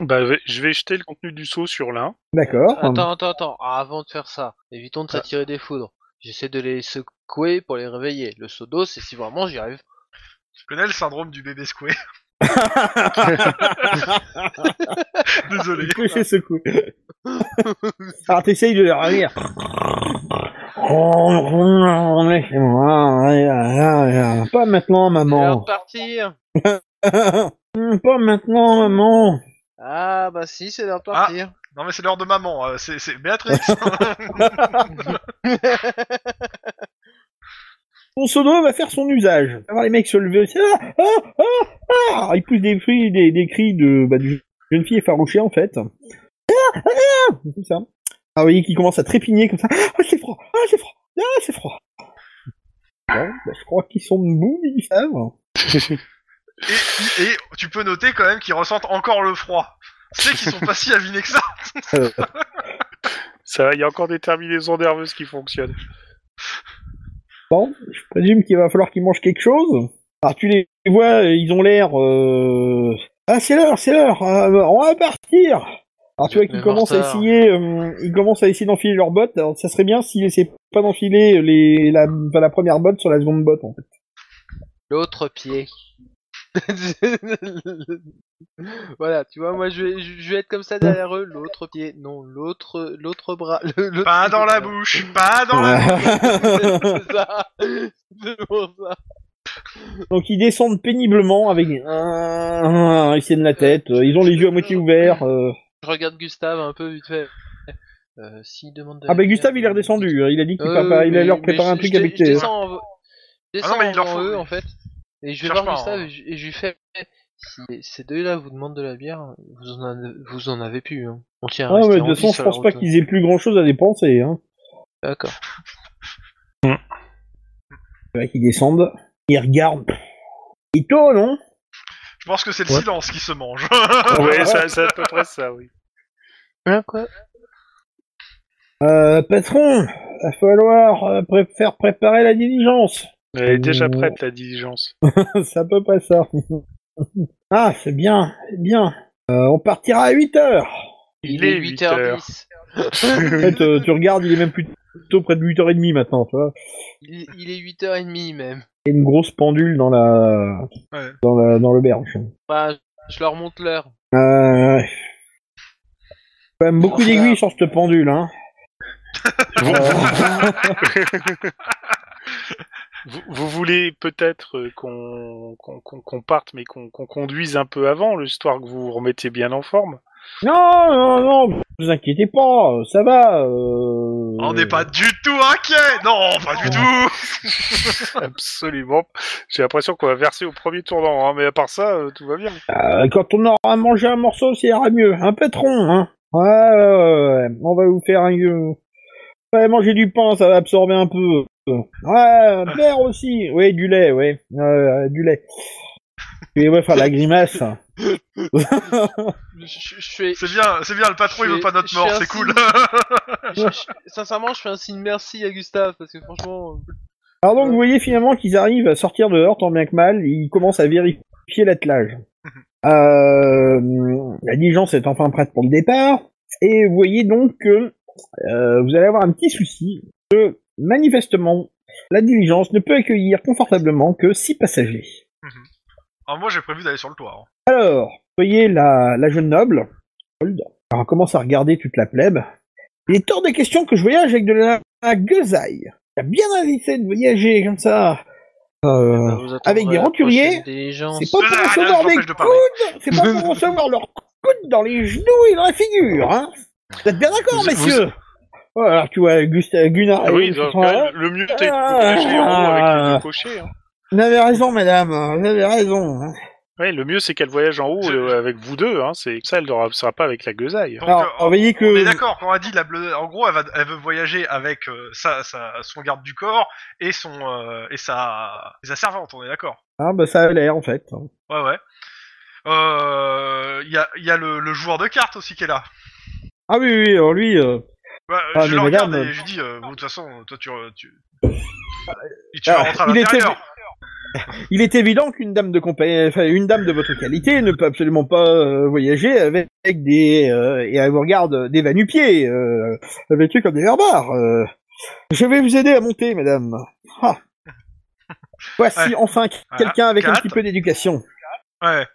Bah, je vais- je vais jeter le contenu du seau sur l'un. D'accord. Attends, attends, attends. Ah, avant de faire ça, évitons de s'attirer des foudres. J'essaie de les secouer pour les réveiller. Le seau d'eau, c'est si vraiment j'y arrive. Tu connais le syndrome du bébé secoué Désolé. que c'est secoué. Alors t'essayes de leur dire. Pas maintenant, C'est l'heure de maman. partir. Pas maintenant, maman. Ah, bah si, c'est l'heure de Ah. partir. Non mais c'est l'heure de maman, euh, c'est c'est Béatrice Ton sono va faire son usage. On va voir les mecs se lever. Ah, ah, ah, ah. Ils poussent des, cris- des, des cris de bah, de jeune fille effarouchée en fait. Ah, ah, ah. Comme ça. Ah, vous voyez qu'ils commencent à trépigner comme ça. Ah, c'est froid. Ah, c'est froid. Ah, c'est froid. Bon, bah, je crois qu'ils sont debout, ils savent. et, et tu peux noter quand même qu'ils ressentent encore le froid. C'est qu'ils sont pas si avinés que ça Ça va, il y a encore des terminaisons nerveuses qui fonctionnent. Bon, je présume qu'il va falloir qu'ils mangent quelque chose. Alors tu les vois, euh, ils ont l'air... euh, Ah c'est l'heure, c'est l'heure, euh, on va partir Alors tu vois qu'ils Mais commencent à Mortar. essayer, euh, ils commencent à essayer d'enfiler leurs bottes, alors ça serait bien s'ils essaient pas d'enfiler les, la, enfin, la première botte sur la seconde botte en fait. L'autre pied. voilà, tu vois, moi je vais, je je vais être comme ça derrière eux. L'autre pied, non, l'autre, l'autre bras. le- l'autre- Pas dans la bouche, pas dans la C'est ça. C'est pour ça. Donc ils descendent péniblement avec... Ils tiennent la tête, euh, ils ont les yeux à moitié ouverts. euh. Je regarde Gustave un peu vite fait. Euh, S'il demande. de Ah la bah bière, Gustave il est euh, redescendu, hein, il a dit qu'il euh, prépare- il mais- allait leur mais préparer je- un truc je- avec Je tes... descends, en- je Ah non, descends mais il leur en faut- eux en fait. Et je vais Cherche voir pas, Gustave hein. et je, et je lui fais. Si ces deux-là vous demandent de la bière, vous en avez, vous en avez plus. Hein. On tient à Ah rester ouais, de en toute vie façon je sur la pense pas route. qu'ils aient plus grand chose à dépenser. Hein. D'accord. Les mecs, ils descendent, ils regardent. Ito, non Je pense que c'est le Ouais. silence qui se mange. Ouais, ça- c'est à peu près ça, oui. Hein, quoi euh, Patron, va falloir euh, pré- faire préparer la diligence. Elle est déjà Oh. prête, la diligence. c'est à peu près ça. ah, c'est bien, c'est bien. Euh, on partira à 8 heures. Il, Il est est 8h10. En fait, euh, tu regardes, il est même plutôt près de 8h30 maintenant, tu vois. Il, il est 8h30 même. Il y a une grosse pendule dans la... Ouais. Dans la... dans l'auberge. Bah, je leur montre l'heure. Euh... Quand même beaucoup d'aiguilles sur cette pendule, hein. Euh, Vous, vous voulez peut-être euh, qu'on qu'on- qu'on- qu'on parte, mais qu'on qu'on conduise un peu avant, histoire que vous vous remettez bien en forme Non, non, non, vous inquiétez pas, euh, ça va. euh, On n'est pas du tout inquiet Non, pas du tout Absolument. J'ai l'impression qu'on va verser au premier tournant, hein, mais à part ça, euh, tout va bien. Euh, quand on aura mangé un morceau, ça ira mieux. Un patron, hein. Ouais, ouais, ouais, ouais. on va vous faire un. euh, Ouais, manger du pain, ça va absorber un peu. Ouais, un verre aussi. Oui, du lait, oui. du lait. Et ouais, faire la grimace. Je, je- je fais. C'est bien, c'est bien, le patron il Je veut pas notre suis- mort, je suis un c'est cool je- je- sincèrement, je fais un signe merci à Gustave parce que franchement. Alors donc, vous voyez finalement qu'ils arrivent à sortir dehors tant bien que mal, ils commencent à vérifier l'attelage. Euh, la diligence est enfin prête pour le départ, et vous voyez donc que euh, vous allez avoir un petit souci, que manifestement, la diligence ne peut accueillir confortablement que six passagers. Alors moi j'ai prévu d'aller sur le toit. hein. Alors, vous voyez la, la jeune noble, Hold. alors elle commence à regarder toute la plèbe. Il est hors de question que je voyage avec de la, la gueusaille. T'as bien invité de voyager comme ça. Euh, avec des roturiers, c'est pas pour Ah, recevoir je des m'empêche de parler. coudes, c'est pas pour recevoir leurs coudes dans les genoux et dans la figure, hein. Vous êtes bien d'accord, Vous- messieurs Oh, Alors tu vois, Gust- Gunnar... Ah oui, ils donc, sont quand là. même, le mieux, t'es de euh, Ah. protéger en haut avec les deux cochers. hein. Vous avez raison, madame, vous avez raison. hein. Ouais, le mieux, c'est qu'elle voyage en haut euh, avec vous deux. Hein. C'est comme ça, elle ne aura- sera pas avec la gueusaille. Donc, Alors, euh, on veillez que... On est d'accord, quand on a dit la bleu, en gros, elle, va, elle veut voyager avec euh, sa, sa- son garde du corps et son euh, et sa, et sa servante. On est d'accord. Ah, bah ça a l'air, en fait. Ouais, ouais. Euh, Il y a, il y a le, le joueur de cartes aussi qui est là. Ah oui, oui, alors lui... euh, Ouais, Ah, je mais le regarde madame, et euh, je lui dis, euh, bon, de toute façon, toi tu, re- tu, et tu Ah, vas rentrer à il était- l'intérieur. Il est évident qu'une dame de compagnie, enfin, une dame de votre qualité ne peut absolument pas euh, voyager avec des euh, et elle vous regarde des vanupiés euh, vêtus comme des barbares. euh. Je vais vous aider à monter, madame. Ah. Voici Ouais. enfin Voilà, quelqu'un avec un quatre. petit peu d'éducation. Ouais.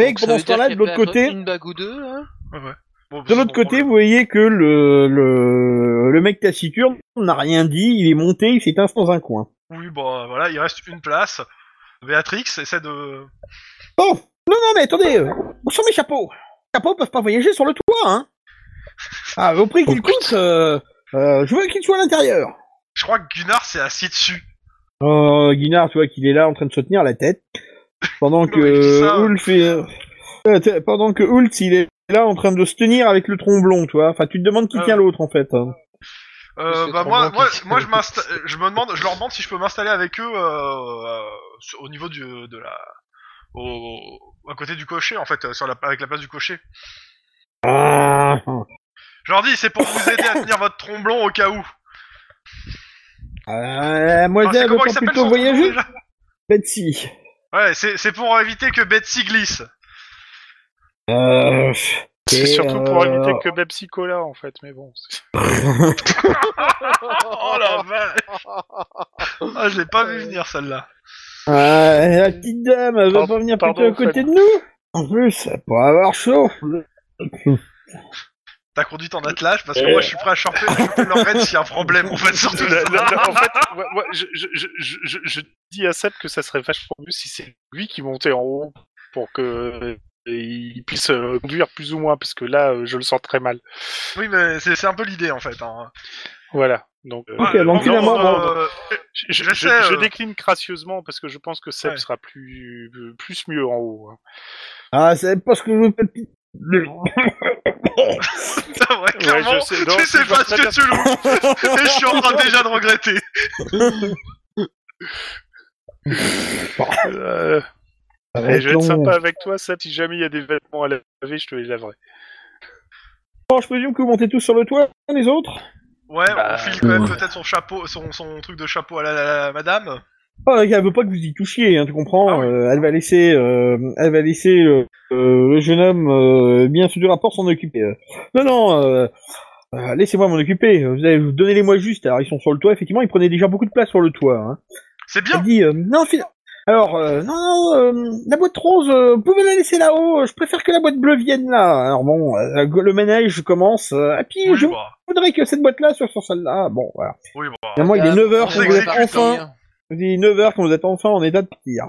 Et Donc, ça pendant veut ce dire temps-là, de qu'elle l'autre fait un peu côté, Une bague ou deux, hein ouais, ouais. Bon, bah, de c'est l'autre mon côté, problème. vous voyez que le le, le mec taciturne n'a rien dit, il est monté, il s'éteint dans un coin. Oui, bon, voilà, il reste une place. Béatrix essaie de. Bon, non, non, mais attendez, euh, où sont mes chapeaux Les chapeaux peuvent pas voyager sur le toit, hein Ah, au prix qu'ils coûtent, euh, euh, je veux qu'ils soient à l'intérieur. Je crois que Gunnar s'est assis dessus. Euh, Guinard, tu vois qu'il est là en train de se tenir la tête, pendant que Oui, euh, ça. Ulf est... euh, t- pendant que Ulf, il est là en train de se tenir avec le tromblon, tu vois. Enfin, tu te demandes qui Ah. tient l'autre, en fait. hein. Euh, C'est bah trop moi, bon moi, qu'il- moi je, m'insta- je me demande, je leur demande si je peux m'installer avec eux euh, euh, sur- au niveau du, de la, au, à côté du cocher en fait, euh, sur la, avec la place du cocher. Ah. Je leur dis, c'est pour vous aider à tenir votre tromblon au cas où. Euh, moi, Enfin, Ah, c'est elle veut comment il pas s'appelle plutôt son tromblon, voyager déjà Betsy. Ouais, c'est, c'est pour éviter que Betsy glisse. Euh... C'est et, surtout pour euh, éviter que Pepsi Cola, en fait. Mais bon. Oh la vache Ah, je l'ai pas vu venir celle-là. Ah, la petite dame, elle veut Euh, Pardon, pas venir plutôt pardon, à côté de nous En plus, elle pourrait avoir chaud. T'as conduit en attelage parce que moi je suis prêt à choper, à choper leur raid s'il y a un problème en fait sur tout La- la- la- en ça. fait, ouais, ouais, je, je, je, je- je- je dis à Seb que ça serait vachement mieux si c'est lui qui montait en haut pour que euh, il puisse euh, conduire plus ou moins, parce que là, euh, je le sens très mal. Oui, mais c'est, c'est un peu l'idée en fait. Hein. Voilà. Donc, euh, Ok, Ouais, donc en finalement, gros, bon. euh, je, je- je je- sais, je euh. décline gracieusement parce que je pense que Seb Ouais. sera plus, plus mieux en haut. hein. Ah, c'est parce que je veux pas... Ah ouais, clairement, Ouais, je sais, non, tu sais je vois pas ce très que bien. tu loues. Et je suis en train déjà de regretter. Euh, et je vais être sympa avec toi, Seb. Si jamais il y a des vêtements à laver, je te les laverai. Bon, je présume que vous montez tous sur le toit, les autres Ouais, on Bah, file quand même ouais. peut-être son chapeau, son, son truc de chapeau à la, la- la madame. Ah, elle veut pas que vous y touchiez, hein, tu comprends Ah oui. Euh, Elle va laisser, euh, elle va laisser euh, euh, le jeune homme euh, bien sous du rapport s'en occuper. euh. Non, non, euh, euh, laissez-moi m'en occuper. Vous allez vous donner les moi juste. Alors, ils sont sur le toit. Effectivement, ils prenaient déjà beaucoup de place sur le toit. Hein. C'est Elle bien. dit euh, non, fil- alors euh, non, non, euh, la boîte rose, euh, vous pouvez la laisser là-haut. euh, Je préfère que la boîte bleue vienne là. Alors bon, euh, le manège commence. euh, et puis Oui, je bah, voudrais que cette boîte-là soit sur celle-là. Ah, Bon, voilà. oui, bah. Finalement, il est Ah, 9 heures on qu'on vous vous êtes exécute, enfin, il est 9 heures qu'on vous êtes enfin en état de partir.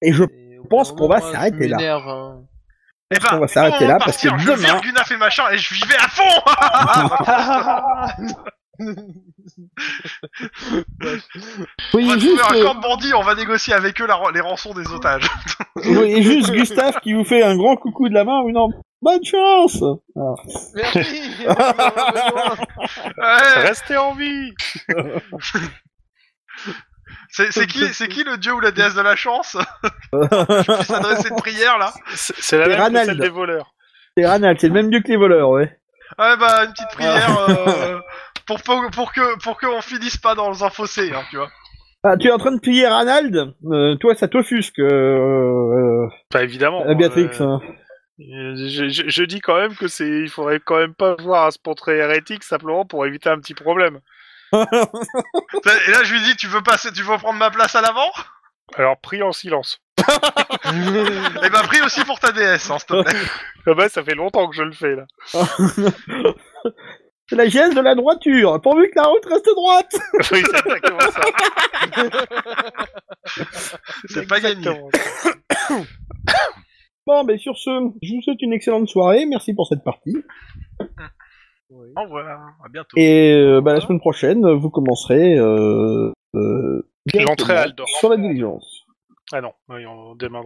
Et je Je pense qu'on va s'arrêter là. hein. Eh ben, qu'on va s'arrêter nous, on là, va parce que partir, je demain- vire Gunaf et machin et je vivais à fond. hein. on Oui, va trouver juste, un euh, camp de bandits, on va négocier avec eux la ran- les rançons des otages. vous voyez juste Gustave qui vous fait un grand coucou de la main, une en- bonne chance. Merci on en a besoin. Ouais, Restez en vie c'est c'est qui, c'est qui le dieu ou la déesse de la chance qui s'adresse une prière là C'est c'est la Et même que celle Ranald. des voleurs. C'est Ranald, c'est le même dieu que les voleurs, ouais. Ouais, bah une petite prière euh, pour, pour, pour que pour qu'on finisse pas dans un fossé, hein, tu vois. Ah, tu es en train de plier Ranald Euh, Toi, ça t'offusque, euh, euh, Pas évidemment. euh, Béatrix. euh, hein. Je, je- je dis quand même que c'est, il faudrait quand même pas voir à se portrait hérétique simplement pour éviter un petit problème. Et là, je lui dis, tu veux passer, tu veux prendre ma place à l'avant Alors pris en silence. Et bah, pris aussi pour ta déesse, hein, s'il te plaît. Ah bah, ça fait longtemps que je le fais là. C'est la geste de la droiture, pourvu que la route reste droite oui, c'est exactement ça. C'est pas gagné. Exactement. Bon, ben sur ce, je vous souhaite une excellente soirée, merci pour cette partie. Oui. Au revoir, à bientôt. Et euh, bah, la semaine prochaine, vous commencerez euh, euh, L'entrée à directement Aldor. sur la diligence. Ah non, oui, on démarre.